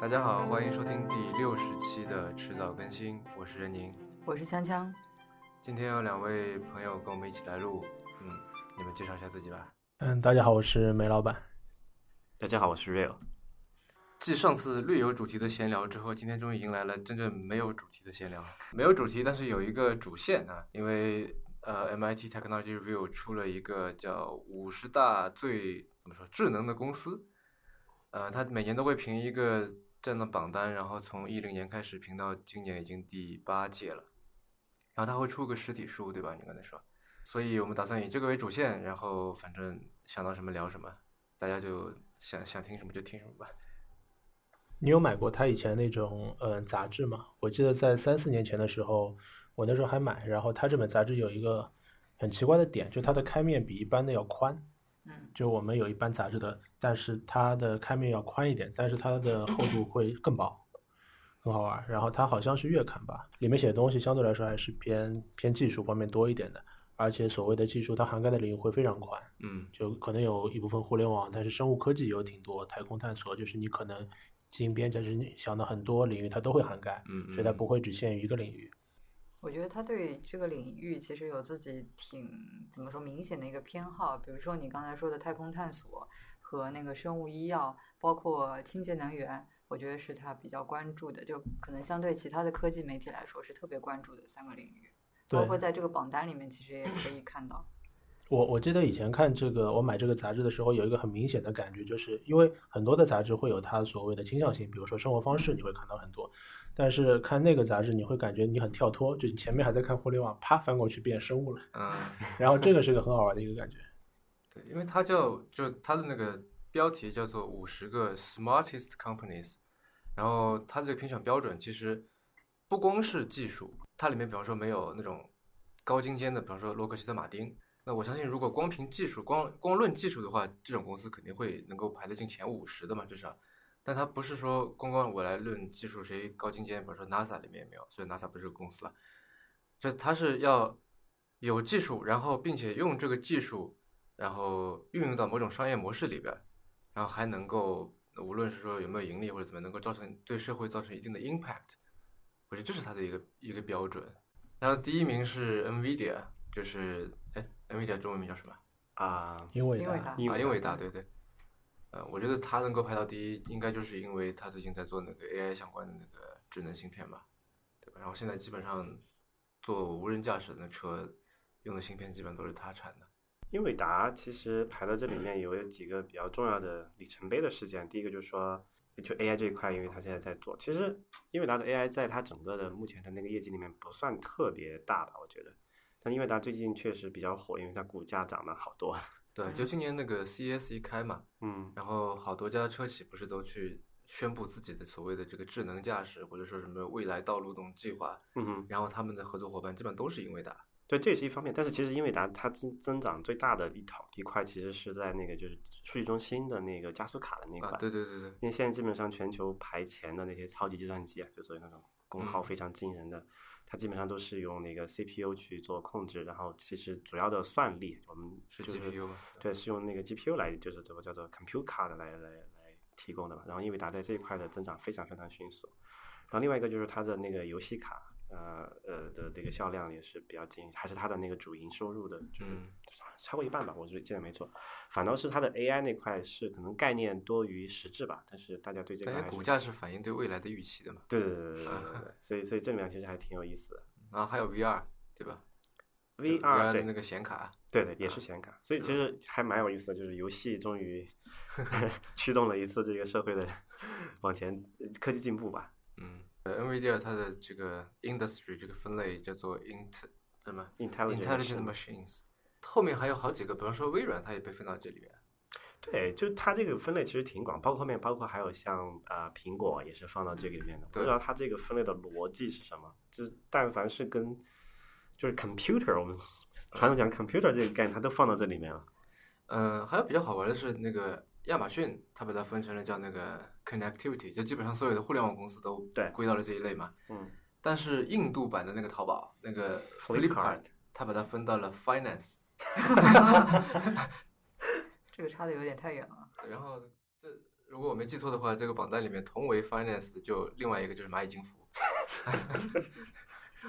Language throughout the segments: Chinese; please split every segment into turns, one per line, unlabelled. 大家好，欢迎收听第六十期的迟早更新，我是任宁。
我是锵锵，
今天有两位朋友跟我们一起来录，嗯，你们介绍一下自己吧。
嗯，大家好，我是梅老板。
大家好，我是 Real。
继上次略有主题的闲聊之后，今天终于迎来了真正没有主题的闲聊。没有主题，但是有一个主线啊，因为呃，MIT Technology Review 出了一个叫五十大最怎么说智能的公司，呃，它每年都会评一个这样的榜单，然后从一零年开始评到今年已经第八届了，然后它会出个实体书，对吧？你刚才说，所以我们打算以这个为主线，然后反正想到什么聊什么，大家就想想听什么就听什么吧。
你有买过他以前那种嗯、呃杂志吗？我记得在三四年前的时候，我那时候还买，然后他这本杂志有一个很奇怪的点，就它的开面比一般的要宽。
嗯，
就我们有一般杂志的，但是它的开面要宽一点，但是它的厚度会更薄，很好玩。然后它好像是月刊吧，里面写的东西相对来说还是偏偏技术方面多一点的，而且所谓的技术，它涵盖的领域会非常宽。
嗯
就可能有一部分互联网，但是生物科技也有挺多，太空探索就是你可能基因编辑，就是你想的很多领域它都会涵盖，
嗯，
所以它
嗯
不会只限于一个领域。
我觉得他对这个领域其实有自己挺怎么说明显的一个偏好，比如说你刚才说的太空探索和那个生物医药，包括清洁能源，我觉得是他比较关注的，就可能相对其他的科技媒体来说是特别关注的三个领域，包
对，
括在这个榜单里面其实也可以看到。
我我记得以前看这个，我买这个杂志的时候，有一个很明显的感觉，就是因为很多的杂志会有它所谓的倾向性，比如说生活方式，你会看到很多，但是看那个杂志，你会感觉你很跳脱，就你前面还在看互联网，啪翻过去变生物了，
嗯。
然后这个是个很好玩的一个感觉。
对，因为它叫就它的那个标题叫做五十个 smartest companies，然后它这个评选标准其实不光是技术，它里面比方说没有那种高精尖的，比方说洛克希德马丁。那我相信，如果光凭技术，光光论技术的话，这种公司肯定会能够排得进前五十的嘛，至少。但它不是说光光我来论技术谁高精尖，比如说 NASA 里面也没有，所以 NASA 不是个公司了。就它是要有技术，然后并且用这个技术，然后运用到某种商业模式里边儿，然后还能够无论是说有没有盈利或者怎么样，能够造成对社会造成一定的 impact，我觉得这是它的一个一个标准。然后第一名是 NVIDIA，就是哎，NVIDIA 中文名叫什么？
啊，
因为
英伟达
英
啊，
伟
英伟
达
达，对对。呃，我觉得它能够排到第一，应该就是因为它最近在做那个 AI 相关的那个智能芯片吧，对吧？然后现在基本上做无人驾驶的车用的芯片基本都是它产的。
英伟达其实排到这里面有有几个比较重要的里程碑的事件。第一个就是说，就 AI 这一块，因为它现在在做，其实英伟达的 AI 在它整个的目前的那个业绩里面不算特别大吧，我觉得。但英伟达最近确实比较火，因为它股价涨了好多。
对，就今年那个 CES 一开嘛，
嗯，
然后好多家车企不是都去宣布自己的所谓的这个智能驾驶或者说什么未来道路等计划，
嗯哼，
然后他们的合作伙伴基本都是英伟达。
对，这也是一方面。但是其实英伟达它增增长最大的一套一块，其实是在那个就是数据中心的那个加速卡的那一块。
啊，对对对对，
因为现在基本上全球排前的那些超级计算机啊，就所谓那种功耗
嗯
非常惊人的，它基本上都是用那个 CPU 去做控制，然后其实主要的算力我们
是
就是
GPU 嘛？
对，是用那个 GPU 来就是怎么叫做 compute card 来来来提供的嘛。然后英伟达在这一块的增长非常非常迅速。然后另外一个就是它的那个游戏卡，呃呃的那个销量也是比较惊人，还是它的那个主营收入的，就是
嗯
超过一半吧，我觉得记得没错。反倒是它的 AI 那块是可能概念多于实质吧，但是大家对这个
感觉
还是
股价是反映对未来的预期的嘛。
对对对对对对 对，所以所以这里面其实还挺有意思的。
然后还有 VR，对吧？就
VR
的
对
那个啊显卡，
对对，也是显卡，所以其实还蛮有意思的，就是游戏终于 驱动了一次这个社会的 往前呃科技进步吧。
嗯呃，NVIDIA 它的这个 industry 这个分类叫做 int 什么
Intelligent
intelligent
machine
machines，后面还有好几个，比方说微软它也被分到这里面。
对，就它这个分类其实挺广，包括后面包括还有像啊、呃苹果也是放到这个里面的。不
对
知道它这个分类的逻辑是什么？就是但凡是跟就是 computer，我们传统讲 computer 这个概念，它都放到这里面了。
呃，还有比较好玩的是，那个亚马逊，它把它分成了叫那个 connectivity，就基本上所有的互联网公司都
对
归到了这一类嘛。
嗯
但是印度版的那个淘宝，那个
Flipkart
Flipkart，它把它分到了 finance，
这个差的有点太远了。
然后这如果我没记错的话，这个榜单里面同为 finance 的就另外一个就是蚂蚁金服。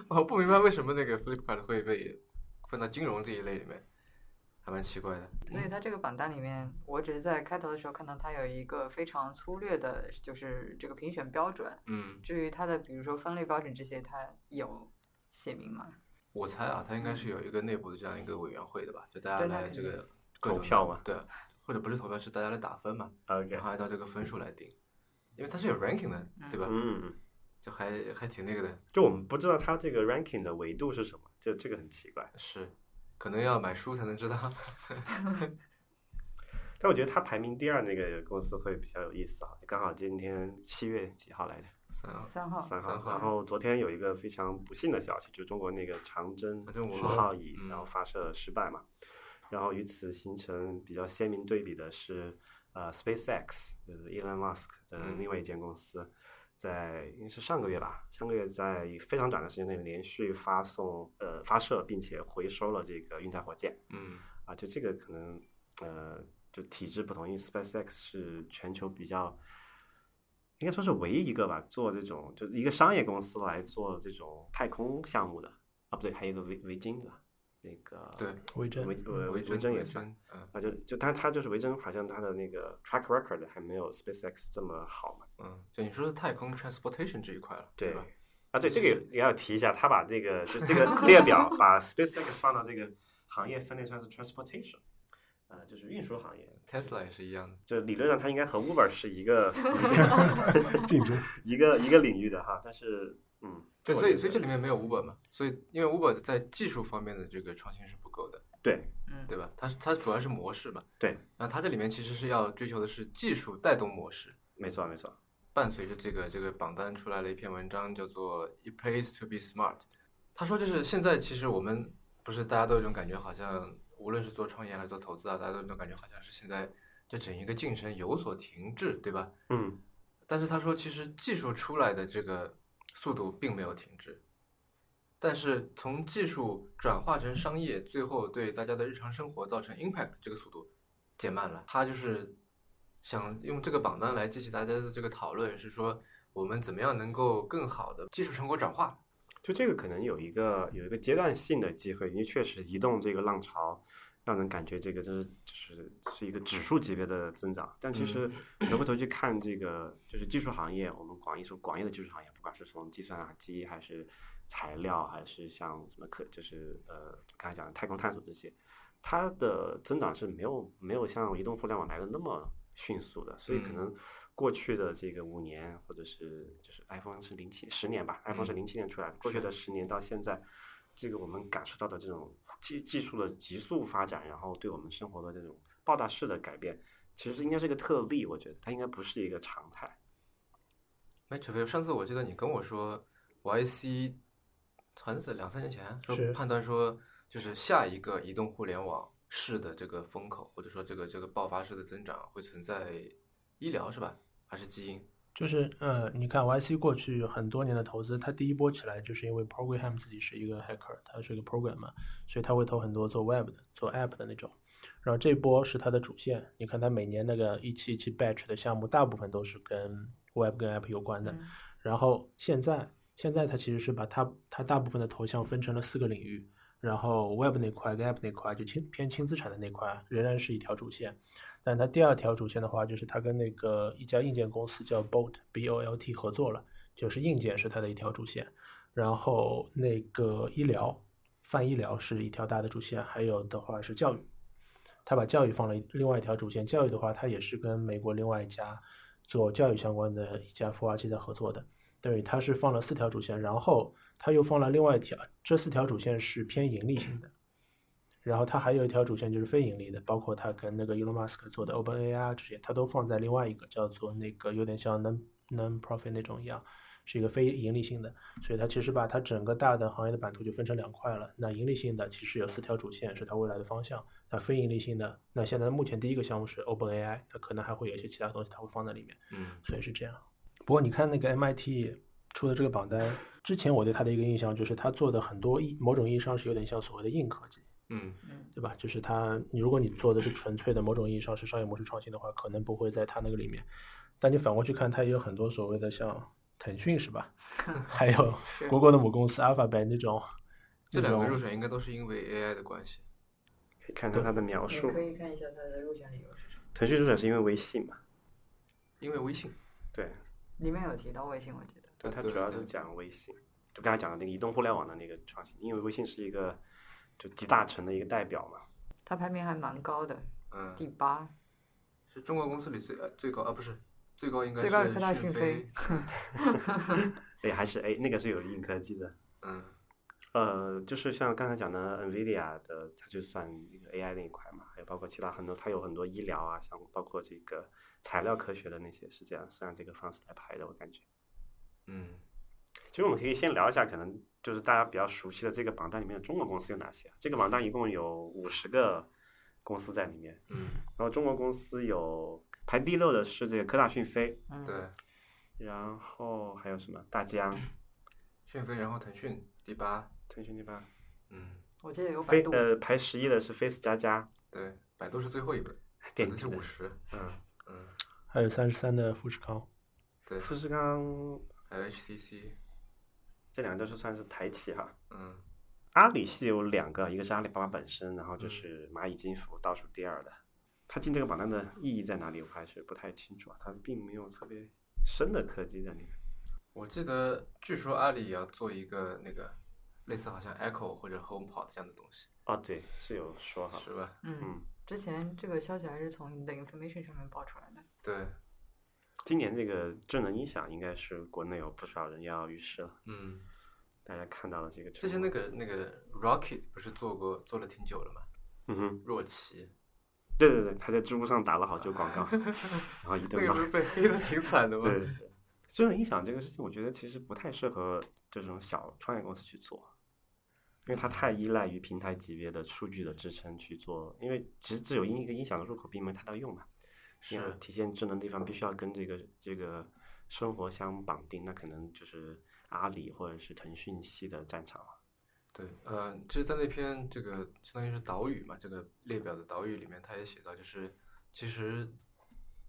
我不明白为什么那个 Flipkart 会被分到金融这一类里面，还蛮奇怪的。
所以它这个榜单里面，我只是在开头的时候看到它有一个非常粗略的，就是这个评选标准。
嗯，
至于它的比如说分类标准这些，它有写明吗？
我猜啊，它应该是有一个内部的这样一个委员会的吧，就大家
嗯对那
来
肯
这
定
个各种
投票嘛
对，或者不是投票，是大家来打分嘛，
OK，
然后按照这个分数来定，因为它是有 ranking 的，对吧？
嗯，
就还还挺那个的，
就我们不知道它这个 ranking 的维度是什么，这这个很奇怪。
是，可能要买书才能知道。
但我觉得它排名第二那个公司会比较有意思啊，刚好今天七月几号来着？
算了，
三号，
三
三号
号。然后昨天有一个非常不幸的消息，就中国那个长征
长征五
十
号
号乙
嗯，
然后发射失败嘛。然后与此形成比较鲜明对比的是，呃，SpaceX 就是 Elon Musk 的
嗯
另外一间公司，在应该是上个月吧，上个月在非常短的时间内连续发送呃发射并且回收了这个运载火箭。
嗯
啊，就这个可能呃，就体制不同，因为 SpaceX 是全球比较，应该说是唯一一个吧，做这种就是一个商业公司来做这种太空项目的啊，不对，还有一个维维京的吧，那个
对，
维珍
维呃维
维珍
珍也
维
算。
珍，嗯
啊，就就但他就是维珍，好像他的那个 track record 还没有 SpaceX 这么好嘛。
嗯，就你说是太空 transportation 这一块了，
对
吧？
啊，对，
就
这个也
是
也要提一下，他把这个就这个 列表把 SpaceX 放到这个行业分类上是 transportation，呃，就是运输行业。
Tesla 也是一样的，
就理论上它应该和 Uber 是一个
竞争，
一个一个领域的哈，但是嗯，
对，所以所以这
里
里面没有 Uber 嘛，所以因为 Uber 在技术方面的这个创新是不够的，
对
嗯，
对吧？它它主要是模式嘛，
对，
那它这里面其实是要追求的是技术带动模式。
没错没错，
伴随着这个这个榜单出来了一篇文章，叫做《It Pays to Be Smart》。他说，就是现在其实我们不是大家都有一种感觉，好像无论是做创业还是做投资啊，大家都有一种感觉，好像是现在这整一个进程有所停滞，对吧？
嗯
但是他说，其实技术出来的这个速度并没有停滞，但是从技术转化成商业，最后对大家的日常生活造成 impact 这个速度减慢了。他就是想用这个榜单来激起大家的这个讨论，是说我们怎么样能够更好的技术成果转化？
就这个可能有一个有一个阶段性的机会，因为确实移动这个浪潮让人感觉这个真是就是是一个指数级别的增长，但其实回过头去看这个就是技术行业，我们广义说广义的技术行业，不管是从计算啊机还是材料，还是像什么科就是呃刚才讲的太空探索这些，它的增长是没有没有像移动互联网来的那么迅速的，所以可
嗯
能过去的这个五年或者是就是 iPhone 是零七十年吧，iPhone 是
嗯
零七年出来的，过去
是
的十年到现在，这个我们感受到的这种技技术的急速发展，然后对我们生活的这种爆炸式的改变，其实应该是个特例，我觉得它应该不是一个常态。
没，扯飞，上次我记得你跟我说，YC 好像是两三年前说
是
判断说，就是下一个移动互联网式的这个风口，或者说这个这个爆发式的增长会存在医疗是吧？还是基因？
就是呃，你看 YC 过去很多年的投资，它第一波起来就是因为 Program 自己是一个 hacker，它是一个 program 嘛，所以它会投很多做 web 的、做 app 的那种。然后这波是它的主线，你看它每年那个一期一期 batch 的项目，大部分都是跟 web 跟 app 有关的。
嗯
然后现在现在它其实是把它它大部分的投向分成了四个领域，然后 Web 那块跟 App 那块就轻偏轻资产的那块仍然是一条主线，但它第二条主线的话，就是它跟那个一家硬件公司叫 Bolt B O L T 合作了，就是硬件是它的一条主线，然后那个医疗泛医疗是一条大的主线，还有的话是教育。它把教育放了一另外一条主线，教育的话，它也是跟美国另外一家做教育相关的一家孵化器在合作的。等于它是放了四条主线，然后它又放了另外一条，这四条主线是偏盈利型的，然后它还有一条主线就是非盈利的，包括它跟那个 Elon Musk 做的 OpenAI 啊这些，它都放在另外一个叫做那个有点像 non non profit 那种一样，是一个非盈利性的，所以它其实把它整个大的行业的版图就分成两块了。那盈利性的其实有四条主线是它未来的方向，那非盈利性的，那现在目前第一个项目是 OpenAI，它可能还会有一些其他东西它会放在里面。
嗯，
所以是这样。不过你看那个 MIT 出的这个榜单，之前我对他的一个印象就是他做的很多意某种意义上是有点像所谓的硬科技，
嗯
嗯
对吧？就是它，你如果你做的是纯粹的某种意义上是商业模式创新的话，可能不会在它那个里面。但你反过去看，它也有很多所谓的像腾讯是吧？ 还有
是
谷歌的母公司 Alphabet 那种，
这
那
两个
种
入选应该都是因为 AI 的关系。
可以看看它的
也
描述。
可以看一下它的入选理由是什么。
腾讯入选是因为微信嘛？
因为微信，
对，
里面有提到微信，我记得。
对，它
对
主要
对
是讲微信，就刚才讲的那个移动互联网的那个创新，因为微信是一个就集大成的一个代表嘛。
它排名还蛮高的，
嗯，
第八，
是中国公司里最呃最高啊，不是最高应该
最高是科大
讯
讯
飞
飞。
哎，还是哎，那个是有硬科技的。
嗯
呃，就是像刚才讲的 NVIDIA 的，它就算那个 AI 那一块嘛，还有包括其他很多，它有很多医疗啊，像包括这个材料科学的那些，是这样是按这个方式来排的，我感觉。
嗯，
其实我们可以先聊一下，可能就是大家比较熟悉的这个榜单里面的中国公司有哪些啊？这个榜单一共有五十个公司在里面，
嗯，
然后中国公司有排第六的是这个科大讯飞，
嗯，
对，
然后还有什么大
嗯
疆、
讯飞，然后腾讯第八，
腾讯第八，
嗯，
我记得有百
飞
度，
呃排十一的是 Face 加加，
对，百度是最后一个，百
点
度
击
是
的
五十，
嗯，
嗯，
还有三十三的富士康，
对，
富士康
还有 HTC，
这两个都是算是台企哈。
嗯
阿里系有两个，一个是阿里巴巴本身，然
嗯
后就是蚂蚁金服倒数第二的。它进这个榜单的意义在哪里？我还是不太清楚啊。它并没有特别深的科技在里面。
我记得据说阿里也要做一个那个类似好像 Echo 或者 HomePod 这样的东西，
哦，对，是有说哈。
是吧？
嗯，
嗯，
之前这个消息还是从 The Information 上面爆出来的。
对，
今年这个智能音响应该是国内有不少人要于是了，
嗯，
大家看到了这个成果。
之前那个那个 Rocket 不是做过做了挺久了嘛？
嗯哼，
若琪，
对对对，他在知乎上打了好久广 告，然后一顿
那个
骂
不。是被黑的挺惨的吗？
对，智能音响这个事情，我觉得其实不太适合这种小创业公司去做，因为它太依赖于平台级别的数据的支撑去做。因为其实只有音一个音响的入口并没太到用嘛，你要
是，
体现智能的地方必须要跟这个这个生活相绑定，那可能就是阿里或者是腾讯系的战场了。
对，呃，其实，在那篇这个相当于是岛屿嘛，这个列表的岛屿里面，他也写到，就是其实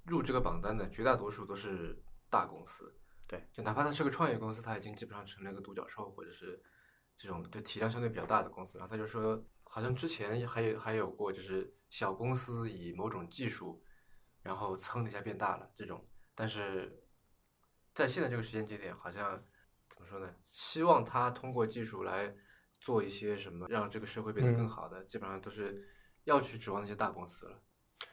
入这个榜单的绝大多数都是大公司，
对，
就哪怕它是个创业公司，它已经基本上成了一个独角兽或者是这种就体量相对比较大的公司。然后他就说，好像之前也还有还有过，就是小公司以某种技术，然后蹭的一下变大了这种，但是在现在这个时间节点，好像怎么说呢？希望他通过技术来做一些什么，让这个社会变得更
嗯
好的，基本上都是要去指望那些大公司了。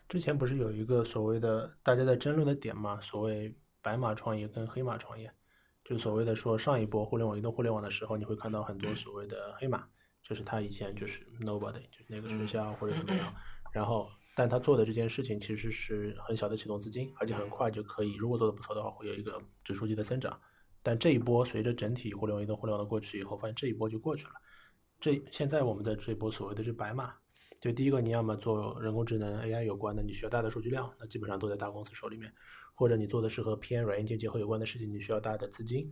之前不是有一个所谓的大家在争论的点嘛，所谓白马创业跟黑马创业，就所谓的说上一波互联网、移动互联网的时候，你会看到很多所谓的黑马，就是他以前就是 nobody，就是那个学校或者怎么样，然后但他做的这件事情其实是很小的启动资金，而且很快就可以，如果做得不错的话，会有一个指数级的增长。但这一波随着整体互联网、移动互联网的过去以后，发现这一波就过去了。这现在我们的这波所谓的是白马，就第一个，你要么做人工智能 AI 有关的，你需要大的数据量，那基本上都在大公司手里面；或者你做的是和偏软硬件结合有关的事情，你需要大的资金。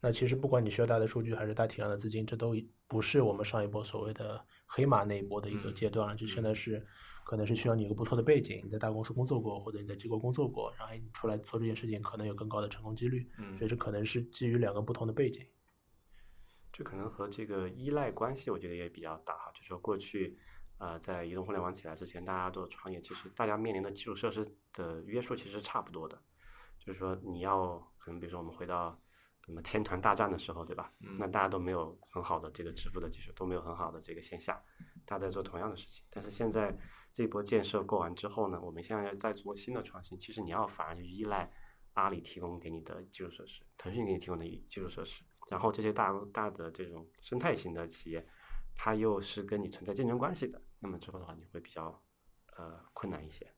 那其实不管你需要大的数据还是大体量的资金，这都已不是我们上一波所谓的黑马那一波的一个
嗯
阶段了。就现在是，可能是需要你有个不错的背景，你在大公司工作过，或者你在机构工作过，然后你出来做这件事情，可能有更高的成功几率。
嗯
所以这可能是基于两个不同的背景。
这可能和这个依赖关系，我觉得也比较大哈。就说过去，呃，在移动互联网起来之前，大家做创业，其实大家面临的基础设施的约束其实差不多的。就是说，你要可能比如说我们回到什么天团大战的时候，对吧？
嗯
那大家都没有很好的这个支付的技术，都没有很好的这个线下，大家在做同样的事情。但是现在这波建设过完之后呢，我们现在要再做新的创新，其实你要反而去依赖阿里提供给你的基础设施，腾讯给你提供的基础设施，然后这些大大的这种生态型的企业，它又是跟你存在竞争关系的，那么之后的话你会比较呃困难一些。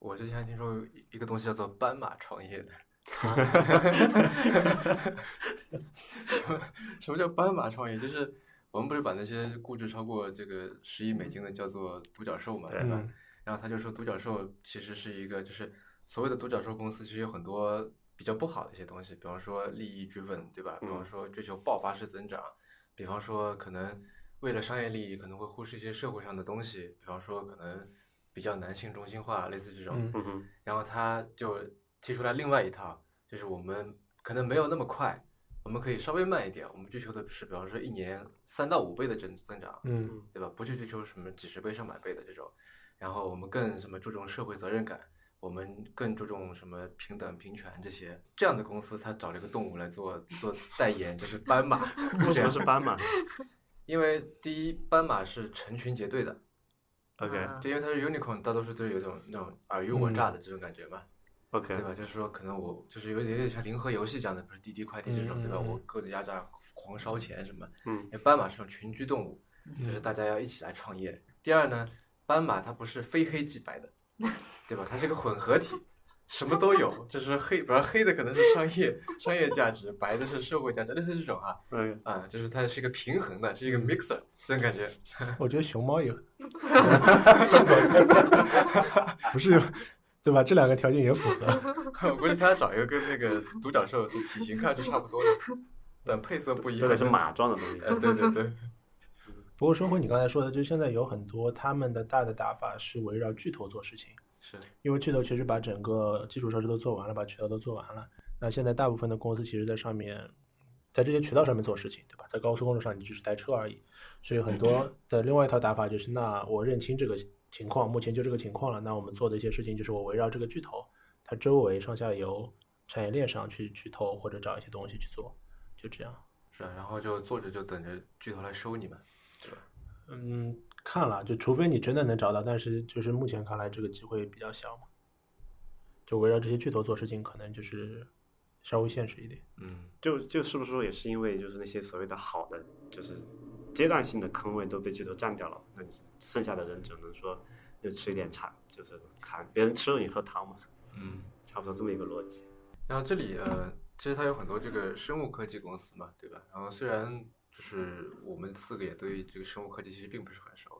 我之前还听说有一一个东西叫做斑马创业的， 什么什么叫斑马创业？就是我们不是把那些估值超过这个十亿美金的叫做独角兽嘛，
对
对吧？然后他就说，独角兽其实是一个，就是所谓的独角兽公司，其实有很多比较不好的一些东西，比方说利益 driven，对吧？比方
嗯
说追求爆发式增长，比方说可能为了商业利益可能会忽视一些社会上的东西，比方说可能比较男性中心化，类似这种。
嗯
嗯哼，
然后他就提出来另外一套，就是我们可能没有那么快，我们可以稍微慢一点，我们追求的是，比方说一年三到五倍的增增长，
嗯
对吧？不去追求什么几十倍、上百倍的这种，然后我们更什么注重社会责任感，我们更注重什么平等、平权这些。这样的公司，他找了一个动物来做做代言，就是斑马 这
为，什么
样
是斑马
因为第一，斑马是成群结队的，
？OK
嗯
就因为它是 unicorn，大多数都有一种那种尔虞我
嗯
诈的这种感觉嘛。对
OK，
吧？就是说，可能我就是有点有点像零和游戏这样的，不是滴滴、快滴这种，对吧？
嗯嗯嗯
我各自压榨、狂烧钱什么。
嗯
因为斑马是种群居动物，就是大家要一起来创业。第二呢，斑马它不是非黑即白的，对吧？它是个混合体，什么都有，就是黑，比方黑的可能是商业商业价值，白的是社会价值，类似这种啊
，OK，
啊，就是它是一个平衡的，是一个
嗯
mixer 这种感觉。
我觉得熊猫也不是，对吧？这两个条件也符合。
我估计它要找一个跟那个独角兽就体型看上去差不多的，但配色不一
这
样
个
的。
是马状的东
呃，
西。
对对 对。
不过说回你刚才说的，就现在有很多他们的大的打法是围绕巨头做事情，
是，
因为巨头其实把整个基础设施都做完了，把渠道都做完了。那现在大部分的公司其实在上面，在这些渠道上面做事情，对吧？在高速公路上你只是代车而已，所以很多的另外一套打法就是，那我认清这个情况，目前就这个情况了，那我们做的一些事情就是我围绕这个巨头，它周围上下游产业链上去去投或者找一些东西去做，就这样。
是啊，然后就坐着就等着巨头来收你们，对吧？
嗯，看了，就除非你真的能找到，但是就是目前看来这个机会比较小嘛。就围绕这些巨头做事情，可能就是稍微现实一点。
嗯，
就就是不是说也是因为就是那些所谓的好的就是阶段性的坑位都被巨头占掉了，那你剩下的人只能说就吃一点糖，就是糖，别人吃了你喝汤嘛，
嗯，
差不多这么一个逻辑。
然后这里呃，其实它有很多这个生物科技公司嘛，对吧？然后虽然就是我们四个也对这个生物科技其实并不是很熟，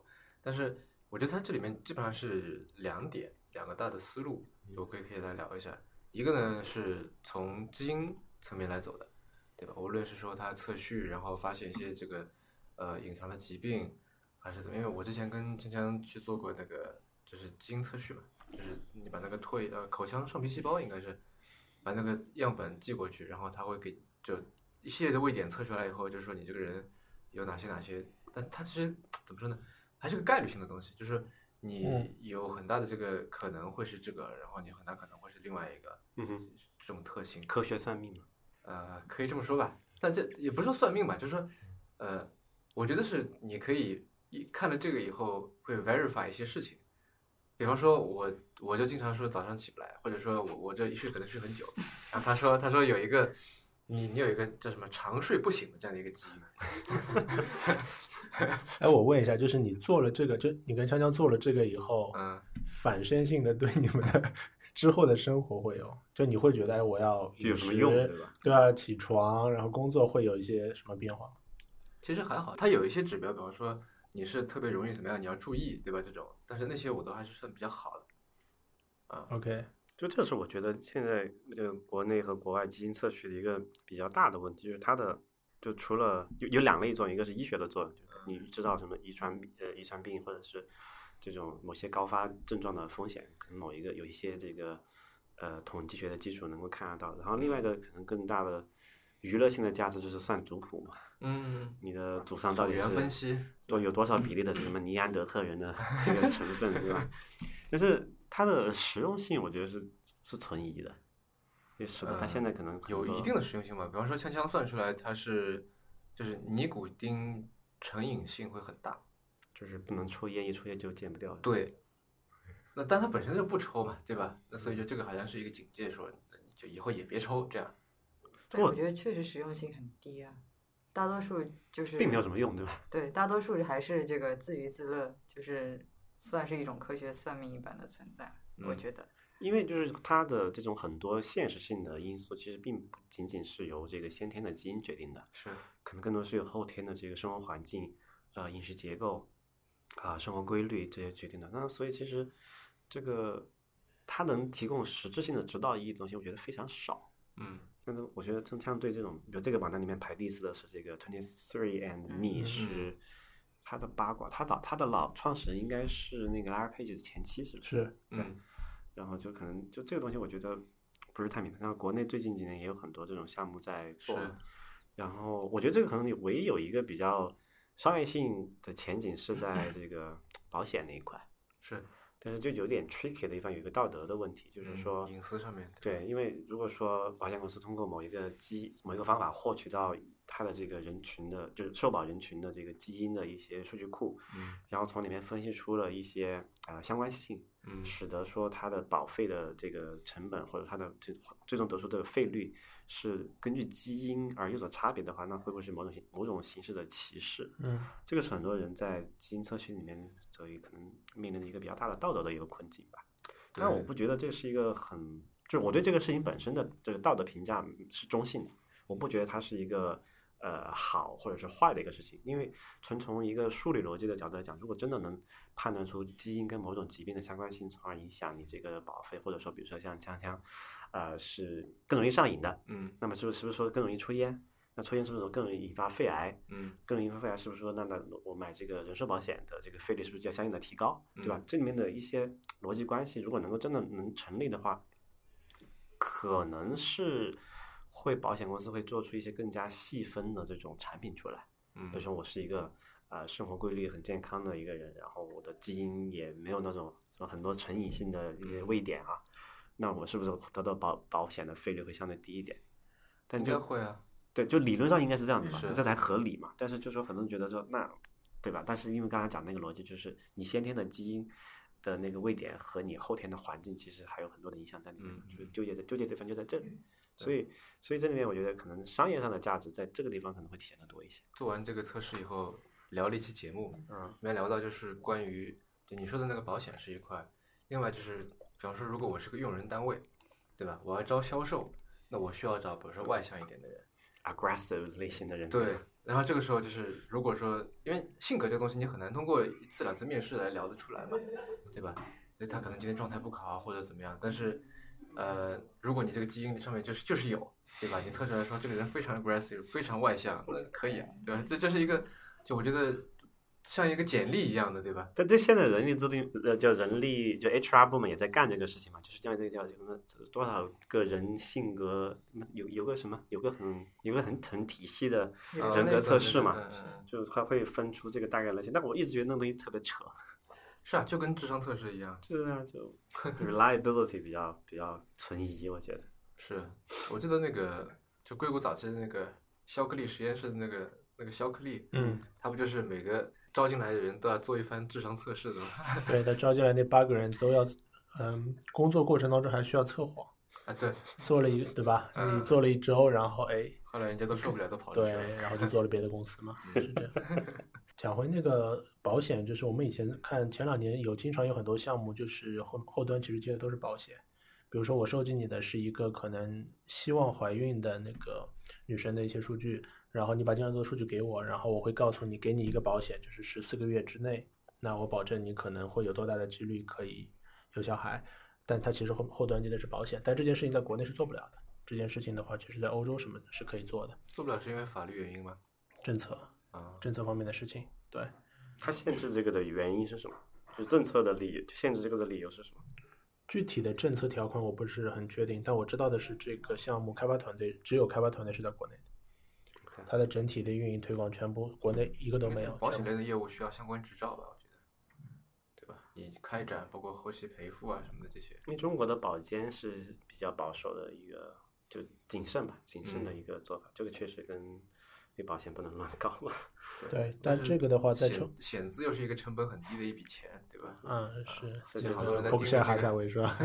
但是我觉得它这里面基本上是两点，两个大的思路，我可以可以来聊一下。一个呢是从基因层面来走的，对吧？无论是说它测序，然后发现一些这个呃隐藏的疾病，还是怎么样？因为我之前跟锵锵去做过那个就是基因测序嘛，就是你把那个唾液呃口腔上皮细胞应该是把那个样本寄过去，然后他会给就一系列的位点测出来以后，就是说你这个人有哪些哪些，但它其实怎么说呢，还是个概率性的东西，就是你
嗯
有很大的这个可能会是这个，然后你很大可能会是另外一个
嗯哼，
这种特性。
科学算命嘛，
呃，可以这么说吧，但这也不是说算命吧，就是说，呃，我觉得是你可以一看了这个以后会 verify 一些事情，比方说我我就经常说早上起不来，或者说我我这一睡可能睡很久，然后他说他说有一个你你有一个叫什么长睡不醒的这样的一个基因，
哎，我问一下，就是你做了这个，就你跟锵锵做了这个以后，
嗯，
反身性的对你们的之后的生活会有，就你会觉得哎我要
就有
饮
什么
食
用对吧？
对啊，起床，然后工作会有一些什么变化？
其实还好，它有一些指标，比方说你是特别容易怎么样，你要注意，对吧？这种，但是那些我都还是算比较好的，啊、
OK，
就这是我觉得现在这个国内和国外基因测序的一个比较大的问题，就是它的就除了有有两类作用，一个是医学的作用，就你知道什么遗传病呃遗传病或者是这种某些高发症状的风险，可能某一个有一些这个呃统计学的基础能够看得到。然后另外一个可能更大的娱乐性的价值就是算族谱嘛，
嗯，
你的祖上到
组
底
员分
是
析，
多有多少
嗯
比例的什么尼安德特人的这个成分，对吧？就是它的实用性，我觉得是是存疑的，也使得它
嗯
现在可能很
有
多
一定的实用性吧。比方说，锵锵算出来它是就是尼古丁成瘾性会很大，
就是不能抽烟，一抽烟就戒不掉了。
对。那但它本身就不抽嘛，对吧？那所以就这个好像是一个警戒说，你就以后也别抽这样。
但
我
我觉得确实实用性很低啊，大多数就是
并没有什么用，对吧？
对，大多数还是这个自娱自乐，就是算是一种科学算命一般的存在，我
嗯
觉得。
因为就是它的这种很多现实性的因素，其实并不仅仅是由这个先天的基因决定的，
是，
可能更多是由后天的这个生活环境、呃饮食结构、啊、生活规律这些决定的。那所以其实这个它能提供实质性的指导意义的东西，我觉得非常少。
嗯
但是我觉得像像对这种，比如这个榜单里面排第四的是这个 Twenty Three and Me，、
嗯
是他的八卦，他老他的老创始人应该是那个 Larry Page 的前妻，是不是？
是
对
嗯，
然后就可能就这个东西，我觉得不是太明白。然后国内最近几年也有很多这种项目在做
是，
然后我觉得这个可能有唯一有一个比较商业性的前景是在这 个保险那一块，
是，
但是就有点 tricky 的地方，有一个道德的问题，就是
嗯
说，
隐私上面，
对，因为如果说保险公司通过某一个基某一个方法获取到它的这个人群的，就是受保人群的这个基因的一些数据库，
嗯
然后从里面分析出了一些啊、呃相关性，
嗯
使得说它的保费的这个成本或者它的最最终得出的费率是根据基因而有所差别的话，那会不会是某种形某种形式的歧视？
嗯，
这个是很多人在基因测序里面所以可能面临的一个比较大的道德的一个困境吧。但我
对
不觉得这是一个很，就我对这个事情本身的这个道德评价是中性的，我不觉得它是一个呃好或者是坏的一个事情，因为纯从一个数理逻辑的角度来讲，如果真的能判断出基因跟某种疾病的相关性，从而影响你这个保费，或者说比如说像锵锵，呃是更容易上瘾的，
嗯
那么是不是是不是说更容易抽烟？那抽烟是不是更容易引发肺癌？
嗯
更容易肺癌啊是不是说，那那我买这个人寿保险的这个费率是不是就要相应的提高，对吧
嗯？
这里面的一些逻辑关系，如果能够真的能成立的话，可能是会保险公司会做出一些更加细分的这种产品出来。
嗯，
比如说我是一个呃生活规律很健康的一个人，然后我的基因也没有那种什么很多成瘾性的一些位点啊，那我是不是得到保保险的费率会相对低一点？但
应
就
该会啊，
对，就理论上应该是这样子吧，
是
这才合理嘛。但是就说很多人觉得说那，对吧？但是因为刚才讲那个逻辑，就是你先天的基因的那个位点和你后天的环境其实还有很多的影响在里面，
嗯
就是
嗯
纠结的纠结的地方就在这里。
对
所以，所以这里面我觉得可能商业上的价值在这个地方可能会体现的多一些。
做完这个测试以后，聊了一期节目，
嗯
里面聊到就是关于就你说的那个保险是一块，另外就是比方说如果我是个用人单位，对吧？我要招销售，那我需要找比如说外向一点的人。
，aggressive 类型的人，
对，然后这个时候就是，如果说因为性格这个东西，你很难通过一次两次面试来聊得出来嘛，对吧？所以他可能今天状态不好啊，或者怎么样。但是，呃，如果你这个基因上面就是就是有，对吧？你测出来说这个人非常 aggressive，非常外向，那可以啊，对吧？这这是一个，就我觉得像一个简历一样的，对吧？
但这现在人力资历呃，叫人力就 HR 部门也在干这个事情嘛，就是叫这个叫什么多少个人性格有有个什么有个很有个很很体系的，
有
呃
人
类
格
类似
似
测
的
试嘛
嗯嗯嗯
就它会分出这个大概类型。但我一直觉得那东西特别扯，
是啊，就跟智商测试一样。
就是啊， 就 reliability 比较比较存疑，我觉得。
是我记得那个就硅谷早期的那个肖克利实验室的那个那个肖克利，
嗯，
他不就是每个招进来的人都要做一番智商测试的吗？
嗯
对，他招进来那八个人都要，嗯，工作过程当中还需要测谎，
啊，对，
做了一对吧？
嗯
你做了一周，然后哎，
后来人家都受不了，都跑出
对
去了。，
然后就做了别的公司嘛，是这样。讲回那个保险，就是我们以前看前两年有经常有很多项目，就是后后端其实接的都是保险。比如说我收集你的是一个可能希望怀孕的那个女生的一些数据，然后你把这样的数据给我，然后我会告诉你，给你一个保险，就是十四个月之内，那我保证你可能会有多大的几率可以有小孩。但它其实后后端接的是保险，但这件事情在国内是做不了的。这件事情的话，其实在欧洲什么的是可以做的。
做不了是因为法律原因吗？
政策
啊，
政策方面的事情。对，
它限制这个的原因是什么？就是政策的理限制这个的理由是什么？
具体的政策条款我不是很确定，但我知道的是，这个项目开发团队只有开发团队是在国内的，它的整体的运营推广全部国内一个都
因
没
为
有。
保险
全部
类的业务需要相关执照吧？我觉得，对吧？你开展包括后期赔付啊什么的这些，
因为中国的保监是比较保守的一个，就谨慎吧，谨慎的一个做法。这个确实跟那保险不能乱搞嘛。
对但这个的话在
险
中
险资又是一个成本很低的一笔钱，对吧？
嗯是，
这
就
就
好
好
像
多人
在
伯克
盯
夏
着
哈
这个
撒韦是吧？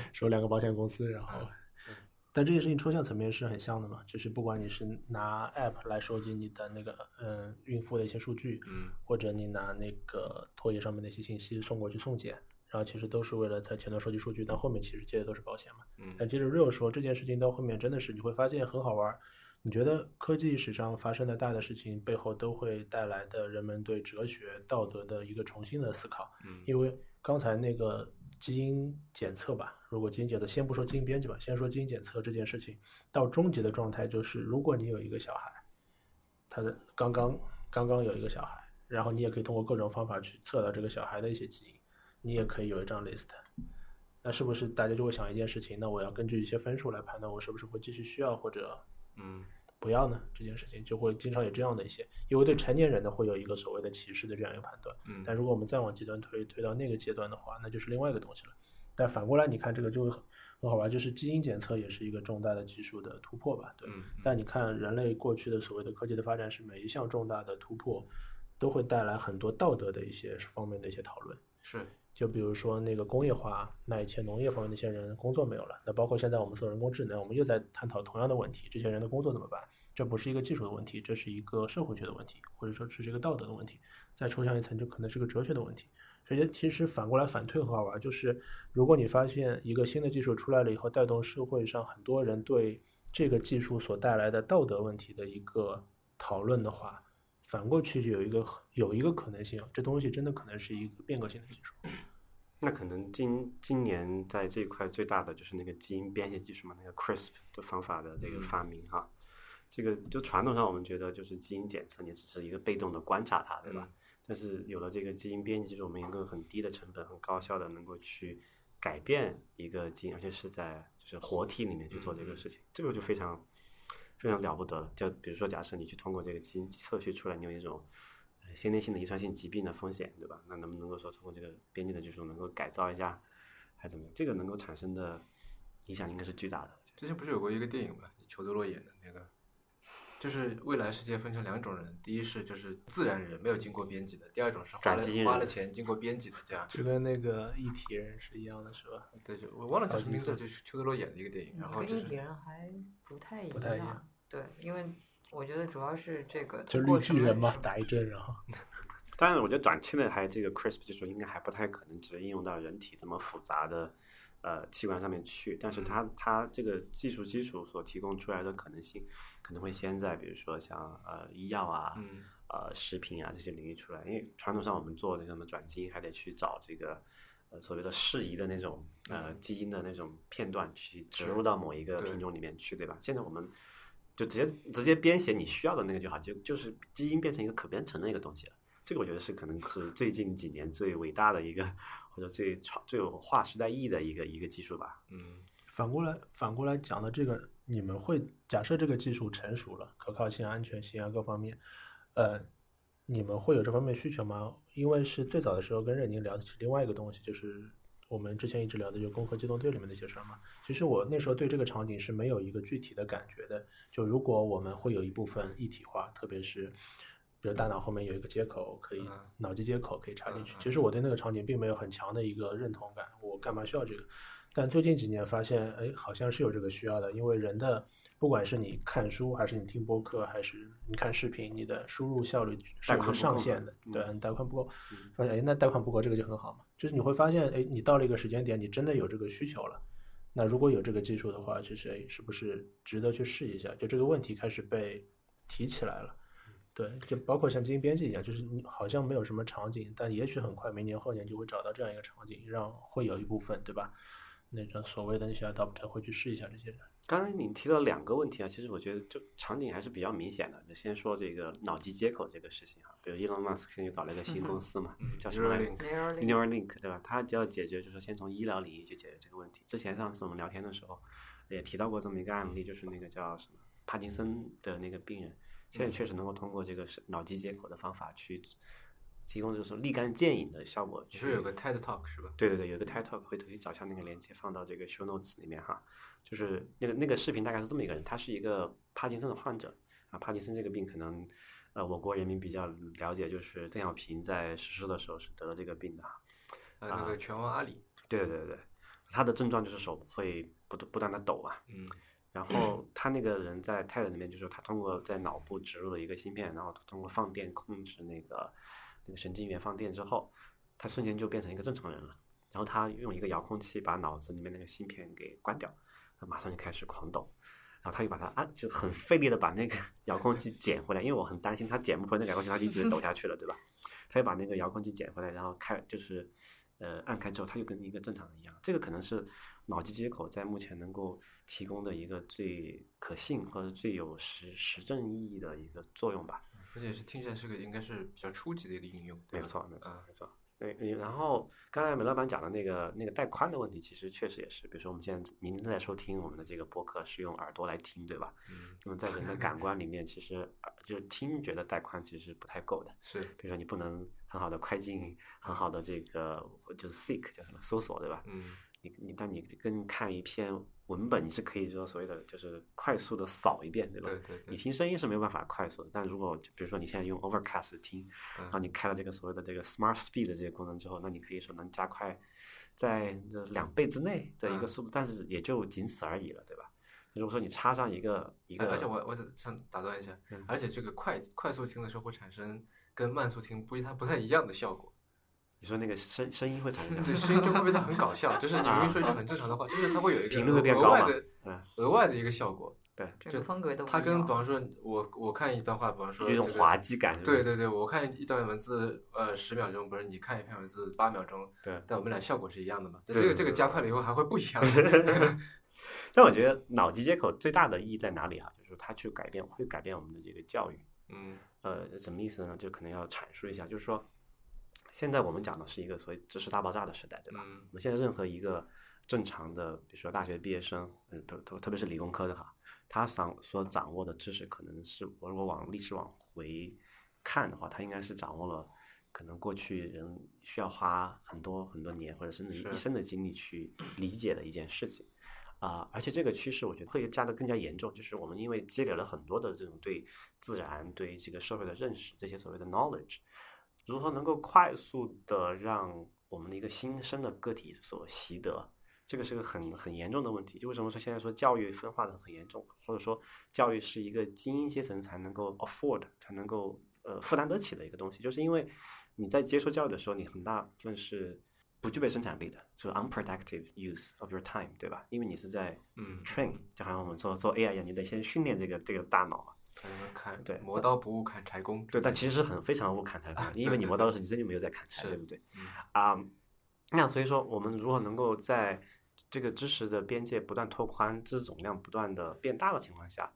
收两个保险公司，然后
嗯。
但这件事情抽象层面是很像的嘛，就是不管你是拿 app 来收集你的那个嗯孕妇的一些数据，
嗯，
或者你拿那个唾液上面的一些信息送过去送检，然后其实都是为了在前端收集数据，但后面其实接的都是保险嘛。
嗯
但接着 real 说这件事情到后面真的是你会发现很好玩儿，你觉得科技史上发生的大的事情背后都会带来的人们对哲学道德的一个重新的思考，
嗯
因为刚才那个基因检测吧，如果基因检测先不说基因编辑吧，先说基因检测这件事情，到终极的状态就是如果你有一个小孩。他的刚刚刚刚有一个小孩，然后你也可以通过各种方法去测到这个小孩的一些基因，你也可以有一张 list。那是不是大家就会想一件事情？那我要根据一些分数来判断我是不是会继续需要或者
嗯，
不要呢？这件事情就会经常有这样的一些，因为对成年人呢会有一个所谓的歧视的这样一个判断。
嗯
但如果我们再往极端推，推到那个阶段的话，那就是另外一个东西了。但反过来，你看这个就会很很好玩，就是基因检测也是一个重大的技术的突破吧？对。
嗯，嗯
但你看，人类过去的所谓的科技的发展，是每一项重大的突破都会带来很多道德的一些方面的一些讨论。
是
就比如说那个工业化，那以前农业方面的一些人工作没有了，那包括现在我们做人工智能，我们又在探讨同样的问题，这些人的工作怎么办？这不是一个技术的问题，这是一个社会学的问题，或者说这是一个道德的问题。再抽象一层，就可能是个哲学的问题。所以其实反过来反推很好玩，就是如果你发现一个新的技术出来了以后，带动社会上很多人对这个技术所带来的道德问题的一个讨论的话，反过去就有一个有一个可能性，这东西真的可能是一个变革性的技术。
那可能今今年在这一块最大的就是那个基因编辑技术嘛，那个 CRISP 的方法的这个发明哈、这个就传统上我们觉得就是基因检测，你只是一个被动的观察它，对吧？但是有了这个基因编辑技术，我们能够很低的成本、很高效的能够去改变一个基因，而且是在就是活体里面去做这个事情，这个就非常非常了不得了。就比如说，假设你去通过这个基因测序出来，你有一种呃先天性的遗传性疾病的风险，对吧？那能不能够说通过这个编辑的技术能够改造一下，还是怎么样？这个能够产生的影响应该是巨大的。
之前不是有过一个电影嘛，裘德洛演的那个，就是未来世界分成两种人，第一是就是自然人没有经过编辑的，第二种是花
转
了
基因
花
人
了钱经过编辑的这样。
就跟那个一体人是一样的，是吧？
对，就我忘了叫什么名字，
转基
就
因
是裘德洛演的一个电影，然
嗯
后
跟
就
异体
是
人还不太一
不太一样
对，因为我觉得主要是这个
就
通
绿
过什
巨
么
人嘛
什，么
打一针，然后
当然，我觉得短期内还这个 CRISP 技术应该还不太可能直接应用到人体这么复杂的呃器官上面去，但是它它这个技术基础所提供出来的可能性，可能会先在比如说像呃医药啊、
嗯
呃食品啊这些领域出来，因为传统上我们做那个什么转基因还得去找这个。呃，所谓的适宜的那种呃基因的那种片段去植入到某一个
对
品种里面去，对吧？现在我们就直接直接编写你需要的那个就好，就就是基因变成一个可编程的一个东西了。这个我觉得是可能是最近几年最伟大的一个，或者最创最有划时代意义的一个一个技术吧。
嗯
反过来反过来讲到这个，你们会假设这个技术成熟了，可靠性、安全性啊各方面，呃，你们会有这方面需求吗？因为是最早的时候跟任宁聊的是另外一个东西，就是我们之前一直聊的就是《攻壳机动队》里面的一些事儿嘛。其实我那时候对这个场景是没有一个具体的感觉的。就如果我们会有一部分一体化，特别是比如大脑后面有一个接口，可以
嗯
脑机接口可以插进去
嗯。嗯
其实我对那个场景并没有很强的一个认同感，我干嘛需要这个？但最近几年发现，哎，好像是有这个需要的，因为人的不管是你看书，还是你听播客，还是你看视频，你的输入效率是
带
有个
宽不
上
够
限
嘛
的，
嗯
对，你带宽不够
嗯，
发现哎，那带宽不够，这个就很好嘛。就是你会发现，哎，你到了一个时间点，你真的有这个需求了。那如果有这个技术的话，其实哎，是不是值得去试一下？就这个问题开始被提起来了。对，就包括像基因编辑一样，就是你好像没有什么场景，但也许很快明年后年就会找到这样一个场景，让会有一部分对吧？那种所谓的那些 adopter 会去试一下这些人。
刚才你提到两个问题啊，其实我觉得就场景还是比较明显的。就先说这个脑机接口这个事情哈、啊比如 Elon Musk 现在就搞了一个新公司嘛，
嗯，
叫
就
什
是
么来着？
Neuralink
Neuralink
Neuralink 对吧？它就要解决，就是先从医疗领域去解决这个问题。之前上次我们聊天的时候也提到过这么一个案例，就是那个叫什么帕金森的那个病人，现在确实能够通过这个是脑机接口的方法去提供就是立竿见影的效果
你
去。
说有个 TED Talk 是吧？
对对对，有一个 TED Talk，回头可以找一下那个链接放到这个 show notes 里面哈。就是那个那个视频大概是这么一个人，他是一个帕金森的患者啊，帕金森这个病可能呃我国人民比较了解，就是邓小平在逝世的时候是得了这个病的哈。
呃，那
啊
个拳王阿里，
对对对，他的症状就是手会不不断的抖啊嘛。
嗯
然后他那个人在 TED 里面就是他通过在脑部植入了一个芯片，然后通过放电控制那个那个神经元放电之后，他瞬间就变成一个正常人了。然后他用一个遥控器把脑子里面那个芯片给关掉，他马上就开始狂抖。然后他就把它按，就很费力的把那个 遥控器捡回来，因为我很担心他捡不回那个遥控器，他就一直抖下去了，对吧？他就把那个遥控器捡回来，然后开就是呃按开之后，它就跟一个正常人一样。这个可能是脑机接口在目前能够提供的一个最可信或者最有实实证意义的一个作用吧。
而且也是听起来是个应该是比较初级的一个应用，对
没
吧
错，没错
啊，
嗯没错。对，你然后刚才梅老板讲的那个那个带宽的问题，其实确实也是，比如说我们现在您正在收听我们的这个播客是用耳朵来听，对吧？
嗯，
那么在人的感官里面，其实耳就是听觉的带宽其实不太够的。
是，
比如说你不能很好的快进，很好的这个就是 seek 叫什么搜索，对吧？
嗯，
你你但你跟看一篇文本，你是可以说所谓的就是快速的扫一遍，对吧？
对对对，
你听声音是没有办法快速的，但如果就比如说你现在用 Overcast 听，然后
嗯，
你开了这个所谓的这个 Smart Speed 的这个功能之后，那你可以说能加快在这两倍之内的一个
嗯
速度，但是也就仅此而已了，对吧？如果说你插上一个一
哎
个，
而且我我想想打断一下
嗯，
而且这个快快速听的时候会产生跟慢速听不一它不太一样的效果，
你说那个声声音会产生 什
对，
么？
声音就会被它很搞笑，就是你明明说一句很正常的话，就是它会有一个
频率会变
额
高
外
嘛
的
嗯，
额外的一个效果，
整
就
个风格都不
它
一
跟
样
比方说我我看一段话，比方说
有一种
这个
滑稽感。是不
对
是
对对，我看一段文字，呃，十秒钟不是你看一篇文字八秒钟，
对。
但我们俩效果是一样的嘛？这
对
个
对
这个
对
加快了以后还会不一 样的。
但我觉得脑机接口最大的意义在哪里啊？就是它去改变，会改变我们的这个教育。
嗯
呃，什么意思呢？就可能要阐述一下，就是说，现在我们讲的是一个所谓知识大爆炸的时代，对吧？
嗯
我们现在任何一个正常的，比如说大学毕业生，嗯，特特特别是理工科的哈，他掌所掌握的知识，可能是我如果往历史往回看的话，他应该是掌握了可能过去人需要花很多很多年，或者甚至
是
一生的精力去理解的一件事情。啊、而且这个趋势我觉得会加得更加严重，就是我们因为积累了很多的这种对自然、对这个社会的认识，这些所谓的 knowledge，如何能够快速的让我们的一个新生的个体所习得，这个是个很很严重的问题。就为什么说现在说教育分化的很严重，或者说教育是一个精英阶层才能够 afford 才能够呃负担得起的一个东西，就是因为你在接受教育的时候，你很大部分是不具备生产力的，就是 unproductive use of your time，对吧？因为你是在
嗯，
train，就好像我们做做 AI 一样，你得先训练这个这个大脑嘛。
还有砍
对
嗯磨刀不误砍柴工。
对，但其实是很非常误砍柴 的
啊，对
因为你
对
磨
对
刀的时候，你真就没有在砍柴，
是
对不对？
嗯
啊、那所以说，我们如何能够在这个知识的边界不断拓宽、知识总量不断的变大的情况下，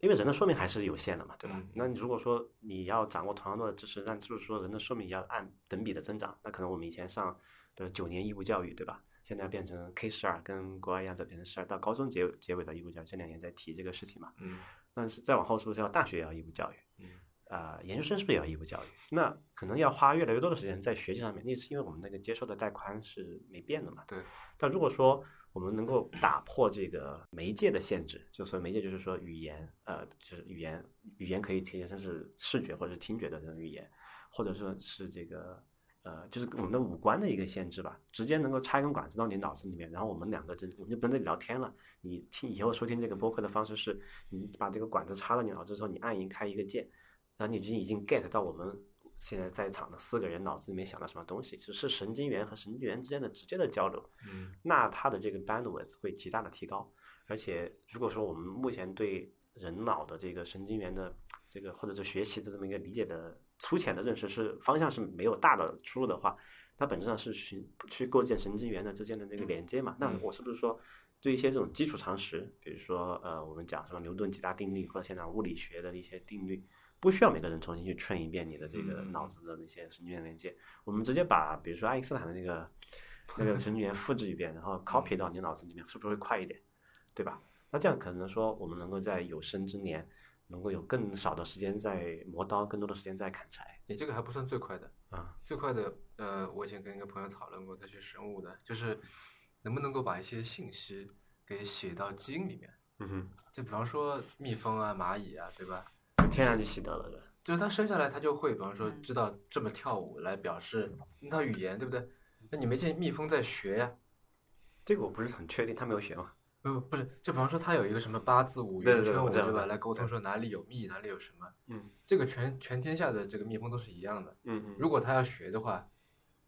因为人的寿命还是有限的嘛，对吧？
嗯
那你如果说你要掌握同样多的知识，但是不是说人的寿命也要按等比的增长？那可能我们以前上比如九年义务教育，对吧？现在变成 K 十二，跟国外一样的变成十二，到高中结结尾的义务教育，这两年在提这个事情嘛。
嗯
但是再往后是不是要大学也要义务教育？
嗯
啊、研究生是不是也要义务教育？那可能要花越来越多的时间在学习上面，那是因为我们那个接受的带宽是没变的嘛。
对。
但如果说我们能够打破这个媒介的限制，就所谓媒介就是说语言，呃，就是语言，语言可以提升是视觉或者是听觉的这种语言，或者说是这个呃，就是我们的五官的一个限制吧，直接能够插一根管子到你脑子里面，然后我们两个真我们就不能聊天了。你听以后收听这个播客的方式是，你把这个管子插到你脑子之后，你按一开一个键，然后你就已经 get 到我们现在在场的四个人脑子里面想到什么东西，只是神经元和神经元之间的直接的交流。
嗯
那它的这个 bandwidth 会极大的提高。而且如果说我们目前对人脑的这个神经元的这个或者是学习的这么一个理解的粗浅的认识是方向是没有大的出入的话，那本质上是去去构建神经元的之间的那个连接嘛。那
嗯
我是不是说？对一些这种基础常识，比如说呃，我们讲什么牛顿几大定律或者现在物理学的一些定律，不需要每个人重新去 train 一遍你的这个
嗯
脑子的那些神经元连接，我们直接把比如说爱因斯坦的那个那个神经元复制一遍，然
嗯
后 copy 到你脑子里面，是不是会快一点？对吧？那这样可能说，我们能够在有生之年，能够有更少的时间在磨刀，更多的时间在砍柴
你这个还不算最快的，
啊。
最快的，呃，我以前跟一个朋友讨论过，他学生物的，就是能不能够把一些信息给写到基因里面，
嗯哼，
就比方说蜜蜂啊、蚂蚁啊，对吧？
就天然就习得了的。
就是他生下来他就会，比方说
嗯
知道这么跳舞来表示那套语言，对不对？那你没见蜜蜂在学呀、
这个我不是很确定，他没有学嘛？
不不是，就比方说他有一个什么八字舞、
对
圆
对对
圈舞，
我知道
对吧？
对
来沟通
对
说哪里有蜜，哪里有什么。
嗯
这个全全天下的这个蜜蜂都是一样的。
嗯嗯
如果他要学的话，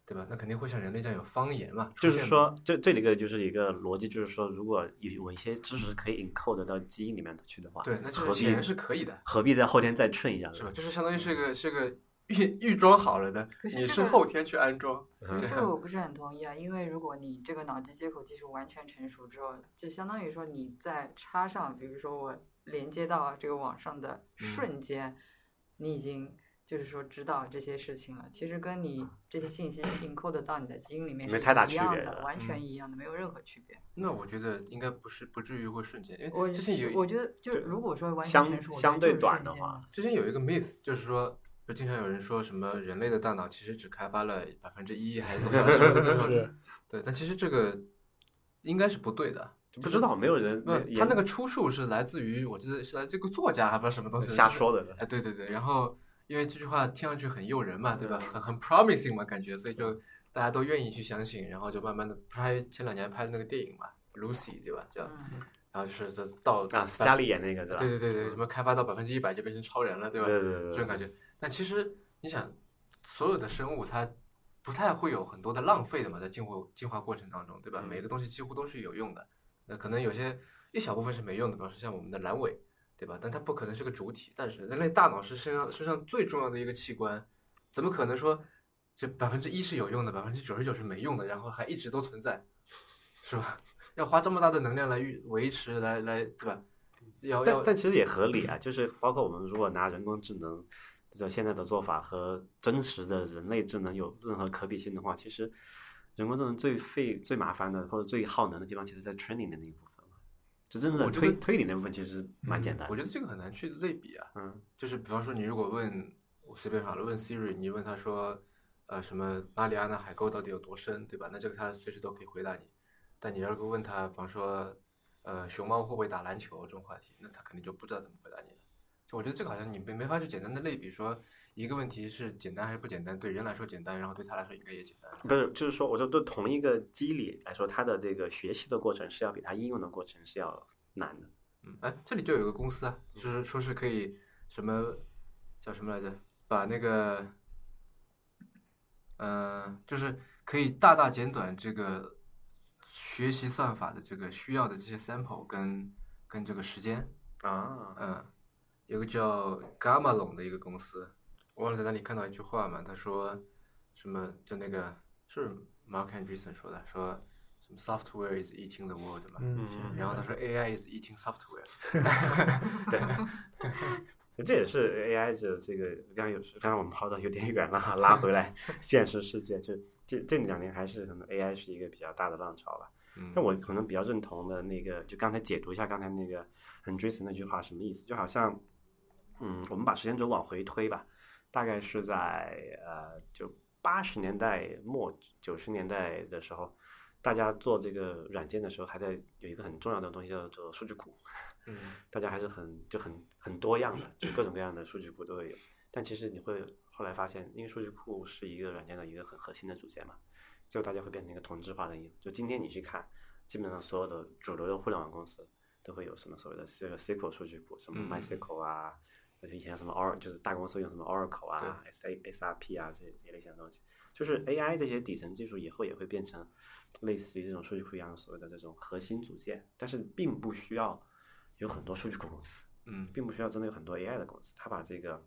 对吧？那肯定会像人类这样有方言嘛。出
就是
现嘛，
说，这这里个就是一个逻辑，就是说，如果有一些知识可以 encode 到基因里面去的话，
对，那就
何
是
必
显然是可以的，
何必在后天再 train 一下呢？
是吧？就是相当于是个是个预 预装好了的，
可是
你
这
是
个
后天去安装。
嗯
这
这个
样
我不是很同意啊，因为如果你这个脑机接口技术完全成熟之后，就相当于说你在插上，比如说我连接到这个网上的瞬间，你已经就是说知道这些事情了，其实跟你这些信息 encode 到你的基因里面
没
是
太大
一
区
样
别
的，
的
完全一样的，没有任何区别。
那我觉得应该不是不至于会瞬间，因
我
为之前有一
我觉得就是
对
如果说完全
相
成熟，我觉
相
得
对
就是
短
瞬
的
间
话
之前有一个 myth，就是说，就经常有人说什么人类的大脑其实只开发了百分之一还是多少什么的这 种，
是
对，但其实这个应该是不对的。
不知道没有人
那
也
他那个出处是来自于，我记得是来自于一个作家，还不知道什么东西
瞎。说的，
哎，对对对，然后因为这句话听上去很诱人嘛，对吧？
嗯
很很 promising 嘛，感觉，所以就大家都愿意去相信，然后就慢慢的，不是还前两年拍的那个电影嘛，Lucy 对吧？叫，
嗯，
然后就是这到
啊，斯嘉丽演那个是吧？
对对对对，什么开发到百分之一百就变成超人了，对吧？
对对
嗯这
对
种
对，
感觉。但其实你想，所有的生物它不太会有很多的浪费的嘛，在进化进化过程当中，对吧？
嗯
每个东西几乎都是有用的，那可能有些一小部分是没用的，比方说像我们的阑尾，对吧？但它不可能是个主体。但是人类大脑是身上身上最重要的一个器官，怎么可能说这百分之一是有用的，百分之九十九是没用的，然后还一直都存在，是吧？ 要花这么大的能量来运维持，来来，对吧？要
但
要
但其实也合理啊，就是包括我们如果拿人工智能的现在的做法和真实的人类智能有任何可比性的话，其实人工智能最费最麻烦的或者最耗能的地方，其实在 training 的那一部分嘛就真正的
我觉
推
得嗯
推理那部分其实蛮简单
我
的，
觉得这个很难去类比啊。
嗯，
就是比方说，你如果问我随便好了，问 Siri，你问他说，呃，什么马里亚纳海沟到底有多深，对吧？那这个他随时都可以回答你。但你要是问他，比方说，呃，熊猫会不会打篮球这种话题，那他肯定就不知道怎么回答你了。就我觉得这个好像你没没法去简单的类比说一个问题是简单还是不简单，对人来说简单，然后对他来说应该也简单。
不是，就是说，我就对同一个机理来说，它的这个学习的过程是要比它应用的过程是要难的。
嗯，哎，这里就有一个公司啊，就是说是可以什么叫什么来着，把那个，嗯、就是可以大大减短这个学习算法的这个需要的这些 sample 跟跟这个时间，
啊，
嗯，有个叫 Gamma 龙的一个公司，我忘了在哪里看到一句话嘛，他说什么就那个是 Mark Andreessen 说的，说什么 software is eating the world 嘛，
嗯，
然后他说 AI is eating software。
这也是 AI 的这个，刚刚有刚刚我们跑的有点远了哈，拉回来现实世界，就这这两年还是可能 AI 是一个比较大的浪潮吧。
嗯
但我可能比较认同的那个，就刚才解读一下刚才那个 Andreessen 那句话什么意思，就好像，嗯，我们把时间轴往回推吧，大概是在呃，就八十年代末九十年代的时候，大家做这个软件的时候，还在有一个很重要的东西叫做数据库，
嗯
大家还是很就很很多样的，就各种各样的数据库都会有。但其实你会后来发现，因为数据库是一个软件的一个很核心的组件嘛，最后大家会变成一个同质化的应用。就今天你去看，基本上所有的主流的互联网公司都会有什么所谓的这个 SQL 数据库，什
嗯
么 MySQL 啊，而且以前什么 Or 就是大公司用什么 Oracle 啊、S A S R P 啊这这一类型的东西。就是 AI 这些底层技术以后也会变成类似于这种数据库一样的所谓的这种核心组件，但是并不需要有很多数据库公司，
嗯
并不需要真的有很多 AI 的公司，它把这个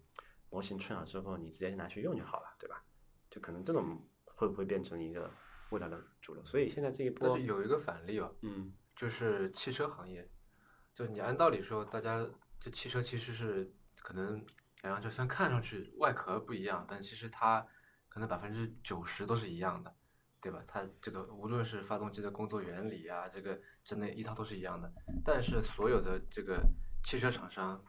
模型 train 好之后，你直接拿去用就好了，对吧？就可能这种会不会变成一个未来的主流？所以现在这一
但
波
是，有一个反例哦，
嗯，
就是汽车行业，就你按道理说，大家这汽车其实是可能两辆车虽然看上去外壳不一样，但其实它可能百分之九十都是一样的，对吧？它这个无论是发动机的工作原理啊，这个真的一套都是一样的，但是所有的这个汽车厂商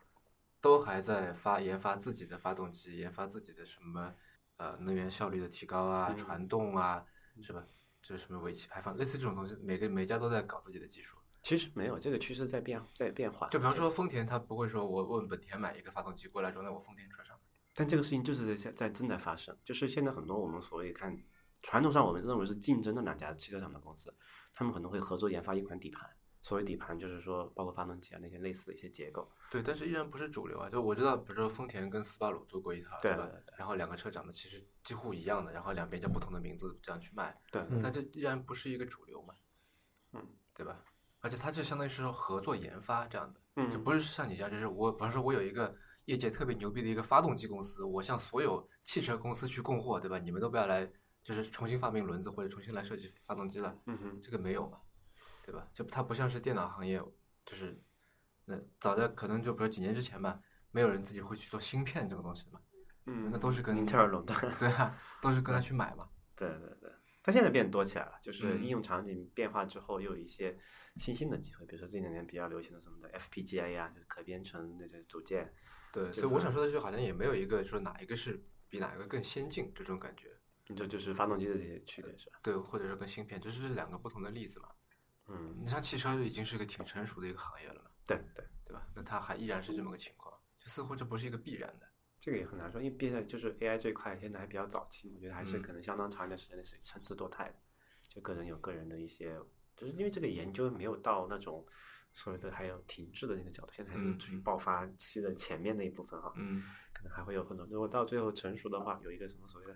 都还在发研发自己的发动机，研发自己的什么呃能源效率的提高啊、
嗯
传动啊，是吧？就是什么尾气排放，类似这种东西，每个每家都在搞自己的技术。
其实没有这个趋势在变，在变化。
就比方说丰田，它不会说我问本田买一个发动机过来装在我丰田车上。
但这个事情就是在在正在发生，就是现在很多我们所谓看传统上我们认为是竞争的两家汽车厂的公司，他们可能会合作研发一款底盘。所谓底盘就是说包括发动机啊那些类似的一些结构，
对，但是依然不是主流啊。就我知道，比如说丰田跟斯巴鲁做过一套，
对
吧
对？
然后两个车长得其实几乎一样的，然后两边叫不同的名字这样去卖，
对，
嗯
但这依然不是一个主流嘛，
嗯，
对吧？而且它这相当于是说合作研发这样的，
嗯
就不是像你这样，就是我，比方说我有一个业界特别牛逼的一个发动机公司，我向所有汽车公司去供货，对吧？你们都不要来，就是重新发明轮子或者重新来设计发动机了，
嗯哼，
这个没有嘛，对吧？就它不像是电脑行业，就是那早在可能就比如几年之前吧，没有人自己会去做芯片这个东西的嘛，
嗯
那都是跟
英特尔垄断。
对啊，都是跟他去买嘛。
对对对，它现在变多起来了，就是
嗯
应用场景变化之后，又有一些新兴的机会，比如说这两年比较流行的什么的 FPGA 啊，就是可编程那些组件。
对，
这
所以我
方
想说的就是，好像也没有一个说哪一个是比哪一个更先进这种感觉。
你这就是发动机的这些区别是吧？
对，或者是跟芯片，这是两个不同的例子嘛。
嗯，
你像汽车就已经是个挺成熟的一个行业了嘛，
对对，
对吧？那它还依然是这么个情况，就似乎这不是一个必然的。
这个也很难说，因为毕竟就是 AI 这一块现在还比较早期，我觉得还是
嗯
可能相当长一段时间的是参差多态的，就个人有个人的一些，就是因为这个研究没有到那种所谓的还有停滞的那个角度，现在还是
嗯
处于
嗯
爆发期的前面那一部分哈、
嗯，
可能还会有很多。如果到最后成熟的话，有一个什么所谓的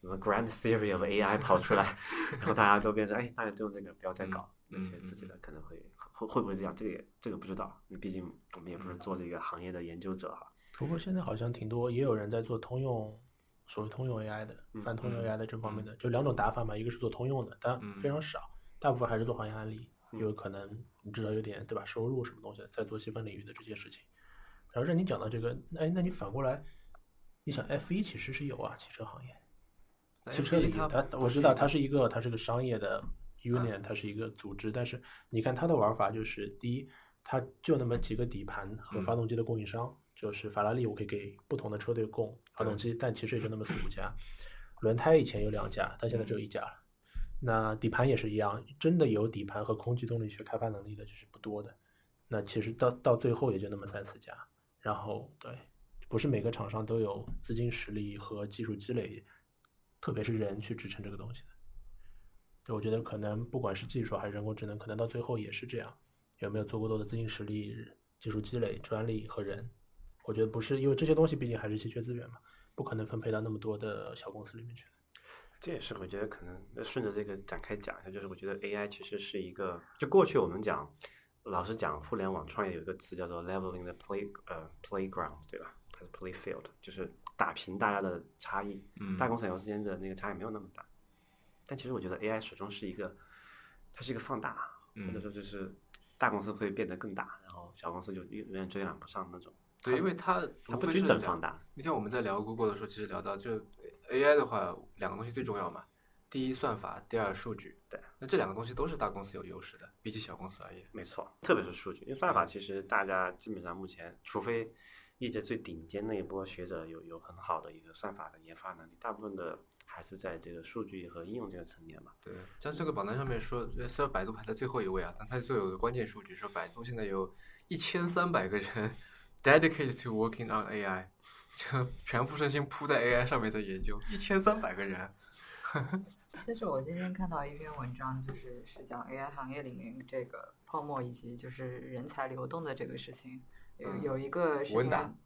什么 grand theory of AI 跑 出来，然后大家都变成哎，大家都用这个，不要再搞
嗯
那些
嗯
自己
嗯
的，可能会会会不会这样？这个也这个不知道，因为毕竟我们也不
嗯
是做这个行业的研究者哈。
不过现在好像挺多，也有人在做通用，所谓通用 AI 的
嗯，
泛通用
嗯
AI 的这方面的，就两种打法嘛，一个是做通用的，但
嗯
非常少，大部分还是做行业案例，
嗯
有可能你至少有点对吧，收入什么东西，在做细分领域的这些事情。然后让你讲到这个，哎，那你反过来，你想 F 一其实是有啊，汽车行业，
但
汽车
F1
里
它
它
不
我
是
知
一
道
个嗯
它是一个它是个商业的 union，它是一个组织，但是你看它的玩法就是第一，它就那么几个底盘和
嗯
发动机的供应商，就是法拉利我可以给不同的车队供发动机，但其实也就那么四五家，轮胎以前有两家，但现在只有一家了。那底盘也是一样，真的有底盘和空气动力学开发能力的就是不多的。那其实到到最后也就那么三四家，然后对，不是每个厂商都有资金实力和技术积累，特别是人去支撑这个东西的。对，我觉得可能不管是技术还是人工智能，可能到最后也是这样，有没有足够多的资金实力、技术积累、专利和人？我觉得不是，因为这些东西毕竟还是稀缺资源嘛，不可能分配到那么多的小公司里面去。
这也是我觉得可能呃顺着这个展开讲一下，就是我觉得 AI 其实是一个，就过去我们讲，老是讲互联网创业有一个词叫做 leveling the play 呃 playground 对吧？还是 play field，就是打平大家的差异，
嗯
大公司小公司之间的那个差异没有那么大。但其实我觉得 AI 始终是一个，它是一个放大，啊或者
嗯，
说就是大公司会变得更大，然后小公司就永远追赶不上那种，
对，因为它
它
无
不
非
均
是
等
两
放大。
那天我们在聊 Google 的时候，其实聊到就 AI 的话，两个东西最重要嘛，第一算法，第二数据。
对，
那这两个东西都是大公司有优势的，比起小公司而言。
没错，特别是数据，因为算法其实大家基本上目前，除非业界最顶尖那一波学者有有很好的一个算法的研发能力，大部分的还是在这个数据和应用这个层面嘛。
对，像这个榜单上面说，呃虽然百度排在最后一位啊，但它最后有个关键数据说，百度现在有一千三百个人 dedicated to working on AI，就 全副身心扑在 AI 上面在研究，一千三百个人。
但是我今天看到一篇文章，就是是讲 AI 行业里面这个泡沫以及就是人才流动的这个事情。有
嗯
有一个事
文
情
档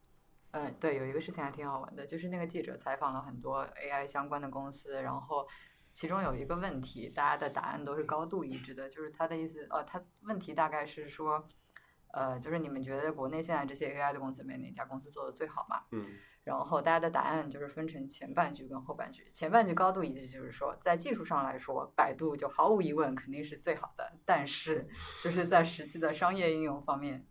还，嗯，对，有一个事情还挺好玩的，就是那个记者采访了很多 AI 相关的公司，然后其中有一个问题，大家的答案都是高度一致的，就是他的意思，呃，他问题大概是说，呃，就是你们觉得国内现在这些 AI 的公司里面哪家公司做的最好嘛？
嗯
然后大家的答案就是分成前半句跟后半句。前半句高度一致，就是说在技术上来说，百度就毫无疑问肯定是最好的，但是就是在实际的商业应用方面，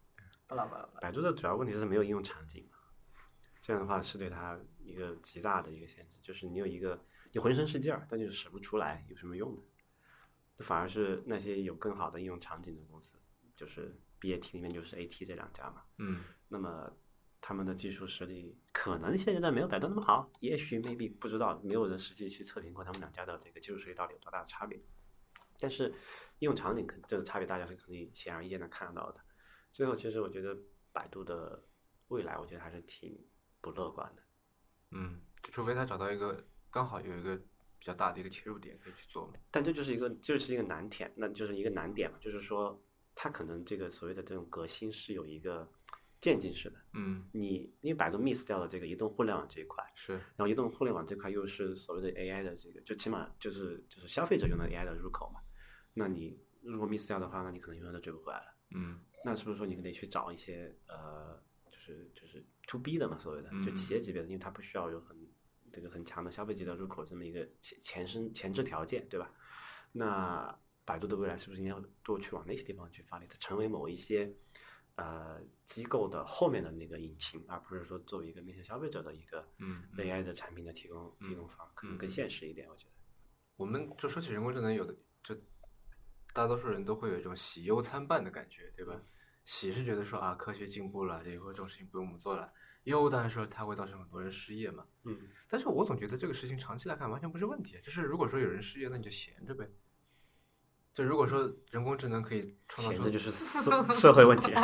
巴拉巴拉巴拉。
百度的主要问题是没有应用场景嘛，这样的话是对它一个极大的一个限制，就是你有一个你浑身是劲儿，但就是使不出来，有什么用呢？反而是那些有更好的应用场景的公司，就是 BAT 里面就是 AT 这两家嘛。
嗯
那么他们的技术实力可能现阶段没有百度那么好，也许 maybe 不知道，没有人实际去测评过他们两家的这个技术实力到底有多大的差别。但是应用场景可这个差别大家是可以显而易见的看得到的。最后，其实我觉得百度的未来，我觉得还是挺不乐观的。
嗯，除非他找到一个刚好有一个比较大的一个切入点可以去做嘛。
但这就是一个，这是一个难点，那就是一个难点嘛，就是说，它可能这个所谓的这种革新是有一个渐进式的。
嗯，
你因为百度 miss 掉了这个移动互联网这一块，
是，
然后移动互联网这块又是所谓的 AI 的这个，就起码就是就是消费者用的 AI 的入口嘛。那你如果 miss 掉的话，那你可能永远都追不回来了。
嗯
那是不是说你得去找一些呃，就是就是 to B 的嘛，所谓的就
嗯
企业级别的，因为它不需要有很这个很强的消费级的入口这么一个前前身前置条件，对吧？那百度的未来是不是应该多去往那些地方去发力，它成为某一些呃机构的后面的那个引擎，而不是说作为一个面向消费者的一个
嗯嗯
AI 的产品的提供提供方，可能
嗯
更现实一点，我觉得。
我们就说起人工智能，有的就大多数人都会有一种喜忧参半的感觉，对吧？喜是觉得说啊，科学进步了，以后这种事情不用我们做了；忧当然说它会造成很多人失业嘛。
嗯，
但是我总觉得这个事情长期来看完全不是问题，啊就是如果说有人失业，那你就闲着呗。就如果说人工智能可以创造
闲
出
着就是社社会问题。啊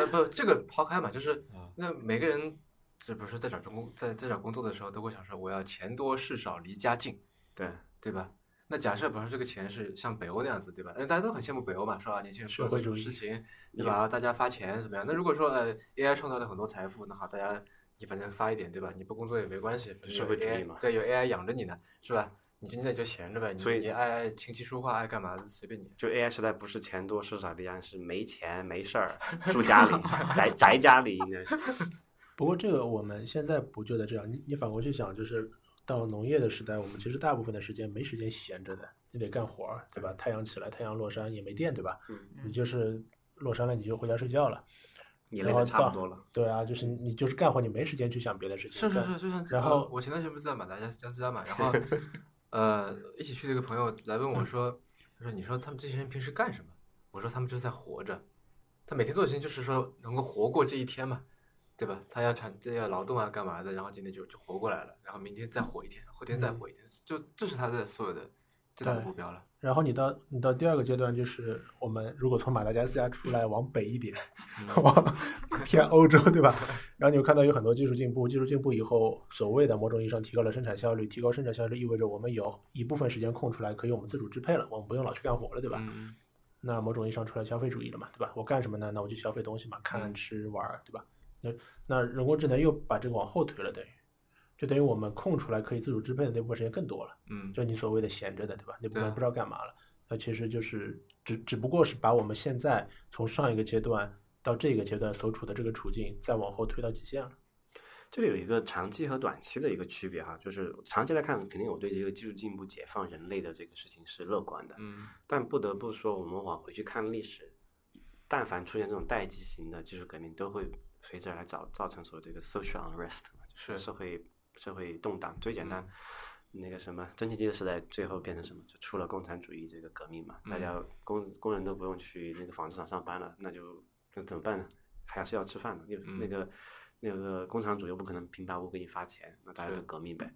呃，不，这个抛开嘛，就是
嗯
那每个人，这不是在找工在在找工作的时候，都会想说我要钱多事少离家近，
对，
对吧？那假设，比方说这个钱是像北欧那样子，对吧？呃，大家都很羡慕北欧嘛，说啊，年轻人
社
不要做
会
什么
主义
事情，对吧？大家发钱怎么样？那如果说呃，AI 创造了很多财富，那好，大家你反正发一点，对吧？你不工作也没关系，反正有
社会主义
AI
嘛
对，有 AI 养着你呢，是吧？你就那你就闲着呗，你
所以
你爱爱琴棋书画，爱干嘛随便你。
就 AI 时代不是钱多事少的样，是没钱没事儿住家里宅宅家里应该是。
不过这个我们现在不就得这样？你你反过去想，就是到农业的时代，我们其实大部分的时间没时间闲着的，你得干活儿，对吧？太阳起来，太阳落山也没电，对吧？
嗯，
你就是落山了，你就回家睡觉了。
你累
然后
的差
到
不多了。
对啊，就是你就是干活，你没时间去想别的事情。
是是
干
是，就像
然
呃
后
我前段时间不是在马达加加斯加嘛，然 后呃一起去的一个朋友来问
嗯
我说，他说你说他们这些人平时干什么？我说他们就是在活着，他每天做的事情就是说能够活过这一天嘛，对吧？他要产这要劳动啊干嘛的，然后今天就就活过来了，然后明天再活一天，后天再活一天，就这是他的所有的最大的
嗯对
目标了。
然后你到你到第二个阶段，就是我们如果从马达加斯加出来往北一点， 往偏欧洲，对吧？然后你会看到有很多技术进步，技术进步以后，所谓的某种意义上提高了生产效率，提高生产效率意味着我们有一部分时间空出来可以我们自主支配了，我们不用老去干活了，对吧？
嗯，
那某种意义上出来消费主义了嘛，对吧？我干什么呢？那我就消费东西嘛，看
嗯
吃玩儿，对吧？那那人工智能又把这个往后推了，等于就等于我们空出来可以自主支配的那部分时间更多了。
嗯，
就你所谓的闲着的，对吧？那部
对啊
分不知道干嘛了，那其实就是只只不过是把我们现在从上一个阶段到这个阶段所处的这个处境，再往后推到极限了。
这里有一个长期和短期的一个区别哈，就是长期来看，肯定我对这个技术进步解放人类的这个事情是乐观的，
嗯
但不得不说，我们往回去看历史，但凡出现这种代际型的技术革命，都会随之而来造造成所谓的一个 social unrest，就是社会社会动荡。最简单
嗯，
那个什么蒸汽机的时代，最后变成什么？就出了共产主义这个革命嘛，大
嗯
家工工人都不用去那个纺织厂上班了，那就那怎么办呢？还是要吃饭的，那那
嗯
个那个工厂主又不可能平白无故给你发钱，那大家
是
就革命呗。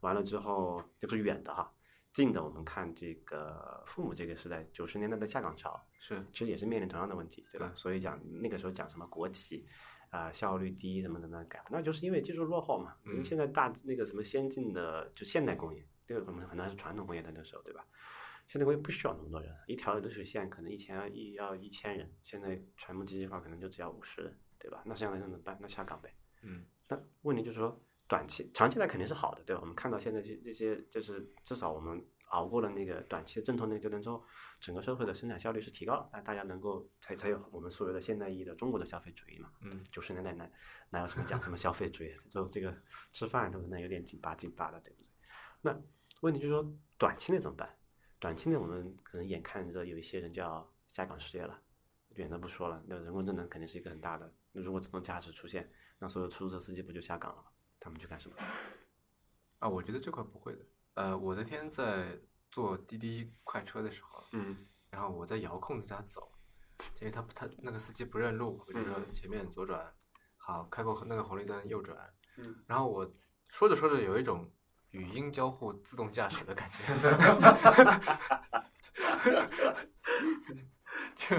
完了之后，这是远的哈，近的我们看这个父母这个时代，九十年代的下岗潮，
是
其实也是面临同样的问题，对吧？
对
所以讲那个时候讲什么国企啊、效率低怎么怎么样改，那就是因为技术落后嘛。
嗯
现在大那个什么先进的就现代工业，这个我们很多还是传统工业的那时候，对吧？现代工业不需要那么多人，啊一条流水线可能以前一要一千人，现在全部机械化可能就只要五十人，对吧？那这样的人怎么办？那下岗呗。
嗯
那问题就是说，短期、长期来肯定是好的，对吧？我们看到现在这这些，就是至少我们熬过了那个短期的阵痛那个阶段之后，整个社会的生产效率是提高了，那大家能够才才有我们所谓的现代意义的中国的消费主义嘛。
嗯，
九十年代哪哪有什么讲什么消费主义，就这个吃饭都可能有点紧巴紧巴的，对不对？那问题就是说，短期内怎么办？短期内我们可能眼看着有一些人就要下岗失业了，远的不说了，那人工智能肯定是一个很大的。那如果自动驾驶出现，那所有出租车司机不就下岗了吗？他们去干什么？
啊，我觉得这块不会的。呃，我那天在坐滴滴快车的时候，
嗯
然后我在遥控着他走，因为他不他那个司机不认路，我就说
嗯
前面左转，好，开过那个红绿灯右转，
嗯，
然后我说着说着有一种语音交互自动驾驶的感觉， 就，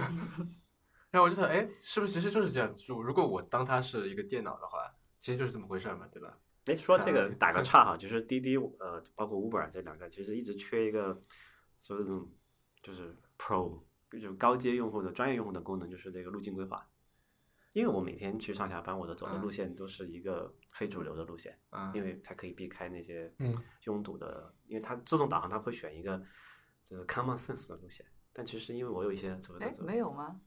然后我就想，哎，是不是其实就是这样？就如果我当它是一个电脑的话，其实就是这么回事儿嘛，对吧？
哎，说这个
嗯
打个岔哈，就是滴滴呃，包括 Uber 这两个，其实一直缺一个，所谓这种就是 Pro，就是高阶用户的专业用户的功能，就是这个路径规划。因为我每天去上下班，我的走的
嗯
路线都是一个非主流的路线，
嗯，
因为它可以避开那些
嗯
拥堵的，因为它自动导航它会选一个就是 common sense 的路线。但其实因为我有一些所谓
哎
的，
没有吗？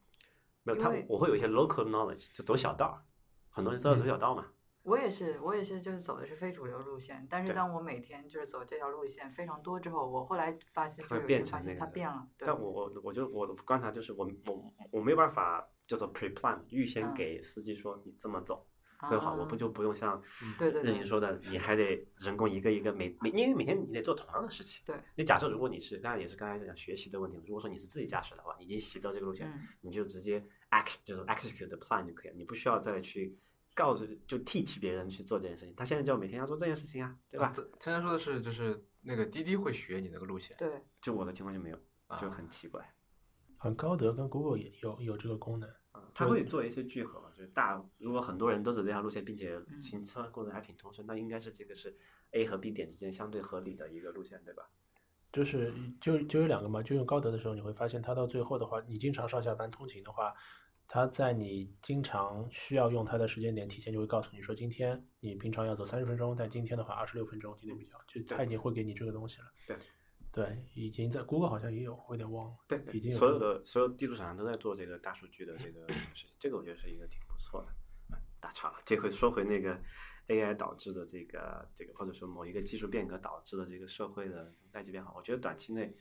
没有
因
它
为，嗯
我会有一些 local knowledge，就走小道儿，很多人知道走小道嘛。
我也是，我也是，就是走的是非主流路线。但是
对
当我每天就是走这条路线非常多之后，我后来发现，
它
就
会
有一
变
天发
成
现
那
它
个
变了。对
但，我我我就我的观察就是我我我没有办法叫做 pre plan，预先
嗯
给司机说你这么走
啊
会好，我不就不用像
对对
任你
对，
说的，你还得人工一个一个每每，因为每天你得做同样的事情。
对。
你假设如果你是，当然也是刚才讲学习的问题嘛，如果说你是自己驾驶的话，你已经习得这个路线，
嗯
你就直接 act 就是 execute the plan 就可以了，你不需要再去告诉就 teach 别人去做这件事情。他现在就每天要做这件事情啊，对吧？
啊这刚才说的是，就是那个滴滴会学你那个路线，
对，
就我的情况就没有，
啊
就很奇怪。
好像高德跟 Google 也有有这个功能。
啊，它会做一些聚合嘛，就是大如果很多人都走这条路线，并且
嗯
行车过程还挺通顺，那应该是这个是 A 和 B 点之间相对合理的一个路线，对吧？
就是就就有两个嘛，就用高德的时候，你会发现它到最后的话，你经常上下班通勤的话，它在你经常需要用它的时间点，提前就会告诉你说，今天你平常要走三十分钟，但今天的话二十六分钟，今天比较，就它已经会给你这个东西了。
对，
对，已经在 Google 好像也有，我有点忘了。
对，
已经有
所
这
有
个
的所有地图厂商都在做这个大数据的 这个事情，这个我觉得是一个挺不错的。啊打岔了，这回说回那个 AI 导致的这个这个，或者说某一个技术变革导致的这个社会的代际变化，我觉得短期内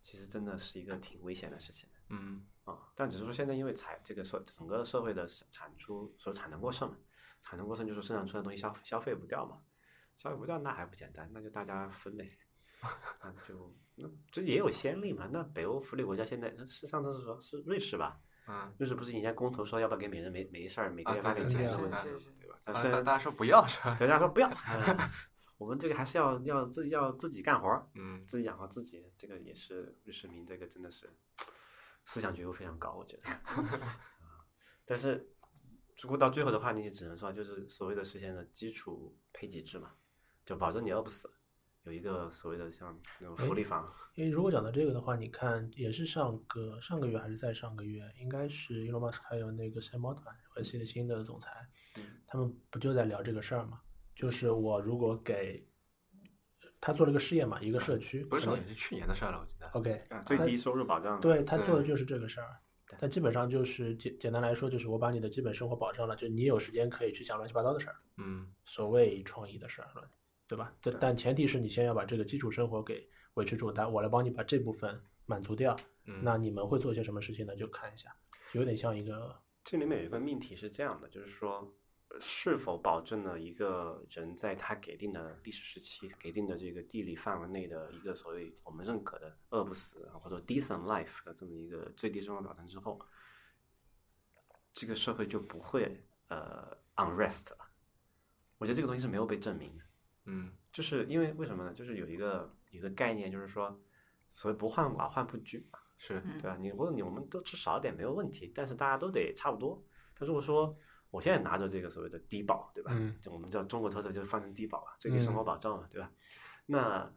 其实真的是一个挺危险的事情
嗯，
啊、但只是说现在因为产这个社整个社会的生产出所产能过剩嘛，产能过剩就是生产出来的东西消消费不掉嘛，消费不掉那还不简单，那就大家 分呗。啊，就那这也有先例嘛？那北欧福利国家现在是上次是说是瑞士吧？
嗯，
瑞士不是以前公投说要不要给每人每每一事儿每个
啊
月发
对
点
对
钱
对
的问题
对
对，
对吧？
大
咱虽
大
然
大家说不要是吧？
大家说不要，嗯我们这个还是要要自己要自己干活儿，
嗯，
自己养活自己，这个也是瑞士民，这个真的是思想觉悟非常高，我觉得。 啊但是如果到最后的话，你只能说就是所谓的实现了基础配给制嘛，就保证你饿不死，有一个所谓的像那种福利房，
因为如果讲到这个的话，你看也是上个上个月还是在上个月，应该是 Elon Musk 还有那个 Sam Altman，我记得新的总裁
嗯，
他们不就在聊这个事儿嘛？就是我如果给他做了个试验嘛，一个社区，
不是
可
上
能
年是去年的事儿了，我记得。
OK，
啊最低收入保障，
对他
对
做的就是这个事儿
对。
但基本上就是简简单来说，就是我把你的基本生活保障了，就你有时间可以去想乱七八糟的事儿，
嗯，
所谓创意的事儿了，对吧？但
对
但前提是你先要把这个基础生活给维持住，但我来帮你把这部分满足掉。
嗯
那你们会做些什么事情呢？就看一下，有点像一个
这里面有一个命题是这样的，就是说，呃是否保证了一个人在他给定的历史时期、给定的这个地理范围内的一个所谓我们认可的饿不死或者 decent life 的这么一个最低生活保障之后，这个社会就不会呃 unrest 了。我觉得这个东西是没有被证明的。
嗯
就是因为为什么呢？就是有一个有一个概念，就是说所谓不患寡患不均嘛。
是
嗯
对吧？你或者你我们都吃少点没有问题，但是大家都得差不多。但如果说我现在拿着这个所谓的低保，对吧？
嗯
就我们叫中国特色就是放成低保啊，最低生活
嗯
保障嘛，对吧？那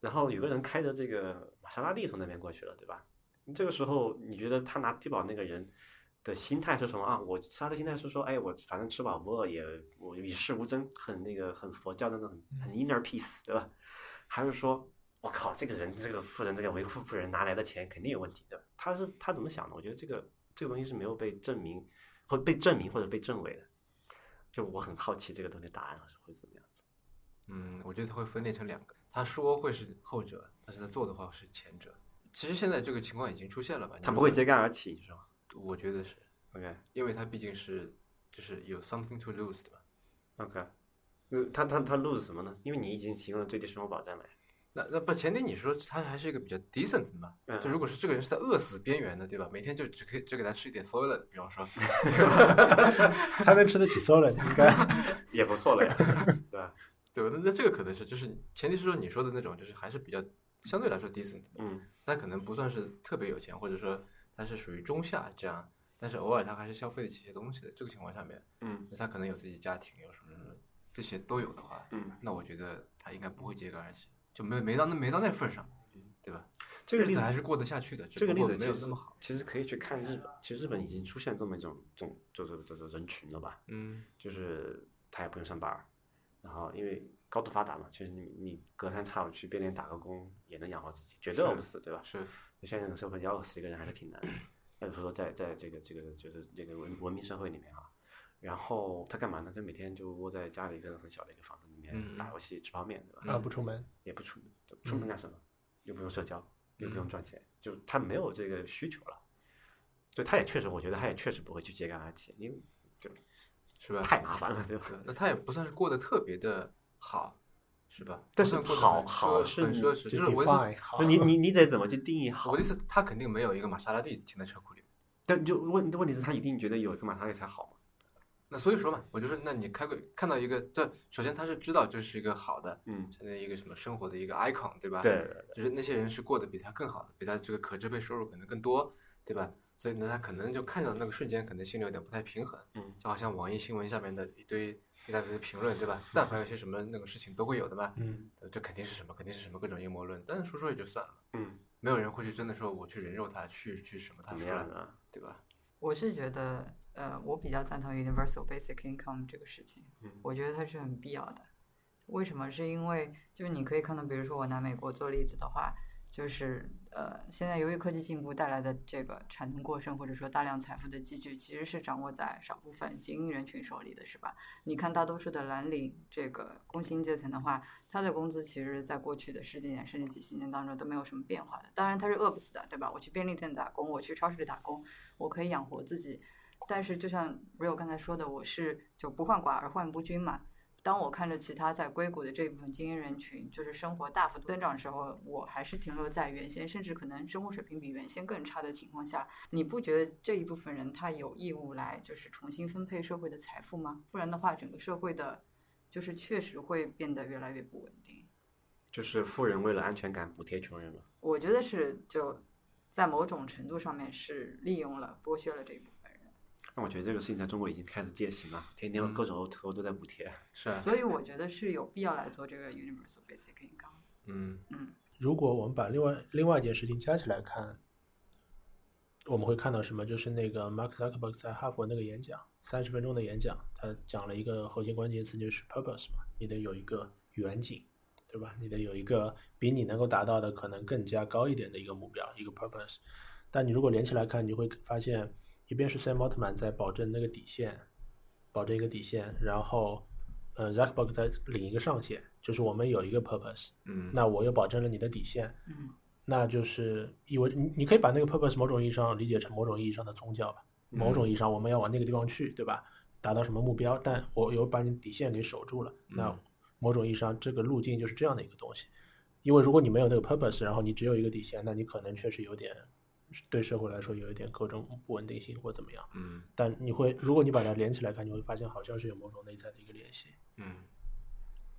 然后有个人开着这个玛莎拉蒂从那边过去了，对吧？这个时候你觉得他拿低保那个人的心态是什么啊？我他的心态是说，哎，我反正吃饱不饿也，我与世无争，很那个很佛教的那种很 inner peace，对吧？还是说，我靠，这个人这个富人这个为富不仁拿来的钱肯定有问题的。他是他怎么想的？我觉得这个这个东西是没有被证明，或被证明或者被证伪的。就我很好奇这个东西答案啊是会怎么样子。
嗯，我觉得它会分裂成两个，他说会是后者，但是他做的话是前者。其实现在这个情况已经出现了吧？
他
你如
不会
果
揭竿而起，是吧
我觉得是
？OK
因为他毕竟是就是有 something to lose 的嘛。
OK，嗯，他他他 lose 什么呢？因为你已经提供了最低生活保障了呀。
那那不前提你说他还是一个比较 decent 的嘛？
嗯
就如果是这个人是在饿死边缘的，对吧？每天就只可以只给他吃一点 soil，比方说，
他能吃得起 s o 了，应 该
也不错了呀，对吧？
对吧？那那这个可能是就是前提是说你说的那种，就是还是比较相对来说 decent 的，
嗯，
他可能不算是特别有钱，或者说他是属于中下这样，但是偶尔他还是消费得起一些东西的。这个情况下面，
嗯
那他可能有自己家庭，有什么什么这些都有的话，
嗯，
那我觉得他应该不会揭竿而起，就没没到那没到那份儿上，
嗯
对吧？
这个
日
例
子
子
还是过得下去的，只
这个
不
例
过
子其
没有
实
那么好。
其实可以去看日本，其实日本已经出现这么一种种就是就是人群了吧，
嗯
就是他也不用上班儿，然后因为高度发达嘛，其实你你隔三差五去便利店打个工也能养活自己，绝对饿不死，对吧？
是，
就现在这个社会要饿死一个人还是挺难的，那就说在在这个这个就是这个文文明社会里面啊，然后他干嘛呢？他每天就窝在家里一个很小的一个房子里面
嗯
打游戏、吃泡面，对吧？
嗯
啊不出门。
也不出门，出门干什么？又不用社交，又不用
嗯
赚钱，就他没有这个需求了。对，他也确实，我觉得他也确实不会去揭竿而起，因为
是吧？
太麻烦了，对吧？
对，那他也不算是过得特别的好，是吧？不
但是
算过得
好
很
好
奢
是
很
你
奢侈，就是我意思，
define 好
就你你你得怎么去定义好
我的意？思，他肯定没有一个玛莎拉蒂停在车库里。
但就问问题是，他一定觉得有一个马上也才好嘛？
那所以说嘛，我就是，那你开个看到一个，这首先他是知道这是一个好的，
嗯，
相当于一个什么生活的一个 icon，对吧？，啊
对，
就是那些人是过得比他更好的，比他这个可支配收入可能更多，对吧？所以呢，他可能就看到那个瞬间，可能心里有点不太平衡，
嗯
就好像网易新闻下面的一堆一大堆的评论，对吧？但凡有些什么那种事情都会有的嘛，
嗯，
呃这肯定是什么，肯定是什么各种阴谋论，但是说说也就算了，
嗯，
没有人会去真的说我去人肉他，去去什么他
怎么
出来
样，啊呢？
对吧？
我是觉得，呃，我比较赞同 universal basic income 这个事情，
嗯
我觉得它是很必要的。为什么？是因为就是你可以看到，比如说我拿美国做例子的话，就是呃，现在由于科技进步带来的这个产能过剩或者说大量财富的积聚，其实是掌握在少部分精英人群手里的，是吧？你看大多数的蓝领这个工薪阶层的话，他的工资其实在过去的十几年甚至几十年当中都没有什么变化的。当然他是饿不死的，对吧？我去便利店打工，我去超市打工，我可以养活自己。但是就像 Rio 刚才说的，我是就不患寡而患不均嘛。当我看着其他在硅谷的这一部分精英人群，就是生活大幅度增长的时候，我还是停留在原先，甚至可能生活水平比原先更差的情况下，你不觉得这一部分人他有义务来就是重新分配社会的财富吗？不然的话，整个社会的，就是确实会变得越来越不稳定。
就是富人为了安全感补贴穷人嘛。
我觉得是就在某种程度上面是利用了剥削了这一部分人。
那我觉得这个事情在中国已经开始践行了，天天
嗯
各种 O to O 都在补贴。
是啊，
所以我觉得是有必要来做这个 universal basic income。
嗯，
嗯，
如果我们把另外另外一件事情加起来看，我们会看到什么？就是那个 Mark Zuckerberg 在哈佛那个演讲，三十分钟的演讲，他讲了一个核心关键词，就是 purpose 嘛，你得有一个远景，对吧？你得有一个比你能够达到的可能更加高一点的一个目标，一个 purpose。但你如果连起来看，你会发现，一边是 Sam Altman 在保证那个底线，保证一个底线，然后，呃，Zuckerberg 在领一个上限，就是我们有一个 purpose，
嗯，
那我又保证了你的底线，
嗯，
那就是意味你你可以把那个 purpose 某种意义上理解成某种意义上的宗教吧，某种意义上我们要往那个地方去，对吧？达到什么目标，但我有把你底线给守住了，那
嗯
某种意义上这个路径就是这样的一个东西，因为如果你没有那个 purpose，然后你只有一个底线，那你可能确实有点对社会来说有一点各种不稳定性或怎么样，
嗯
但你会如果你把它连起来看，你会发现好像是有某种内在的一个联系，
嗯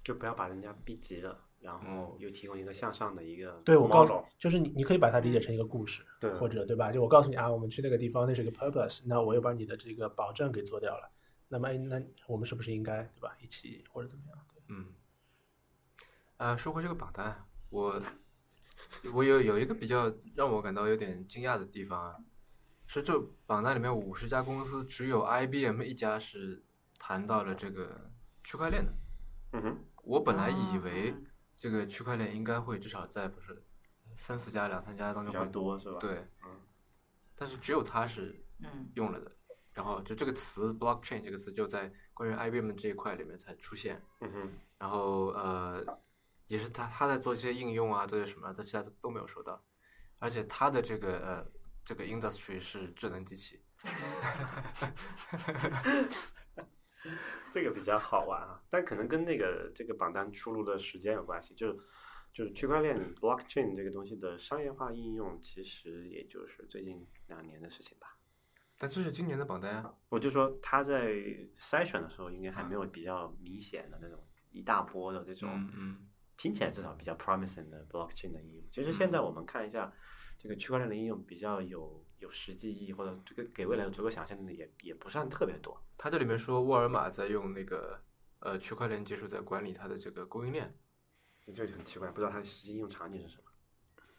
就不要把人家逼急了，然
嗯
后又提供一个向上的一个
对，我告诉
model，
就是你，你可以把它理解成一个故
嗯
事，
对
或者对吧？就我告诉你啊，我们去那个地方，那是一个 purpose，那我又把你的这个保证给做掉了，那么哎那我们是不是应该对吧？一起或者怎么样？ 对
嗯，呃，说回这个榜单，我我有有一个比较让我感到有点惊讶的地方啊，是这榜单里面五十家公司只有 IBM 一家是谈到了这个区块链的。
嗯哼，
我本来以为
啊
这个区块链应该会至少在不是三四家、两三家当
比
中
较
会
多是吧？，
对
嗯，
但是只有它是
嗯，
用了的。然后就这个词 “blockchain” 这个词就在关于 IBM 这一块里面才出现。
嗯哼，
然后呃，也是他他在做一些应用啊，做些什么，但其他都没有说到。而且他的这个呃这个 industry 是智能机器，
这个比较好玩啊，但可能跟那个这个榜单出炉的时间有关系，就是就是区块链
嗯
blockchain 这个东西的商业化应用，其实也就是最近两年的事情吧。
但这是今年的榜单啊。
我就说他在筛选的时候，应该还没有比较明显的那种一大波的这种。
嗯嗯
听起来至少比较 promising 的 blockchain 的应用。其实现
嗯
在我们看一下这个区块链的应用，比较有有实际意义或者这个给未来有足够想象力的也也不算特别多。
他这里面说沃尔玛在用那个呃区块链技术在管理它的这个供应链，
这就很奇怪，不知道它的实际应用场景是什么。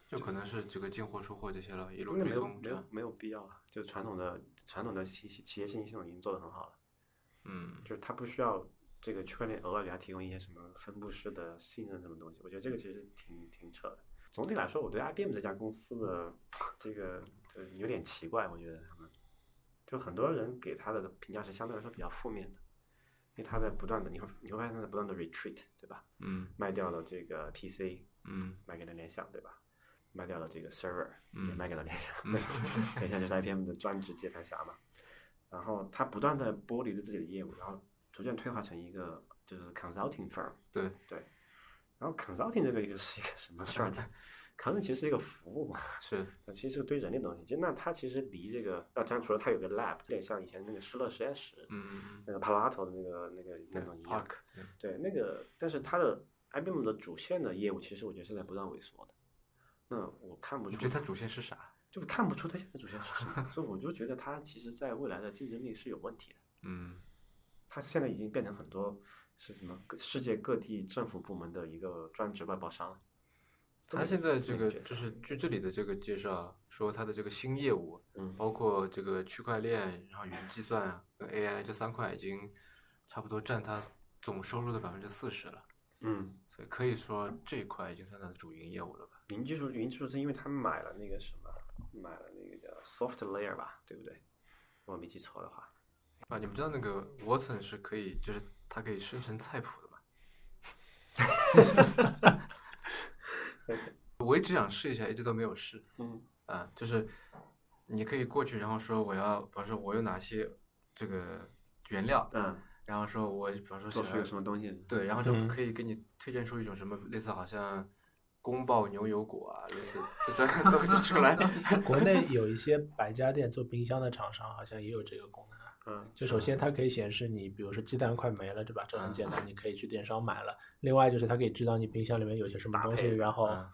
就可能是这个进货出货这些了，一路
那没
追
有
踪
没
这
有
样。
没有必要啊！就传统的传统的信息企业信息系统已经做得很好了，
嗯
就是它不需要这个区块链额外给它提供一些什么分布式的信任什么东西。我觉得这个其实挺挺扯的。总体来说，我对 IBM 这家公司的这个呃有点奇怪，我觉得他们就很多人给他的评价是相对来说比较负面的，因为他在不断的你会你会发现他在不断的 retreat，对吧？
嗯
卖掉了这个 PC，
嗯
卖给了联想，对吧？卖掉了这个 server，也
嗯
卖给了联想，
嗯
联想就是 IBM 的专职接盘侠嘛。然后他不断的剥离了自己的业务，然后逐渐退化成一个就是 consulting firm。
对
对。然后 consulting 这个一个是一个什么事儿呢 ？consulting 其实是一个服务嘛，
是
那其实是个对人的东西。就那它其实离这个，那当然除了它有个 lab，有点像以前那个施乐实验室，
嗯，
那个帕拉头的那个那个那
对
种一样。
，Park，对
对，那个，但是它的 IBM 的主线的业务，其实我觉得是在不断萎缩的。那我看不
你
出，
觉得它主线是啥？
就看不出它现在主线是什么，所以我就觉得它其实在未来的竞争力是有问题的。
嗯，
它现在已经变成很多是什么各世界各地政府部门的一个专职外包商了。
它现在这
么
个
角色
就是据这里的这个介绍说，它的这个新业务
嗯，
包括这个区块链，然后云计算啊跟 AI 这三块已经差不多占它总收入的百分之四十了，
嗯，
所以可以说这一块已经算它的主营业务了吧？
云技术云技术是因为他买了那个什么，买了那个叫 SoftLayer 吧，对不对？如果没记错的话，
啊，你们知道那个 Watson 是可以，就是它可以生成菜谱的吗？ 我一直想试一下，一直都没有试。
嗯
啊，就是你可以过去，然后说我要，比方说我有哪些这个原料，
嗯，
然后说我比方说
做
想
出
要
个什么东西？
对，然后就
嗯
可以给你推荐出一种什么类似好像宫爆牛油果啊，类似 这种东西出来。
国内有一些百家店做冰箱的厂商好像也有这个功能啊。
嗯，
就首先它可以显示你，比如说鸡蛋快没了，对吧？这
嗯
很简单，你可以去电商买了。另外就是它可以知道你冰箱里面有些什么东西，然后
嗯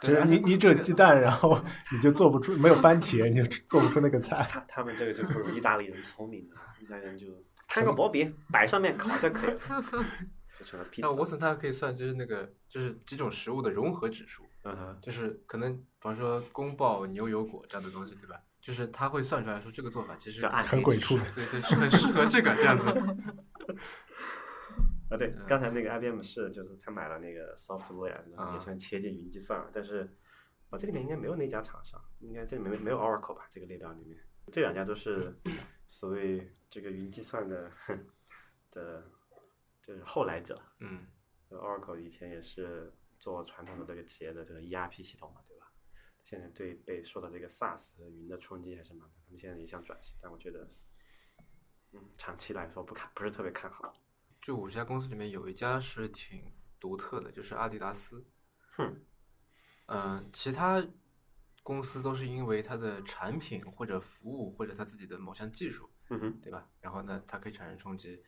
就
对
是
而
你
且
你只有鸡蛋，然后你就做不出没有番茄，你就做不出那个菜。
他他们这个就不如意大利人聪明了，意大利人就摊个薄饼摆上面烤就可以了， 就成了披萨。
那 Watson 它可以算就是那个就是几种食物的融合指数，
嗯哼，
就是可能比方说宫爆牛油果这样的东西，对吧？就是它会算出来说这个做法其实
叫暗
很
黑
鬼
指
畜
数
对对是很适合这个这样子。
啊！对
嗯，
刚才那个 IBM 是就是他买了那个 SoftLayer，然后也
嗯
算切近云计算了，但是我、这里面应该没有那家厂商，应该这里面没没有 Oracle 吧？这个列表里面，这两家都是所谓这个云计算的的，就是后来者。
嗯，
Oracle 以前也是做传统的这个企业的这个 ERP 系统嘛，对吧？现在对被受到这个 SaaS 云的冲击还是蛮大，他们现在也想转型，但我觉得，嗯，长期来说不看不是特别看好。
这五十家公司里面有一家是挺独特的，就是阿迪达斯。
哼，
嗯，其他公司都是因为它的产品或者服务或者它自己的某项技术，
嗯哼，
对吧？然后呢，它可以产生冲击。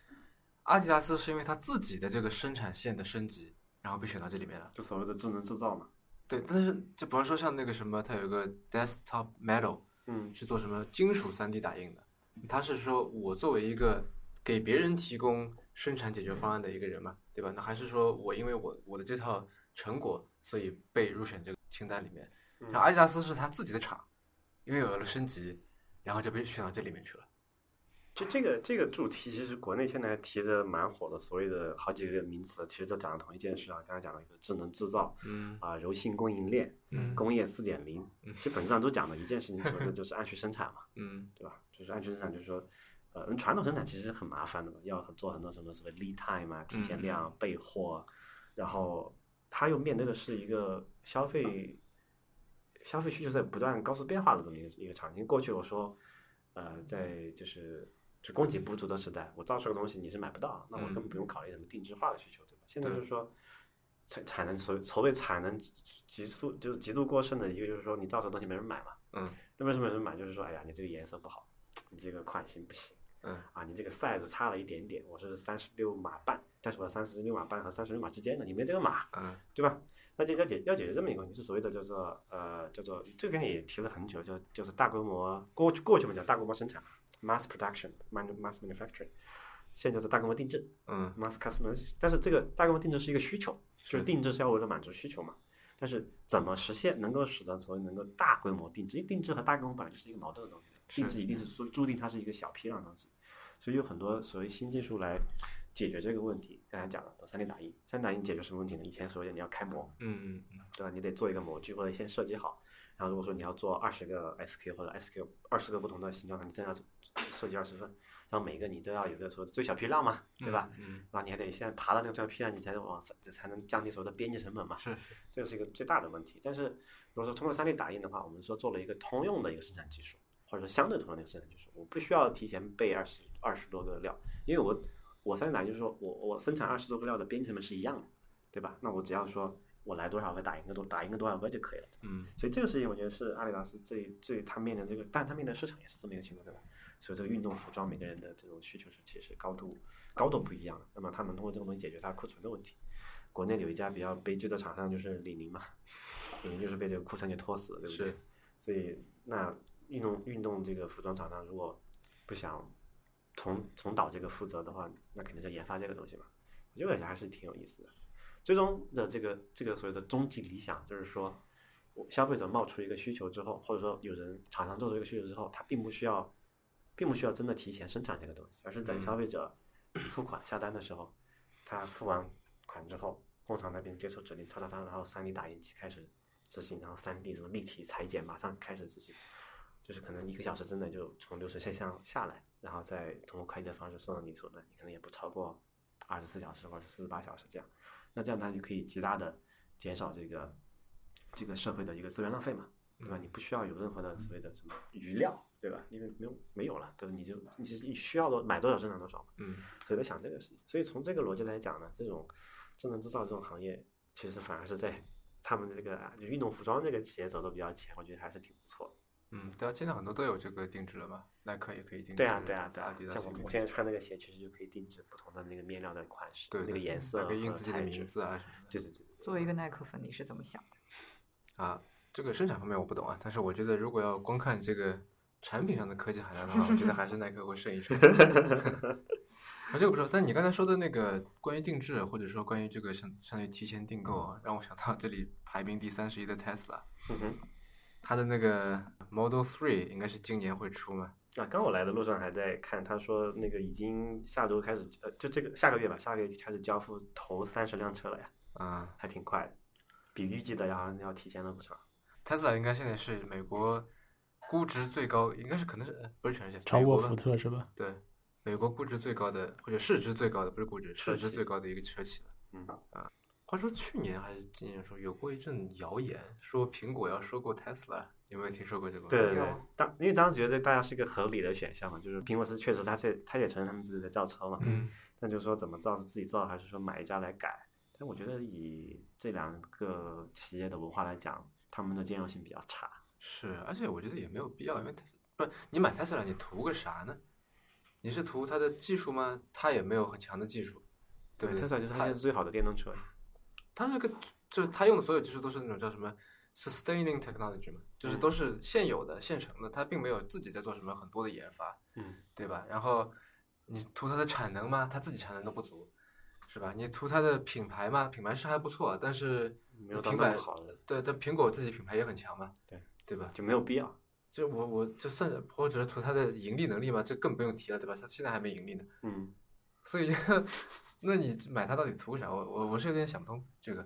阿迪达斯是因为它自己的这个生产线的升级，然后被选到这里面了。
就所谓的智能制造嘛。
对，但是就比方说像那个什么，它有一个 Desktop Metal
嗯
是做什么金属 3D 打印的，它是说我作为一个给别人提供生产解决方案的一个人嘛，对吧？那还是说我因为我我的这套成果，所以被入选这个清单里面。
嗯
然后
啊
阿迪达斯是他自己的厂，因为有了升级，然后就被选到这里面去了。
就这个这个主题，其实国内现在提的蛮火的，所谓的好几个名词，其实都讲了同一件事啊。刚才讲了一个智能制造
嗯
啊、柔性供应链、
嗯
工业四点零，其实本质上都讲了一件事情，说的就是按需生产嘛。
嗯
对吧？就是按生产，就是说，呃，嗯传统生产其实是很麻烦的嘛，要做很多什么什么 lead time 啊、提前量、备货，然后它又面对的是一个消费消费需求在不断高速变化的这么一个一个场景。过去我说，呃，在就是就供给不足的时代，我造出个东西你是买不到，那我根本不用考虑什么定制化的需求，对吧？现在就是说。产产能所所谓产能极速就是极度过剩的一个就是说你造出的东西没人买嘛，
嗯
那为什么有人买？就是说，哎呀，你这个颜色不好，你这个款型不行
嗯
啊，你这个 size 差了一点点。我是三十六码半，但是我三十六码半和三十六码之间的，你没这个码，
嗯
对吧？那就要解要解决这么一个问题，是所谓的叫做呃叫做这个概念也提了很久，就就是大规模过去过去我们讲大规模生产 mass production manu- mass manufacturing，现在叫做大规模定制
嗯
mass customization。但是这个大规模定制是一个需求，就是
是
定制是要为了满足需求嘛。但是怎么实现能够使得所谓能够大规模定制？因为定制和大规模本来就是一个矛盾的东西，
是
定制一定是注注定它是一个小批量的东西，所以有很多所谓新技术来解决这个问题。刚才讲了三 D 打印，三 D 打印解决什么问题呢？以前所谓的你要开模，
嗯嗯
对吧？你得做一个模具或者先设计好，然然后如果说你要做二十个 SK 或者 SK 二十个不同的形状，那你真的要设计二十份，然后每个你都要有一个说最小批量嘛，对吧？？
嗯，
啊然后你还得现在爬到那个最小批量，你才能往上才能降低所谓的编辑成本嘛。
是
这是一个最大的问题。但是如果说通过 3D 打印的话，我们说做了一个通用的一个生产技术，或者说相对通用的一个生产技术，我不需要提前备二十二十多个料，因为我我 3D 打印就是说我我生产二十多个料的编辑成本是一样的，对吧？那我只要说我来多少个打印个多打印个多少个就可以了。
嗯，
所以这个事情我觉得是阿迪达斯最最他面临这个，但他面临的市场也是这么一个情况，对吧？所以这个运动服装每个人的这种需求是其实高度高度不一样的，那么他能通过这个东西解决他库存的问题。国内有一家比较悲剧的厂商就是李宁嘛，李宁就是被这个库存给拖死了，对不对嗯
是？
所以那运动运动这个服装厂商如果不想重重蹈这个覆辙的话，那肯定是研发这个东西嘛。我觉得还是挺有意思的。最终的这个这个所谓的终极理想，就是说，我消费者冒出一个需求之后，或者说有人厂商做出一个需求之后，他并不需要，并不需要真的提前生产这个东西，而是等
嗯
消费者付款下单的时候，他付完款之后，工厂那边接受指令，他他他，然后三 D 打印机开始执行，然后三 D 什么立体裁剪马上开始执行，就是可能一个小时之内就从流水线上下来，然后再通过快递的方式送到你手里，可能也不超过二十四小时或者四十八小时这样。那这样它就可以极大的减少这个这个社会的一个资源浪费嘛，对吧？你不需要有任何的所谓的什么余料，对吧？因为没有没有了，对吧？你就你其实你需要多买多少生产多少嘛。
嗯，
所以在想这个事情。所以从这个逻辑来讲呢，这种智能制造这种行业，其实反而是在他们这个啊就运动服装这个企业走的比较前，我觉得还是挺不错的。
嗯，对啊，现在很多都有这个定制了嘛，耐克也可以定制，
对啊，对啊，对
阿
啊
迪。达
像
斯也
我
可以定
我现在
制，
穿那个鞋，其实就可以定制不同的那个面料的款式、
对
那个
对
颜色
还可以印
和
自己的
材
名
质。
字啊什么的
对对对，
作为一个耐克粉，你是怎么想的？
啊。这个生产方面我不懂啊，但是我觉得如果要光看这个产品上的科技含量的话，我觉得还是耐克会胜一筹。 啊，这个不说，但你刚才说的那个关于定制，或者说关于这个相相当于提前订购啊，让我想到这里排名第三十一的 Tesla，
嗯哼。
它的那个 Model Three 应该是今年会出嘛？
啊，刚我来的路上还在看，他说那个已经下周开始，呃，就这个下个月吧，下个月就开始交付头三十辆车了呀，
啊、
还挺快的，比预计的要要提前了不少。
t e s l a 应该现在是美国估值最高，应该是可能是呃不是全世界，
超
美
过
国吧
福特是吧？
对，美国估值最高的或者市值最高的，不是估值，
车
市值
企
最高的一个车企了。
嗯，
话说去年还是今年说有过一阵谣言，说苹果要收购 Tesla，有没有啊听说过这个？
对对对
有，
当因为当时觉得大家是一个合理的选项嘛，就是苹果是确实他这他也承认他们自己在造车嘛，
嗯，
那就是说怎么造是自己造还是说买一家来改？但我觉得以这两个企业的文化来讲，他们的兼容性比较差。
是，而且我觉得也没有必要，因为 Tesla 不是你买 Tesla 你图个啥呢？你是图它的技术吗？它也没有很强的技术，对不对？
特斯拉就是它
它
现在最好的电动车。
它这个就是它用的所有技术都是那种叫什么 sustaining technology 嘛，就是
嗯
都是现有的、现成的，它并没有自己在做什么很多的研发，
嗯，
对吧？然后你图它的产能吗？它自己产能都不足，是吧？你图它的品牌吗？品牌是还不错，但是
没有到
品
那
牌
么好的，
对，但苹果自己品牌也很强嘛，
对
对吧？
就没有必要。
就我我这算是我只是图它的盈利能力嘛，这更不用提了，对吧？它现在还没盈利呢，
嗯，
所以就 那你买它到底图个啥？我我我是有点想不通这个。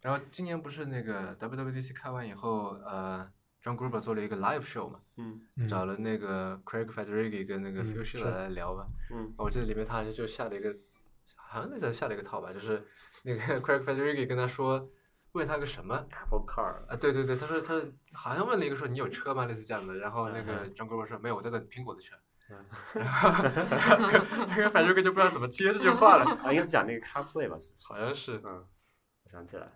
然后今年不是那个 WWDC 开完以后，呃，John Gruber 做了一个 live show 嘛，
嗯
嗯
找了那个 Craig Federighi 跟那个
嗯
Phil
是
Schiller 来聊嘛。
嗯
我记得里面他好像就下了一个，好像那叫下了一个套吧，就是那个 Craig Federighi 跟他说，问他个什么，
，Apple Car，
啊，对对对，他说他好像问了一个说你有车吗，类似这样的，然后那个
嗯
张哥们说没有，我在等苹果的车，
嗯
然后那个反正哥就不知道怎么接这句话了，
啊，应该是讲那个 CarPlay 吧？是不是？
好像 是，
嗯，我想起来了，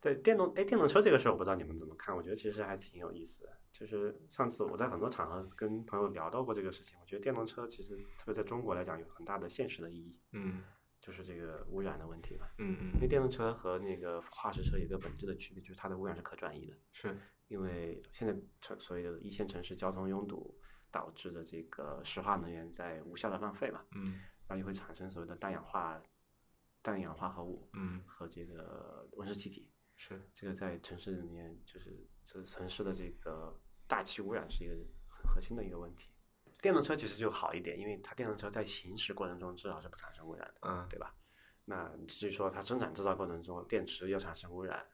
对电动哎，电动车这个事儿，我不知道你们怎么看？我觉得其实还挺有意思的。就是上次我在很多场合跟朋友聊到过这个事情，我觉得电动车其实特别在中国来讲有很大的现实的意义，
嗯
就是这个污染的问题吧。
嗯
因为
嗯，
电动车和那个化石车有一个本质的区别，就是它的污染是可转移的。
是，
因为现在城所谓的一线城市交通拥堵导致的这个石化能源在无效的浪费嘛，
嗯
那就会产生所谓的氮氧化、氮氧化合物
嗯
和这个温室气体。
是，
这个在城市里面，就是就是城市的这个大气污染是一个很核心的一个问题。电动车其实就好一点，因为它电动车在行驶过程中至少是不产生污染的，
嗯
对吧？那至于说它生产制造过程中电池又产生污染，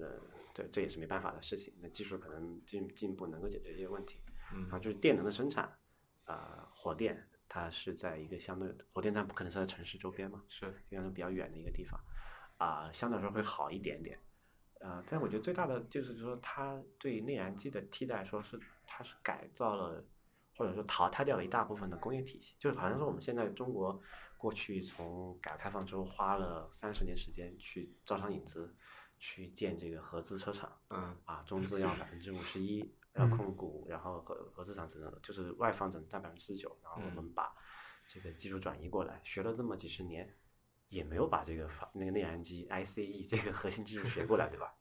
呃，对，这也是没办法的事情。那技术可能进进一步能够解决这些问题。然后
嗯
就是电能的生产，啊、火电它是在一个相对火电站不可能是在城市周边嘛，
是
应该是比较远的一个地方，啊、相对来说会好一点点。啊，但我觉得最大的就是说，它对内燃机的替代，说是它是改造了，或者说淘汰掉了一大部分的工业体系。就是好像说我们现在中国过去从改革开放之后花了三十年时间去招商引资，去建这个合资车厂，
嗯
啊，中资要百分之五十一要
嗯
控股，然后合合资厂只能就是外方只能占百分之十九，然后我们把这个技术转移过来，学了这么几十年，也没有把这个发那个内燃机 ICE 这个核心技术学过来，对吧？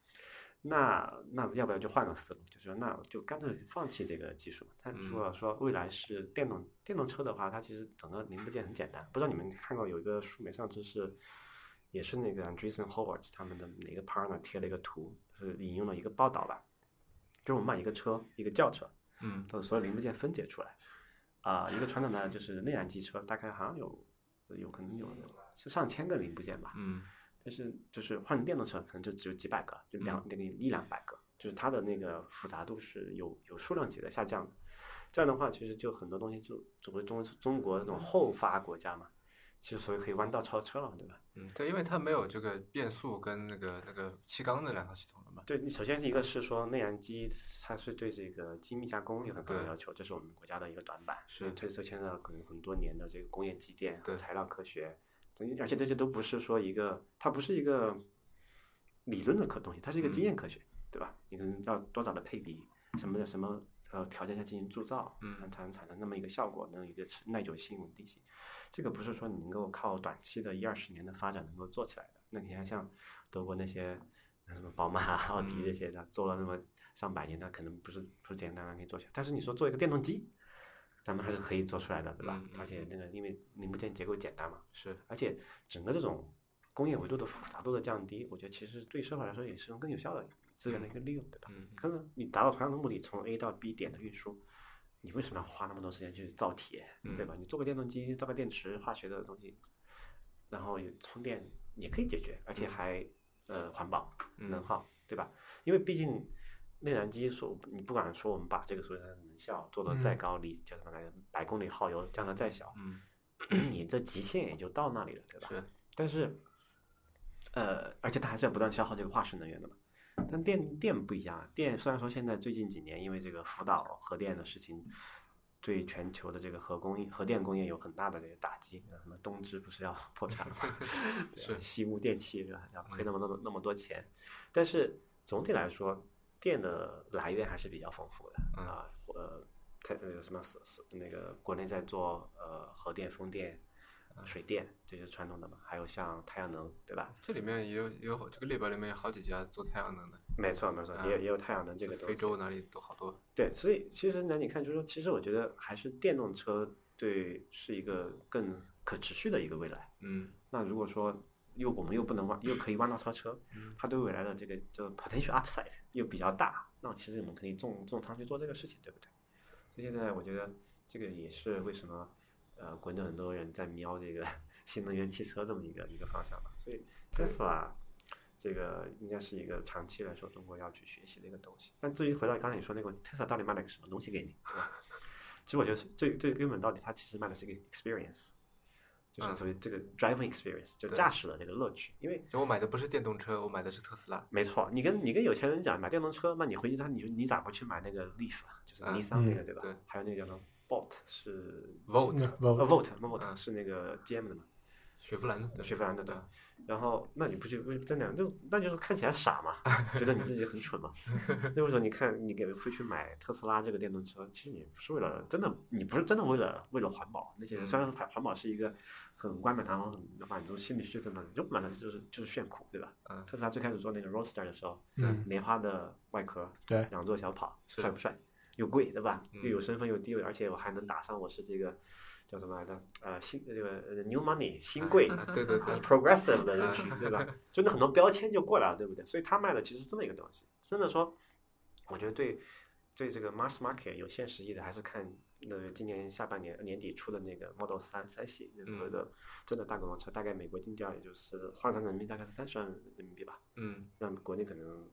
那那要不要就换个思路？就说那我就干脆放弃这个技术。但如果说未来是电动电动车的话，它其实整个零部件很简单。不知道你们看过有一个树莓上知是，也是那个 Andreessen Horowitz 他们的哪个 partner 贴了一个图，就是引用了一个报道吧，就是我们把一个车一个轿车，
嗯
把所有零部件分解出来。啊、一个传统的就是内燃机车，大概好像有有可能有是上千个零部件吧。
嗯
但是就是换成电动车，可能就只有几百个，就两那个一两百个，就是它的那个复杂度是有有数量级的下降的。这样的话，其实就很多东西就作为中中国这种后发国家嘛，其实所以可以弯道超车了，对吧？
嗯，对，因为它没有这个变速跟那个那个气缸的两套系统了嘛。
对，你首先是一个是说内燃机，它是对这个精密加工有很高的
对
要求，这是我们国家的一个短板。
是
这这牵扯到可能很多年的这个工业积淀和
对
材料科学，等于而且这些都不是说一个，它不是一个理论的可东西，它是一个经
嗯
验科学，对吧？你可能要多少的配比，什么的什么呃条件下进行铸造，
嗯
才能产生那么一个效果，能有一个持耐久性、稳定性。这个不是说你能够靠短期的一二十年的发展能够做起来的。那你看像德国那些呃什么宝马、奥
嗯
迪这些的，做了那么上百年，那可能不是不是简简单单可以做起来。但是你说做一个电动机，咱们还是可以做出来的，对吧
嗯？嗯
而且
嗯
那个因为零部件结构简单嘛，
是，
而且整个这种工业维度的复杂度的降低，我觉得其实对社会来说也是更有效的资源的一个利用，对吧？
嗯
可能你达到同样的目的，从 A 到 B 点的运输，你为什么要花那么多时间去造铁，
嗯
对吧？你做个电动机，造个电池，化学的东西，然后有充电也可以解决，而且还呃环保能
嗯
耗，对吧？因为毕竟内燃机说你不管说我们把这个所谓的能效做到再
嗯
高，里叫什么来着？百公里耗油降到再小，
嗯，
你的极限也就到那里了，对吧？
是，
但是，呃，而且它还是要不断消耗这个化石能源的嘛。但电电不一样，啊，电虽然说现在最近几年因为这个福岛核电的事情，对全球的这个核工业、核电工业有很大的这个打击。呃什么东芝不是要 破产 了吗？对啊
是嗯
西屋电器对吧？要亏那么那么那么多钱，但是总体来说，电的来源还是比较丰富的
嗯
啊、呃，它那个什么是是那个国内在做呃核电、风电、呃水电这些传统的嘛，还有像太阳能，对吧？
这里面也有也有这个列表里面有好几家做太阳能的，
没错没错，也有也有太阳能这
在
个东西。
嗯非洲哪里都好多。
对，所以其实呢，你看，就是说，其实我觉得还是电动车对是一个更可持续的一个未来。
嗯
那如果说又我们又不能弯，又可以弯道超车，它对未来的这个就 potential upside 又比较大，那其实我们可以重重仓去做这个事情，对不对？所以现在我觉得这个也是为什么呃，国内很多人在瞄这个 新能源汽车这么一个一个方向吧。所以 Tesla 这个应该是一个长期来说中国要去学习的一个东西。但至于回到刚才你说那个 Tesla 到底卖了个什么东西给你，对吧？ 其实我觉得是最最根本到底它其实卖的是一个 experience。就是
嗯
所谓这个 driving experience，就
对
驾驶的这个乐趣，因为
就我买的不是电动车，我买的是特斯拉。
没错，你跟你跟有钱人讲买电动车，那你回去他你你咋不去买那个 Leaf 啊？就是
嗯
尼桑那个对吧
对？
还有那个叫什么 Bolt 是
Volt，
那
呃
Volt
Volt Volt
嗯
是那个 GM 的嘛？
雪佛兰的，对
雪佛兰的对
对。
然后那你不去不去这两就那就是看起来傻嘛，觉得你自己很蠢嘛。那为什么你看你给会去买特斯拉这个电动车？其实你不是为了真的，你不是真的为了为了环保。那些人虽然环环保是一个很冠冕堂皇、很满足心理需求的，就满足就是就是炫酷，对吧？
嗯
特斯拉最开始做那个 Roadster 的时候，
嗯，
莲花的外壳，
对，
两座小跑，
是
帅不帅？又贵对吧？
嗯
又有身份，又有地位，而且我还能打上我是这个叫什么来着？呃，新这个呃 new money 新贵，
啊 对对对
progressive 的 人群，对吧？就那很多标签就过来了，对不对？所以他卖的其实是这么一个东西。真的说，我觉得对对这个 mass market 有现实意义的，还是看那个今年下半年年底出的那个 Model 三三系，
嗯
那所谓的真的大规模车，大概美国定价也就是换算人民币大概是三十万人民币吧，
嗯
那国内可能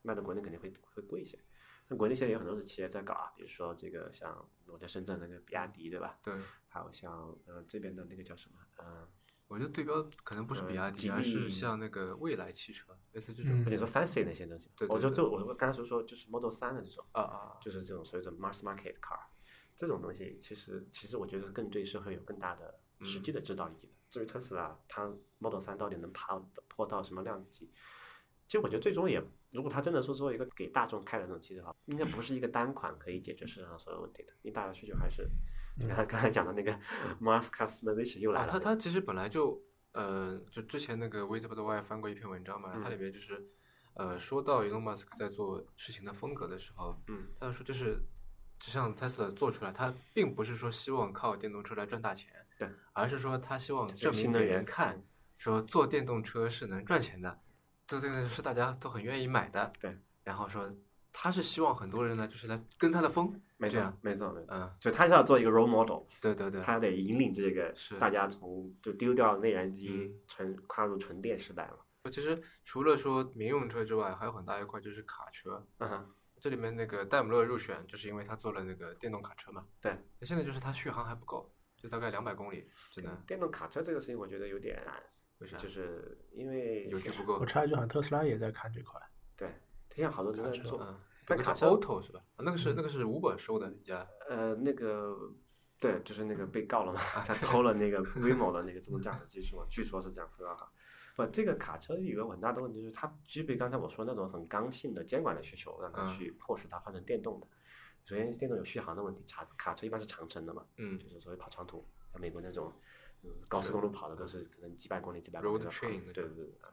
卖到国内肯定会会贵一些。那国内现在有很多的企业在搞啊，比如说这个像我在深圳那个比亚迪对吧？
对，
还有像呃这边的那个叫什么？嗯、
我觉得对标可能不是比亚迪，
呃
而是
吉利
像那个蔚来汽车，类似这
嗯
种
那你说 fancy 那些东西，
对对
我就
对
就我我刚才所说就是 Model 三的这种，
啊啊，
就是这种所谓的 mass market car，这种东西其实其实我觉得更对社会有更大的
嗯
实际的指导意义的。至于特斯拉，它 Model 三到底能爬破到什么量级，其实我觉得最终也，如果它真的说做一个给大众开的那种汽车的话，应该不是一个单款可以解决市场上所有问题的，因为大家需求还是。就刚才刚才讲的那个 mass customization 又
嗯
来
啊，
了，
他他其实本来就，呃，就之前那个 w i z a b o y 翻过一篇文章嘛，它里
嗯
面就是，呃，说到 Elon Musk 在做事情的风格的时候，
嗯，
他就说就是，就像 Tesla 做出来，他并不是说希望靠电动车来赚大钱，
对，
而是说他希望证
这个
明
新能
给
源
人看，
嗯
说做电动车是能赚钱的，做电动车是大家都很愿意买的，
对，
然后说他是希望很多人呢，就是来跟他的风，
没
这
错
样，
没错，没错，
嗯，
就他是要做一个 role model，
对对对，
他得引领这个
是
大家从就丢掉内燃机
嗯，
纯跨入纯电时代了。
除了说民用车之外，还有很大一块就是卡车。
嗯哼，
这里面那个戴姆勒入选，就是因为他做了那个电动卡车嘛。
对，
那现在就是它续航还不够，就大概两百公里，只能
电动卡车这个事情我觉得有点难，
为啥？
就是因为
油距
现
不够
我。插一句，好像特斯拉也在看这块。
对，现在好多人
卡
在
车
做，
嗯，
但
那个
卡
叫
车嗯
Auto 是吧？啊那个是那个是 Uber 收的一家。
呃，那个对，就是那个被告了嘛，
啊
他偷 了那个 Waymo 的那个自动驾驶技术嘛，据说是这样说啊。不，这个卡车有个很大的问题，就是它具备刚才我说那种很刚性的监管的需求，让它
嗯
去迫使它换成电动的。首先，电动有续航的问题，卡卡车一般是长程的嘛，
嗯
就是所谓跑长途，像美国那种，嗯，高速
是
公路跑的都是可能几百公里、几百公里
Road
的跑
train 那
对对
种
对。啊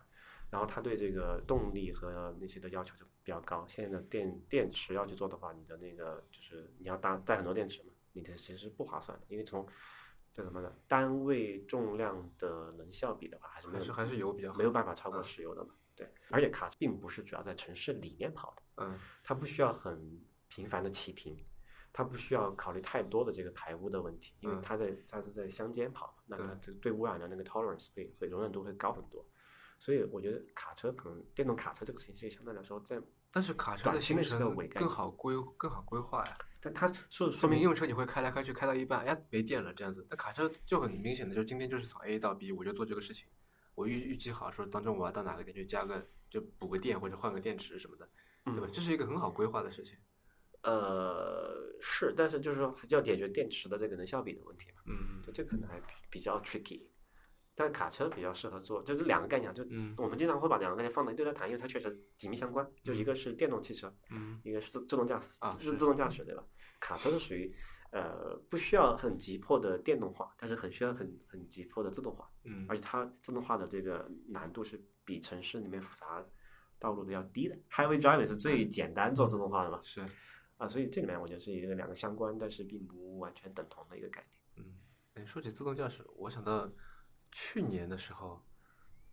然后它对这个动力和那些的要求就比较高。现在的电电池要去做的话，你的那个就是你要搭载很多电池嘛，你的其实是不划算的，因为从叫什么呢，单位重量的能效比的话，还是没
还
有
是还是油比较好
没有办法超过
嗯
石油的嘛。对，而且卡并不是主要在城市里面跑的。
嗯
它不需要很频繁的启停，它不需要考虑太多的这个排污的问题，因为
嗯
它在它是在乡间跑嘛，那
对
它这个对污染的那个 tolerance 会会容忍度会高很多。所以我觉得卡车可能电动卡车这个事情是相对来说在，
但是卡车
短
的
期
行
内是个
程
伪概
更
念
好规更好规划呀。
但它说说
说明
明
用车你会开来开去，开到一半，哎呀没电了这样子。那卡车就很明显的，就今天就是从 A 到 B，我就做这个事情，我预预计好说当中我要到哪个点去加个就补个电或者换个电池什么的，对吧？
嗯
这是一个很好规划的事情。
呃是，但是就是说要解决电池的这个能效比的问题嘛。
嗯
就这可能还比比较 tricky，但卡车比较适合做，就是两个概念，就
嗯
我们经常会把两个概念放在一堆来谈，因为它确实紧密相关。就一
嗯
个是电动汽车，
嗯
一个是自自动驾驶，
啊
自
是
自动驾驶对吧？卡车是属于呃不需要很急迫的电动化，但是很需要很很急迫的自动化，
嗯
而且它自动化的这个难度是比城市里面复杂道路的要低的。Highway driving 是
嗯
最简单做自动化的嘛？
是，
啊，所以这里面我觉得是一个两个相关，但是并不完全等同的一个概念。
嗯，哎，说起自动驾驶，我想到去年的时候，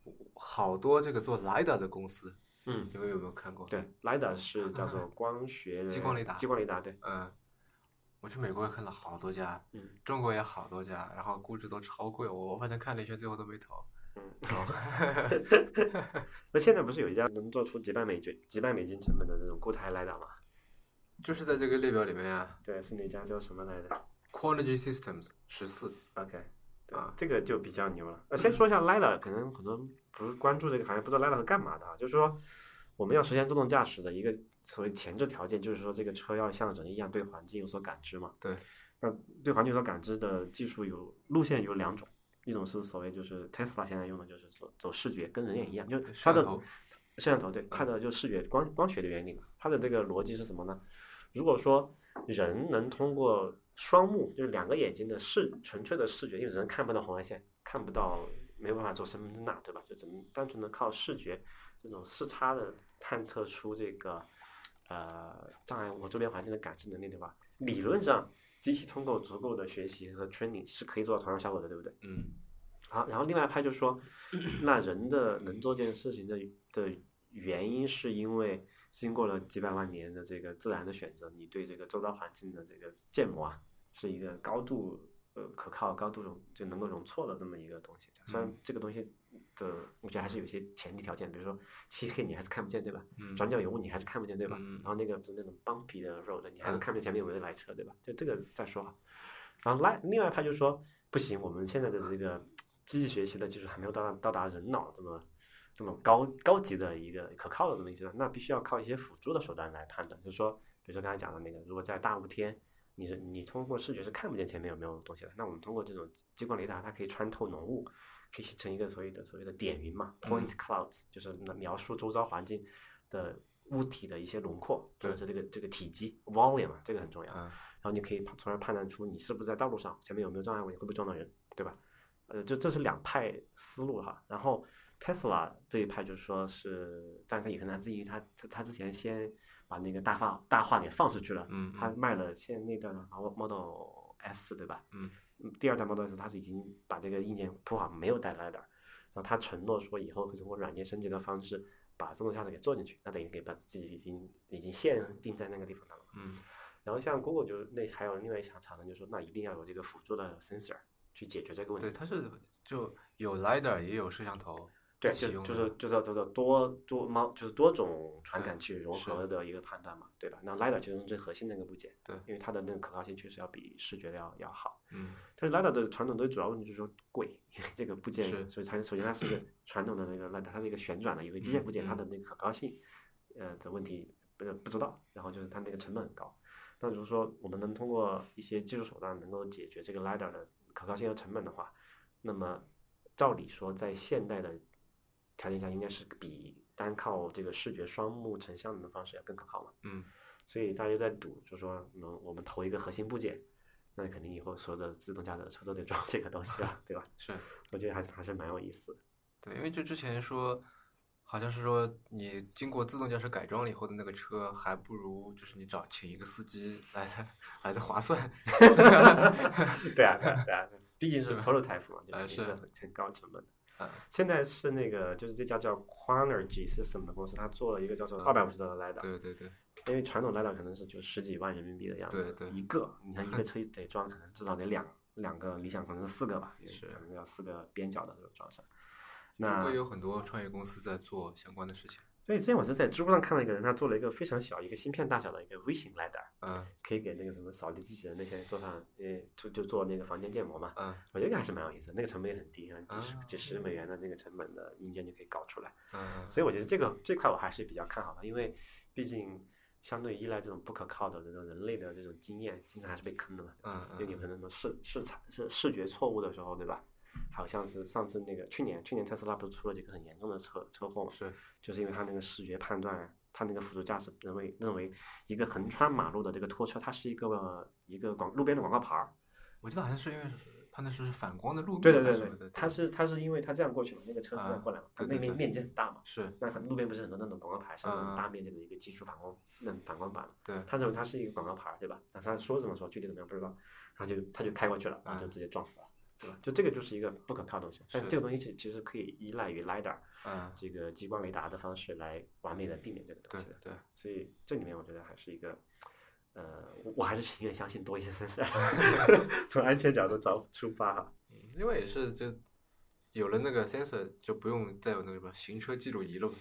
我好多这个做 LiDAR 的公司，
嗯，
你们有没有看过？
对，，LiDAR 是叫做光学
激光雷达
激光雷达对，
嗯，我去美国也看了好多家，
嗯
中国也好多家，然后估值都超贵，我我反正看了一圈，最后都没投。
嗯。
然后
那现在不是有一家能做出几百美金几百美金成本的那种固态 LiDAR 吗？
就是在这个列表里面呀
对，是哪家叫什么来着
，Quality Systems 十四，
？OK，对
啊，
这个就比较牛了。呃，先说一下 LiDAR，可能很多人不是关注这个行业，不知道 LiDAR 是干嘛的啊。就是说，我们要实现自动驾驶的一个所谓前置条件，就是说这个车要像人一样对环境有所感知嘛。
对，
那对环境有所感知的技术有路线有两种，一种是所谓就是 Tesla 现在用的就是走走视觉，跟人眼一样，就是它
摄像
的
头嗯
摄像头对它的就视觉光光学的原理嘛，它的这个逻辑是什么呢？如果说人能通过双目，就是两个眼睛的视纯粹的视觉，因为人看不到红外线，看不到没有办法做身份证呐，对吧？就只能单纯的靠视觉这种视差的探测出这个呃障碍物周边环境的感知能力的话，理论上机器通过足够的学习和 training 是可以做到同样效果的，对不对？
嗯，
好，然后另外一派 就说，那人的能做这件事情的的原因是因为经过了几百万年的这个自然的选择，你对这个周遭环境的这个建模啊，是一个高度呃可靠、高度容就能够容错的这么一个东西。
嗯
虽然这个东西的，我觉得还是有一些前提条件，比如说漆黑你还是看不见，对吧？
嗯
转角有雾你还是看不见，对吧？
嗯
然后那个不是那种 bumpy 的 road，你还是看不见前面有没有来车，对吧？就这个再说吧。然后来另外一派就说不行，我们现在的这个机器学习的技术还没有到达到达人脑这么这么高高级的一个可靠的这么一个阶段，那必须要靠一些辅助的手段来判断。就是说，比如说刚才讲的那个，如果在大雾天，你是你通过视觉是看不见前面有没有东西的，那我们通过这种激光雷达，它可以穿透浓雾，可以形成一个所谓的所谓的点云嘛，point clouds，就是那描述周遭环境的物体的一些轮廓，或者是这个这个体积 volume 啊，这个很重要。
嗯
然后你可以判从而判断出你是不是在道路上，前面有没有障碍物，你会不会撞到人，对吧？呃，这这是两派思路哈。然后 Tesla 这一派就是说是，但是他也可能他自己他他他之前先把那个大话大话给放出去了，
嗯
他
嗯
卖了现在那段 Model S 对吧？
嗯，
第二代 Model S 它是已经把这个硬件铺好，没有带 LiDAR，然后他承诺说以后会通过软件升级的方式把自动驾驶给做进去，那等于给把自己已经已经限定在那个地方了。
嗯
然后像 Google 就那还有另外一场厂商就说，那一定要有这个辅助的 sensor 去解决这个问题
对，。它是就有 lidar 也有摄像头，
对，
启
就
用
就是
的
就是要就是要多多猫就是多种传感
对
器融
是
合的一个判断嘛，对吧？那 LiDAR 就是最核心的一个部件，
对
因为它的那个可靠性确实要比视觉的要要好。
嗯
但是 LiDAR 的传统的主要问题就是说贵， 因为这个部件，
是
所以它首先它是一个传统的那个 LiDAR，它是一个旋转的一个机械部件，
嗯
它的那个可靠性，呃的问题不不知道，然后就是它那个成本很高。那如果说我们能通过一些技术手段能够解决这个 LiDAR 的可靠性和成本的话，那么照理说在现代的条件下，应该是比单靠这个视觉双目成像的方式要更可靠嘛。
嗯
所以大家就在赌，就说能我们投一个核心部件，那肯定以后所有的自动驾驶的车都得装这个东西啊，对吧？
是
我觉得还是还是蛮有 意思的。
对，因为就之前说，好像是说你经过自动驾驶改装了以后的那个车，还不如就是你找请一个司机来的来的划算。
对啊，对啊，对啊，毕竟是
是吧
prototype 嘛，
呃
就是是很很高成本的。
嗯
现在是那个，就是这家叫 Quanergy System 的公司，它做了一个叫做二百五十兆的 LiDAR，
嗯对对对，
因为传统 LiDAR 可能是就十几万人民币的样子，
对对
一个，你看 一个车得装，可能至少得两两个，理想可能是四个吧，
是
可能要四个边角的这种装上。
中
那
国也有很多创业公司在做相关的事情。
所以之前我是在知乎上看到一个人，他做了一个非常小、一个芯片大小的一个微型 LiDAR，
嗯
可以给那个什么扫地机器人那些做上，呃，就就做那个房间建模嘛。
嗯
我觉得还是蛮有意思，那个成本也很低，啊，几十
啊
几十美元的那个成本的硬件就可以搞出来。
嗯，
所以我觉得这个这块我还是比较看好的，因为毕竟相对依赖这种不可靠的这种人类的这种经验，经常还是被坑的嘛。
嗯
就你可能什么视视察视视觉错误的时候，对吧？好像是上次那个去年去年特斯拉不是出了几个很严重的车车祸嘛？
是
就是因为他那个视觉判断，他那个辅助驾驶认为认为一个横穿马路的这个拖车，它是一个一个广路边的广告牌儿。
我记得好像是因为判断是反光的路
对
面
对
还
对
是什么
对
的，，
它
对
是它是因为它这样过去嘛，那个车是这样过来嘛，它
啊
那
对对
边
对
面积很大嘛，
是，
那它路边不是很多那种广告牌，是那种
嗯
大面积的一个技术反光那种反光板嘛，
对
他认为它是一个广告牌儿，对吧？但是他说怎么说，具体怎么样不知道，然后就他就开过去了，然后就
嗯
直接撞死了。对吧？就这个就是一个不可靠的东西，但
是
这个东西其其实可以依赖于 lidar
嗯
这个激光雷达的方式来完美的避免这个东
对
西的。
对，
所以这里面我觉得还是一个，呃，我我还是情愿相信多一些 sensor，从安全角度找出发哈。
嗯另外也是就有了那个 sensor 就不用再有那个什么行车记录仪了嘛。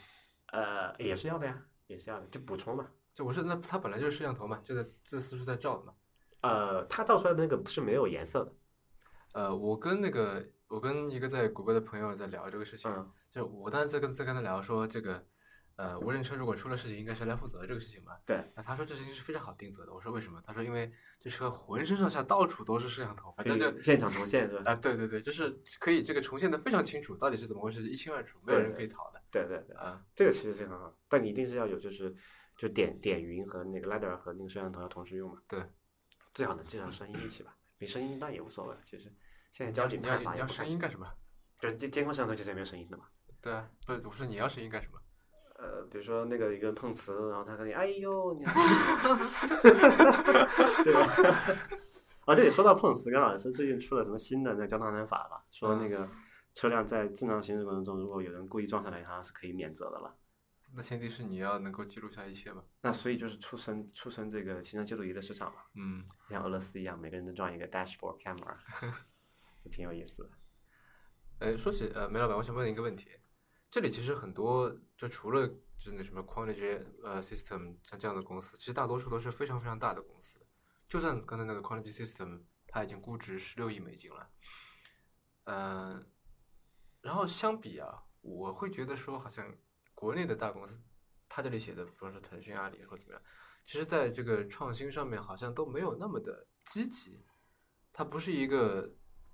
呃，也是要的呀，也是要的，就补充嘛。
就我是那它本来就是摄像头嘛，就在这四处在照的嘛。
呃，它照出来的那个是没有颜色的，
呃，我跟那个我跟一个在谷歌的朋友在聊这个事情，
嗯
就我当时在跟在跟他聊说这个，呃，无人车如果出了事情，应该谁来负责这个事情嘛？
对。
那他说这事情是非常好定责的。我说为什么？他说因为这车浑身上下到处都是摄像头，反
可
正就
以现场重现是
啊，
吧？
对对对，就是可以这个重现的非常清楚，到底是怎么回事，一清二楚，没有
对
人
对
可以逃的
对对对，
啊。
这个其实是很好，但你一定是要有就是就点点云和那个 lidar 和那个摄像头要同时用嘛。
对，
最好能至少声音一起吧，没声音那也无所谓了。其实现在
你
交
要
警
你要
判罚
你
也
要
不
声
看
音干什么？
就是监监控摄像头其实也没有声音的嘛。
对啊，不是，我说你要声音干什么？
呃，比如说那个一个碰瓷，然后他说你哎呦，你， 对吧？啊，对，说到碰瓷，刚好是最近出了什么新的那个交通安全法吧？嗯说那个车辆在正常行驶过程中，如果有人故意撞上来，好像是可以免责的了。
那前提是你要能够记录下一切嘛。
那所以就是出生出生这个行车记录仪的市场嘛，
嗯，
像俄罗斯一样，每个人都装一个 dashboard camera，就挺有意思的。
呃，说起呃，梅老板，我想问一个问题，这里其实很多就除了就是那什么 q u a n t i g y 呃 System 像这样的公司，其实大多数都是非常非常大的公司。就算刚才那个 q u a n t i g y System，它已经估值十六亿美金了，嗯、然后相比啊，我会觉得说好像国内的大公司，它这里写的，比方说腾讯、阿里或者怎么样，其实在这个创新上面好像都没有那么的积极，它不是一个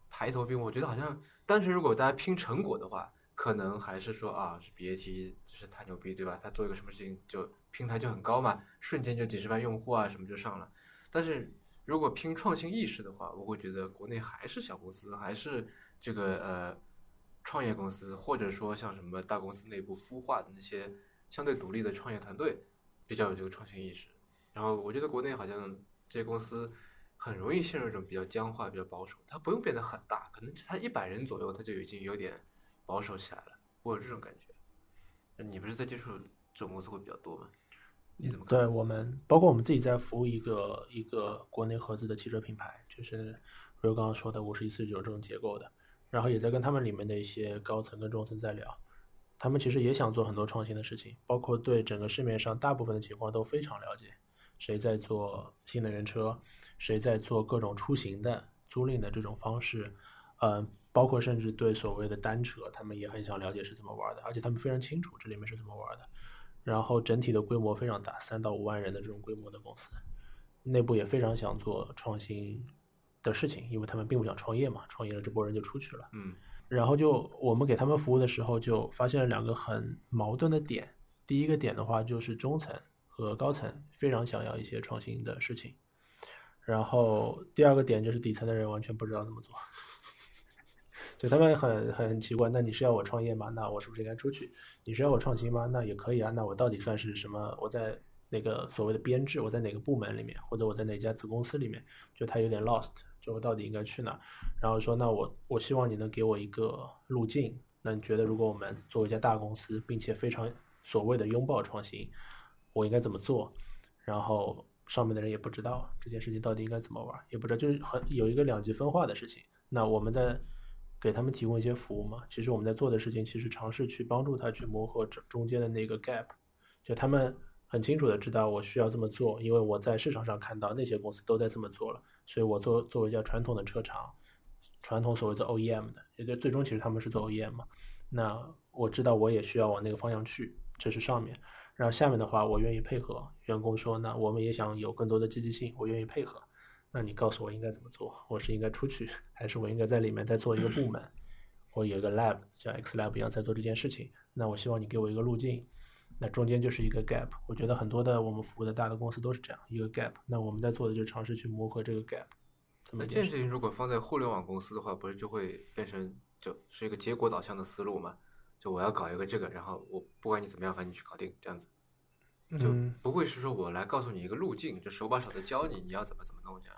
排头兵。我觉得好像单纯如果大家拼成果的话，可能还是说啊，是 BAT 就是太牛逼，对吧？他做一个什么事情就平台就很高嘛，瞬间就几十万用户啊什么就上了。但是如果拼创新意识的话，我会觉得国内还是小公司，还是这个呃创业公司，或者说像什么大公司内部孵化的那些相对独立的创业团队比较有这个创新意识。然后我觉得国内好像这些公司很容易陷入一种比较僵化、比较保守，它不用变得很大，可能它一百人左右，它就已经有点保守起来了。我有这种感觉。那你不是在接触这种公司会比较多吗？你怎么看？
对我们，包括我们自己在服务一个一个国内合资的汽车品牌，就是如刚刚说的五十一四九这种结构的，然后也在跟他们里面的一些高层跟中层在聊，他们其实也想做很多创新的事情，包括对整个市面上大部分的情况都非常了解，谁在做新能源车，谁在做各种出行的租赁的这种方式，嗯，包括甚至对所谓的单车，他们也很想了解是怎么玩的，而且他们非常清楚这里面是怎么玩的。然后整体的规模非常大，三到五万人的这种规模的公司，内部也非常想做创新的事情，因为他们并不想创业嘛，创业了这波人就出去了。
嗯
然后就我们给他们服务的时候，就发现了两个很矛盾的点。第一个点的话，就是中层和高层非常想要一些创新的事情，然后第二个点就是底层的人完全不知道怎么做， 就他们很很奇怪。那你是要我创业吗？那我是不是应该出去？你是要我创新吗？那也可以啊。那我到底算是什么？我在那个所谓的编制，我在哪个部门里面，或者我在哪家子公司里面？就他有点 lost，就我到底应该去哪儿？然后说，那我我希望你能给我一个路径。那你觉得，如果我们作为一家大公司，并且非常所谓的拥抱创新，我应该怎么做？然后上面的人也不知道这件事情到底应该怎么玩，也不知道，就是很有一个两极分化的事情。那我们在给他们提供一些服务嘛？其实我们在做的事情，其实尝试去帮助他去磨合中中间的那个 gap，就他们很清楚的知道我需要这么做，因为我在市场上看到那些公司都在这么做了，所以我做作为一家传统的车厂，传统所谓的 OEM 的，也就最终其实他们是做 OEM 嘛。那我知道我也需要往那个方向去，这是上面。然后下面的话，我愿意配合员工说，那我们也想有更多的积极性，我愿意配合。那你告诉我应该怎么做？我是应该出去，还是我应该在里面再做一个部门？我有一个 lab，像 X Lab 一样在做这件事情。那我希望你给我一个路径。那中间就是一个 gap，我觉得很多的我们服务的大的公司都是这样一个 gap。那我们在做的就是尝试去磨合这个 gap，这么
那
一
这件
件事。
事情如果放在互联网公司的话，不是就会变成就是一个结果导向的思路嘛？就我要搞一个这个，然后我不管你怎么样，反正你去搞定这样子，就
嗯，
不会是说我来告诉你一个路径，就手把手的教你你要怎么怎么弄这样。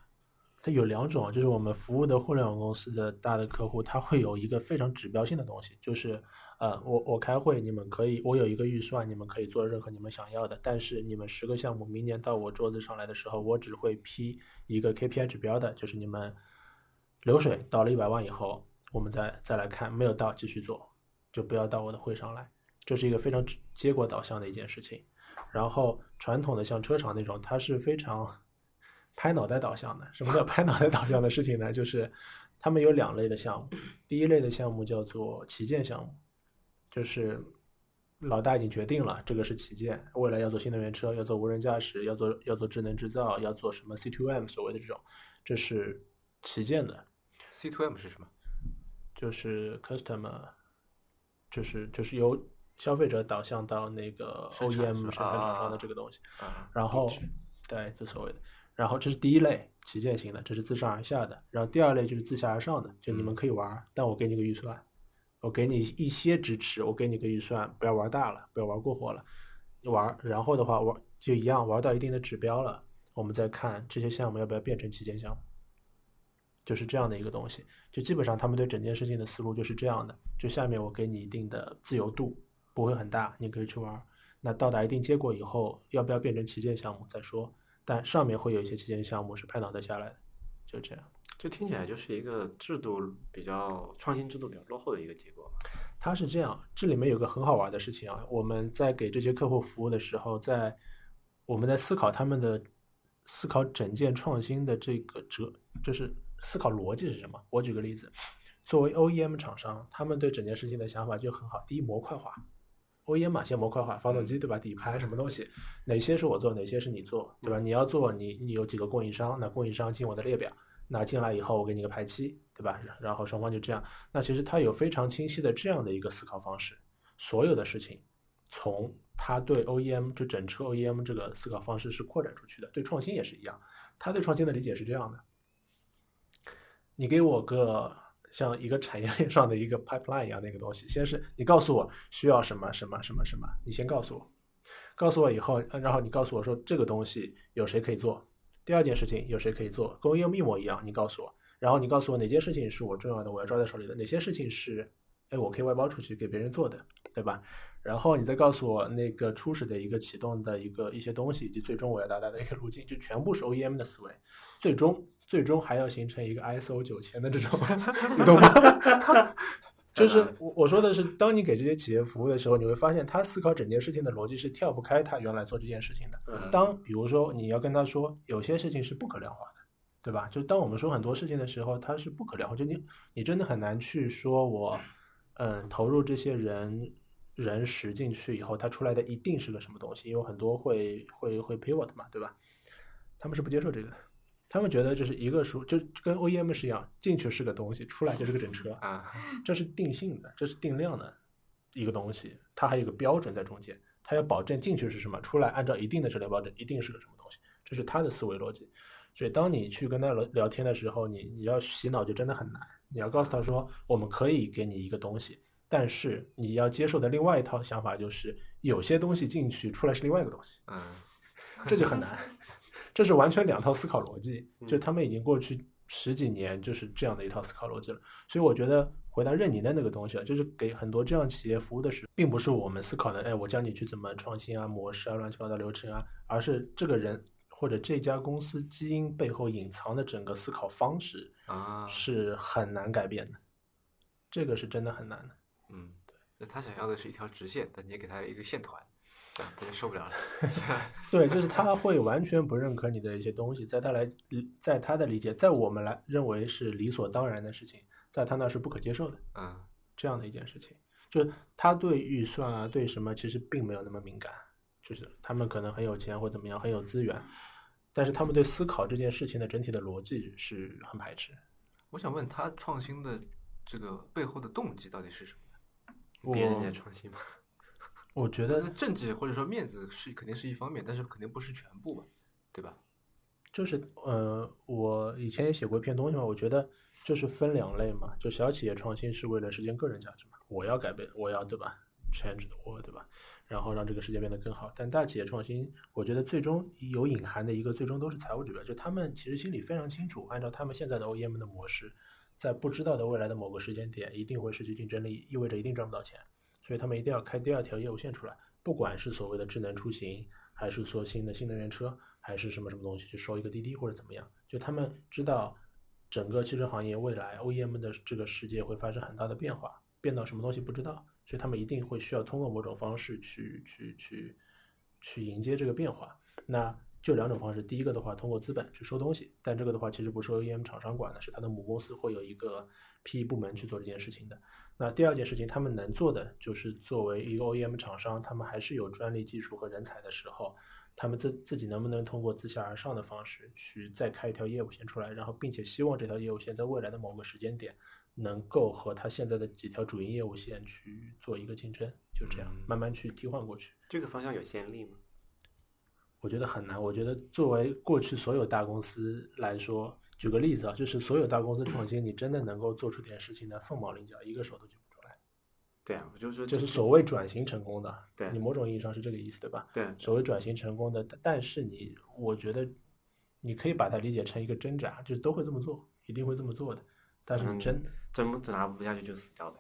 它有两种啊，就是我们服务的互联网公司的大的客户，它会有一个非常指标性的东西，就是呃，我我开会，你们可以，我有一个预算，你们可以做任何你们想要的，但是你们十个项目明年到我桌子上来的时候，我只会批一个 KPI 指标的，就是你们流水到了一百万以后，我们再再来看，没有到继续做，就不要到我的会上来，这是一个非常指结果导向的一件事情。然后传统的像车厂那种，它是非常拍脑袋导向的。什么叫拍脑袋导向的事情呢？就是他们有两类的项目，第一类的项目叫做旗舰项目，就是老大已经决定了这个是旗舰，未来要做新能源车，要做无人驾驶，要做要做智能制造，要做什么 C2M 所谓的这种，这是旗舰的，
C to M 是什么？
就是 customer，就是就是由消费者导向到那个
生产
OEM
是吧
生产厂商
啊
的这个东西。
啊，
然后对，就所谓的，然后这是第一类旗舰型的，这是自上而下的，然后第二类就是自下而上的，就你们可以玩儿，但我给你个预算，我给你一些支持，我给你个预算，不要玩大了，不要玩过火了，玩儿，然后的话玩就一样，玩到一定的指标了，我们再看这些项目要不要变成旗舰项目。就是这样的一个东西，就基本上他们对整件事情的思路就是这样的。就下面我给你一定的自由度，不会很大，你可以去玩儿。那到达一定结果以后，要不要变成旗舰项目再说？但上面会有一些旗舰项目是拍脑袋下来的，就这样。
这听起来就是一个制度比较创新制度比较落后的一个结果。
它是这样，这里面有个很好玩的事情啊，我们在给这些客户服务的时候，在我们在思考他们的思考整件创新的这个哲，就是思考逻辑是什么。我举个例子，作为 OEM 厂商，他们对整件事情的想法就很好。第一，模块化，OEM 嘛，先模块化，发动机对吧？底盘什么东西，哪些是我做，哪些是你做，对吧？你要做，你你有几个供应商，那供应商进我的列表，那进来以后我给你个排期，对吧？然后双方就这样。那其实他有非常清晰的这样的一个思考方式，所有的事情从他对 OEM 就整车 OEM 这个思考方式是扩展出去的，对创新也是一样。他对创新的理解是这样的：你给我个像一个产业链上的一个 pipeline 一样的一个东西，先是你告诉我需要什么什么什么什么，你先告诉我，告诉我以后，呃然后你告诉我说这个东西有谁可以做。第二件事情有谁可以做，跟 OEM 一模一样，你告诉我。然后你告诉我哪些事情是我重要的，我要抓在手里的，哪些事情是，哎，我可以外包出去给别人做的，对吧？然后你再告诉我那个初始的一个启动的一个一些东西，以及最终我要达到的一个路径，就全部是 OEM 的思维。最终，最终还要形成一个 ISO 九千的这种， 你懂吗？就是我我说的是，当你给这些企业服务的时候，你会发现他思考整件事情的逻辑是跳不开他原来做这件事情的。
嗯
当比如说你要跟他说有些事情是不可量化的，对吧？就当我们说很多事情的时候，它是不可量化，就你你真的很难去说我，嗯，投入这些人人时进去以后，它出来的一定是个什么东西，因为很多会会会 pivot 嘛，对吧？他们是不接受这个的，他们觉得就是一个数，就就跟 OEM 是一样，进去是个东西，出来就是个整车。
啊，
这是定性的，这是定量的一个东西，它还有一个标准在中间，它要保证进去是什么，出来按照一定的质量标准，一定是个什么东西，这是他的思维逻辑。所以，当你去跟他聊聊天的时候，你你要洗脑就真的很难。你要告诉他说，我们可以给你一个东西，但是你要接受的另外一套想法就是，有些东西进去出来是另外一个东西。
嗯，
这就很难。这是完全两套思考逻辑，
嗯
就他们已经过去十几年就是这样的一套思考逻辑了。所以我觉得回答任宁的那个东西啊，就是给很多这样企业服务的时候，并不是我们思考的，哎，我教你去怎么创新啊、模式啊、乱七八糟流程啊，而是这个人或者这家公司基因背后隐藏的整个思考方式
啊，
是很难改变的，这个是真的很难的。
嗯，对，他想要的是一条直线，但你也给他一个线团，这样他就受不了了。
对，就是他会完全不认可你的一些东西，在他来，在他的理解，在我们来认为是理所当然的事情，在他那是不可接受的
嗯
这样的一件事情。就是他对预算啊，对什么其实并没有那么敏感，就是他们可能很有钱或怎么样，很有资源，但是他们对思考这件事情的整体的逻辑是很排斥。
我想问他创新的这个背后的动机到底是什么？
别人
我
也创 新嘛，
我觉
那
得
政绩或者说面子是肯定是一方面，但是肯定不是全部吧，对吧？
就是呃，我以前也写过一篇东西嘛，我觉得就是分两类嘛，就小企业创新是为了实现个人价值嘛，我要改变，我要对吧，change the world 对吧，然后让这个世界变得更好。但大企业创新，我觉得最终有隐含的一个最终都是财务指标，就他们其实心里非常清楚，按照他们现在的 OEM 的模式，在不知道的未来的某个时间点，一定会失去竞争力，意味着一定赚不到钱，所以他们一定要开第二条业务线出来，不管是所谓的智能出行，还是说新的新能源车，还是什么什么东西去收一个滴滴或者怎么样，就他们知道整个汽车行业未来 OEM 的这个世界会发生很大的变化，变到什么东西不知道，所以他们一定会需要通过某种方式去去去去迎接这个变化。那就两种方式，第一个的话，通过资本去收东西，但这个的话其实不是 OEM 厂商管的，是它的母公司会有一个 PE 部门去做这件事情的。那第二件事情，他们能做的就是作为一个 OEM 厂商，他们还是有专利技术和人才的时候，他们自自己能不能通过自下而上的方式去再开一条业务线出来，然后并且希望这条业务线在未来的某个时间点能够和它现在的几条主营业务线去做一个竞争，就这样
嗯
慢慢去替换过去。
这个方向有先例吗？
我觉得很难。我觉得作为过去所有大公司来说，举个例子啊，就是所有大公司创新，你真的能够做出点事情的，凤毛麟角，一个手都举不出来。
对啊，我就说
就是所谓转型成功的，
对
你某种意义上是这个意思，对吧？
对
所谓转型成功的，但但是你，我觉得你可以把它理解成一个挣扎，就是都会这么做，一定会这么做的。但是你真、
怎么拿不下去就死掉呗。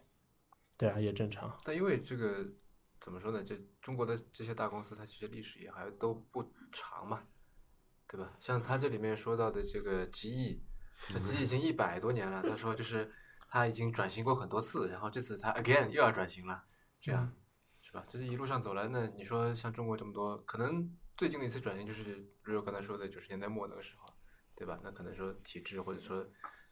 对啊，也正常。
但因为这个怎么说呢？这中国的这些大公司，它其实历史也还都不长嘛，对吧？像他这里面说到的这个极易，那极易已经一百多年了。他说就是他已经转型过很多次，然后这次他 again 又要转型了，这样、是吧？这是一路上走来呢，你说像中国这么多，可能最近的一次转型就是，如果刚才说的九十年代末那个时候，对吧？那可能说体制或者说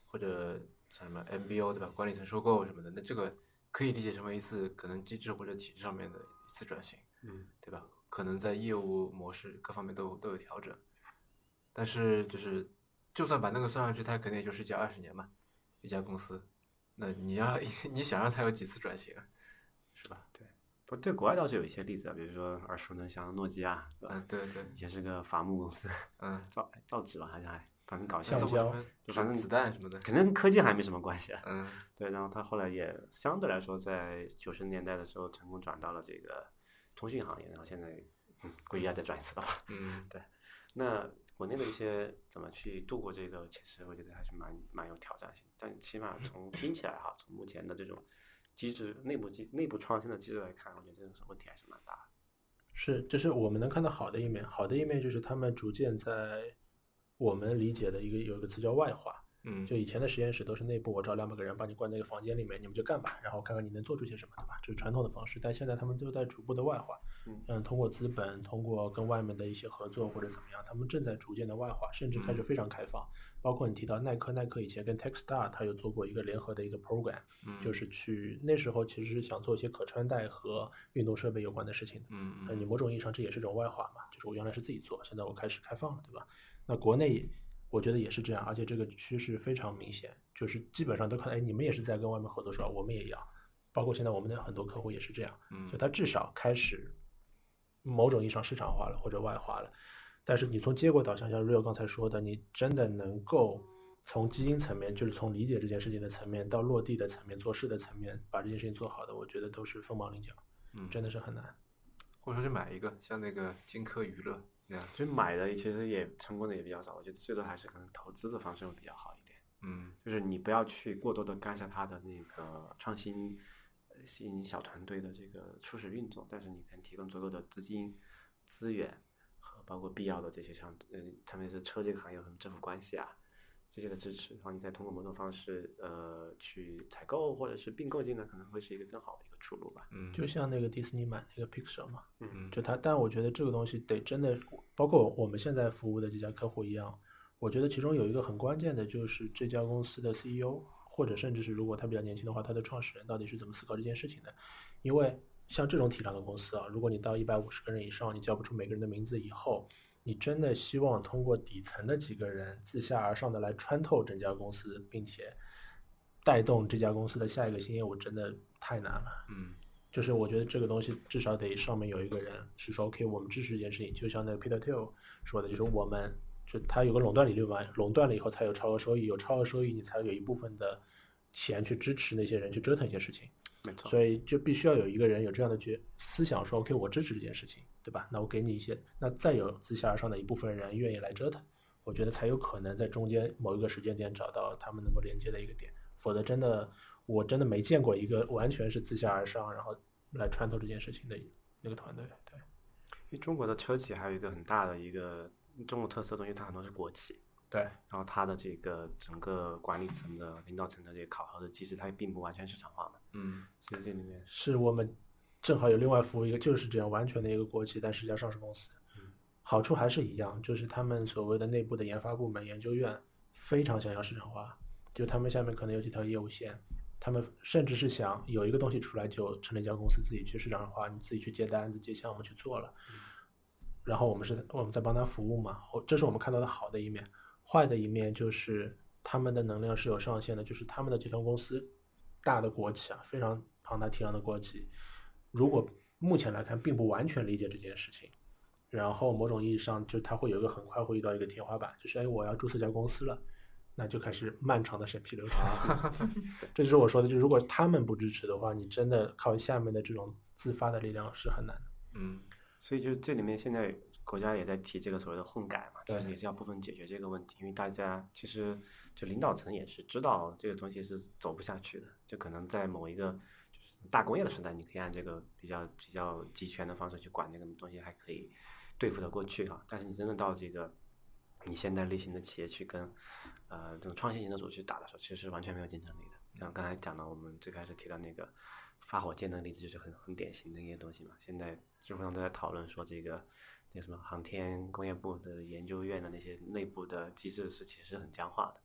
或者像什么 MBO 对吧？管理层收购什么的，那这个可以理解成为一次可能机制或者体制上面的一次转型，
嗯，
对吧？可能在业务模式各方面都有都有调整，但是就是就算把那个算上去，它可能也就十几二十年嘛，一家公司，那你要 你想让它有几次转型啊，是吧？
不，对国外倒是有一些例子啊，比如说耳熟能详的诺基亚，对吧
嗯，对对，
以前是个伐木公司，
嗯，
造造纸吧，好像还反正搞一些
橡
做
东西，
过什
胶
么
就反正
子弹什么的，
可能跟科技还没什么关系啊。
嗯
对，然后他后来也相对来说，在九十年代的时候成功转到了这个通讯行业，然后现在嗯，估计要再转一次了吧。
嗯
那国内的一些怎么去度过这个，其实我觉得还是蛮蛮有挑战性。但起码从听起来哈，从目前的这种机制、内部机、内部创新的机制来看，我觉得这种问题还是蛮大的。
是，这是我们能看到好的一面。好的一面就是他们逐渐在我们理解的一个有一个词叫外化，
嗯，
就以前的实验室都是内部，我找两百个人把你关在一个房间里面，你们就干吧，然后看看你能做出些什么，对吧？这是传统的方式，但现在他们都在逐步的外化
嗯，
嗯，通过资本，通过跟外面的一些合作或者怎么样，他们正在逐渐的外化，甚至开始非常开放。包括你提到耐克，耐克以前跟 Techstar 它有做过一个联合的一个 program，
嗯
就是去那时候其实是想做一些可穿戴和运动设备有关的事情的。
嗯
那
嗯
你某种意义上这也是一种外化嘛，就是我原来是自己做，现在我开始开放了，对吧？那国内也我觉得也是这样，而且这个趋势非常明显，就是基本上都看，哎，你们也是在跟外面合作是吧？我们也要，包括现在我们的很多客户也是这样，
嗯
就它至少开始某种意义上市场化了或者外化了。但是你从结果导向，像 Real 刚才说的，你真的能够从基因层面，就是从理解这件事情的层面到落地的层面、做事的层面，把这件事情做好的，我觉得都是凤毛麟角，
嗯
真的是很难。
或者说去买一个，像那个金科娱乐那样，
就买的其实也成功的也比较少，我觉得最多还是可能投资的方式会比较好一点。
嗯
就是你不要去过多的干涉他的那个创新呃新小团队的这个初始运作，但是你能提供足够的资金、资源和包括必要的这些像呃，特别是车这个行业和政府关系啊这些的支持，然后你再通过某种方式呃去采购或者是并购进来，可能会是一个更好的一个出路吧。
嗯，
就像那个迪士尼买那个 Pixar 嘛，
嗯
就它，但我觉得这个东西得真的，包括我们现在服务的这家客户一样，我觉得其中有一个很关键的就是这家公司的 CEO，或者甚至是如果他比较年轻的话，他的创始人到底是怎么思考这件事情的？因为像这种体量的公司啊，如果你到一百五十个人以上，你叫不出每个人的名字以后，你真的希望通过底层的几个人自下而上的来穿透整家公司，并且带动这家公司的下一个新业务，真的太难了。
嗯
就是我觉得这个东西至少得上面有一个人是说，OK，我们支持这件事情，就像那个 Peter Thiel 说的，就是我们就他有个垄断理论嘛，垄断了以后才有超额收益，有超额收益你才有一部分的钱去支持那些人去折腾一些事情，
没错，
所以就必须要有一个人有这样的觉思想说，OK，我支持这件事情，对吧？那我给你一些，那再有自下而上的一部分人愿意来折腾，我觉得才有可能在中间某一个时间点找到他们能够连接的一个点，否则真的我真的没见过一个完全是自下而上，然后来穿透这件事情的那个团队。对，
因为中国的车企还有一个很大的一个中国特色的东西，它很多是国企。
对，
然后它的这个整个管理层的、领导层的这个考核的机制，它也并不完全市场化嘛。
嗯
所以这里面，
是我们正好有另外服务一个就是这样完全的一个国企，但是一家上市公司
嗯。
好处还是一样，就是他们所谓的内部的研发部门、研究院非常想要市场化，就他们下面可能有几条业务线，他们甚至是想有一个东西出来就成立一家公司自己去市场化，你自己去接单子、接项目去做了。然后我们是我们在帮他服务嘛，我这是我们看到的好的一面，坏的一面就是他们的能量是有上限的，就是他们的集团公司，大的国企啊，非常庞大体量的国企，如果目前来看并不完全理解这件事情，然后某种意义上就他会有一个很快会遇到一个天花板，就是哎我要注册一家公司了。那就开始漫长的审批流程，这就是我说的，就是如果他们不支持的话，你真的靠下面的这种自发的力量是很难的。
嗯
所以就这里面现在国家也在提这个所谓的混改嘛，其
对
实也是要部分解决这个问题，因为大家其实就领导层也是知道这个东西是走不下去的，就可能在某一个就是大工业的时代，你可以按这个比较比较集权的方式去管这个东西，还可以对付得过去啊。但是你真的到这个你现在类型的企业去跟呃这种创新型的组织去打的时候，其实是完全没有竞争力的。像刚才讲的，我们最开始提到那个发火箭的例子，就是很很典型的一些东西嘛。现在知乎上都在讨论说这个。那什么航天工业部的研究院的那些内部的机制是其实很僵化的。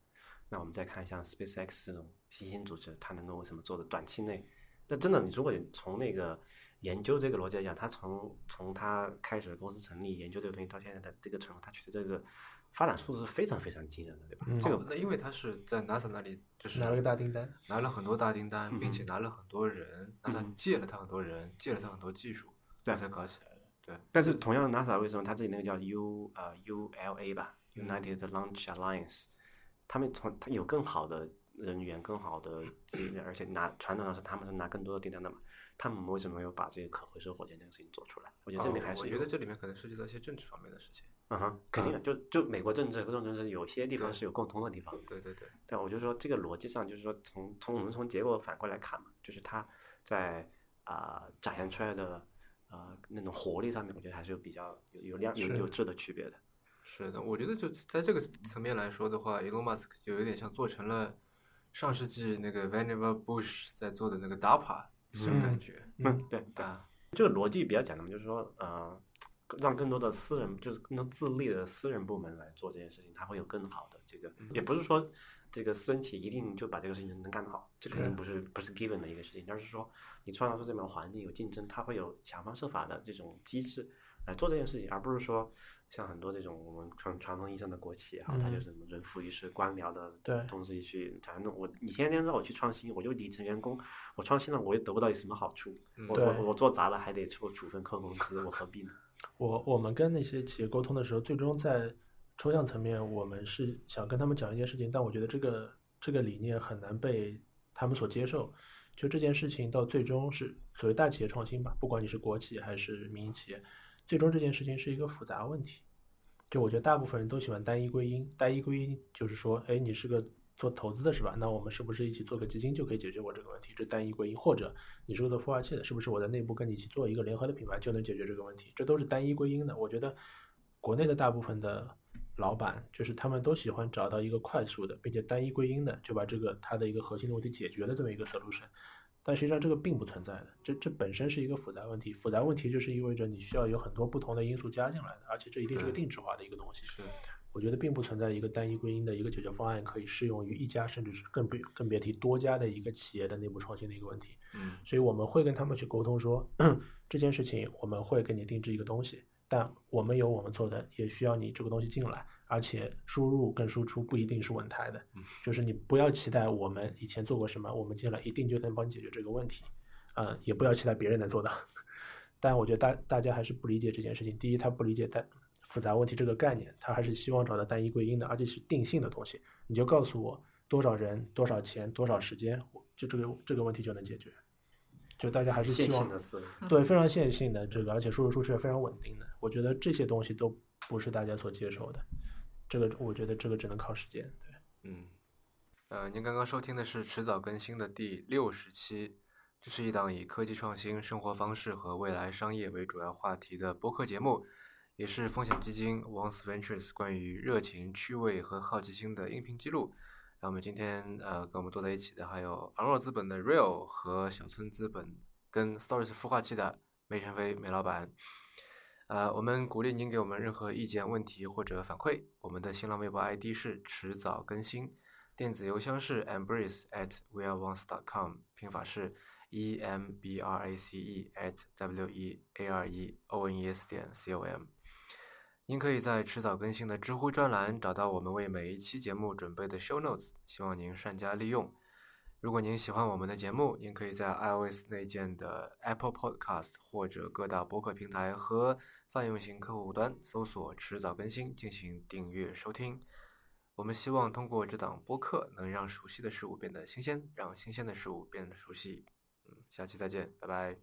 那我们再看像 SpaceX 这种新兴组织，它能够为什么做的短期内？那真的，你如果你从那个研究这个逻辑来讲，它从从它开始公司成立研究这个东西到现在的这个成果，它取得这个发展速度是非常非常惊人的，对吧？
嗯
这个
哦那因为他是在 NASA 那里，就是
拿了个大订单，
拿了很多大订单，
嗯
并且拿了很多人，NASA 借了他很多人，借了他很多技术，
对
他才搞起来的。对，
但是同样，NASA 为什么它自己那个叫 U 呃 ULA 吧，United
嗯
Launch Alliance，他们从它有更好的人员、更好的资源，而且拿传统上是他们是拿更多的订单的嘛，他们为什么没有把这个可回收火箭这个事情做出来？我觉得这里
哦
还是
我
有
觉得这里面可能涉及到一些政治方面的事情。
嗯哼，肯定的，就就美国政治和各种政治有些地方
对
是有共通的地方，
对对对，
但我就说这个逻辑上，就是说从从我们从结果反过来看嘛，就是它在啊、展现出来的啊那种活力上面，我觉得还是有比较有有量有
是
有质的区别的。
是的，我觉得就在这个层面来说的话，Elon Musk 就有点像做成了上世纪那个 Vannevar Bush 在做的那个 DARPA 这种感觉、
嗯，对对，
啊。
这个逻辑比较简单嘛，就是说呃，让更多的私人，就是更多自立的私人部门来做这件事情，它会有更好的这个，
嗯
也不是说这个私人企业一定就把这个事情能干得好，这肯定不是不是 given 的一个事情，但是说你创造出这么个环境有竞争，它会有想方设法的这种机制。来做这件事情，而不是说像很多这种我们传传统意义上的国企也好，它
嗯
就是什么人浮于事、官僚的
对
东西去，反正我你天天让我去创新，我就底层员工，我创新了我又得不到有什么好处，
嗯
我
对
我我做砸了还得受处分扣工资，我何必呢？
我我们跟那些企业沟通的时候，最终在抽象层面，我们是想跟他们讲一件事情，但我觉得这个这个理念很难被他们所接受。就这件事情到最终是所谓大企业创新吧，不管你是国企还是民营企业，最终这件事情是一个复杂问题。就我觉得大部分人都喜欢单一归因，单一归因就是说，哎，你是个做投资的是吧？那我们是不是一起做个基金就可以解决我这个问题？这单一归因，或者你是个做孵化器的，是不是我在内部跟你一起做一个联合的品牌就能解决这个问题？这都是单一归因的。我觉得国内的大部分的老板，就是他们都喜欢找到一个快速的，并且单一归因的，就把这个他的一个核心的问题解决了这么一个 solution。但实际上这个并不存在的，这这本身是一个复杂问题。复杂问题就是意味着你需要有很多不同的因素加进来的，而且这一定是个
对
定制化的一个东西。
是，
我觉得并不存在一个单一归因的一个解决方案可以适用于一家，甚至是更别更别提多家的一个企业的内部创新的一个问题。
嗯，
所以我们会跟他们去沟通说， 这件事情我们会给你定制一个东西，但我们有我们做的，也需要你这个东西进来，而且输入跟输出不一定是稳态的，就是你不要期待我们以前做过什么，我们进来一定就能帮你解决这个问题，呃，也不要期待别人能做到。 但我觉得大大家还是不理解这件事情。第一，他不理解单复杂问题这个概念，他还是希望找到单一归因的，而且是定性的东西。你就告诉我多少人、多少钱、多少时间，我就这个这个问题就能解决。就大家还是希
线
望
性的思维，
对，非常线性的这个，而且输入输出也非常稳定的。我觉得这些东西都不是大家所接受的。这个我觉得这个只能靠时间。对，
嗯，呃，您刚刚收听的是迟早更新的第六十期，这是一档以科技创新、生活方式和未来商业为主要话题的播客节目，也是风险基金 Once Ventures 关于热情、趣味和好奇心的音频记录。那我们今天呃跟我们坐在一起的还有昂若资本的 Real 和小村资本跟 Stories 孵化器的梅晨飞梅老板。呃，我们鼓励您给我们任何意见、问题或者反馈。我们的新浪微博 ID 是迟早更新，电子邮箱是 embrace at weareonce.com，拼法是 e m b r a c e at w e a r e o n e s 点 c o m。您可以在迟早更新的知乎专栏找到我们为每一期节目准备的 show notes，希望您善加利用。如果您喜欢我们的节目，您可以在 iOS 内建的 Apple Podcast 或者各大播客平台和泛用型客户端搜索“迟早更新”进行订阅收听。我们希望通过这档播客，能让熟悉的事物变得新鲜，让新鲜的事物变得熟悉。嗯，下期再见，拜拜。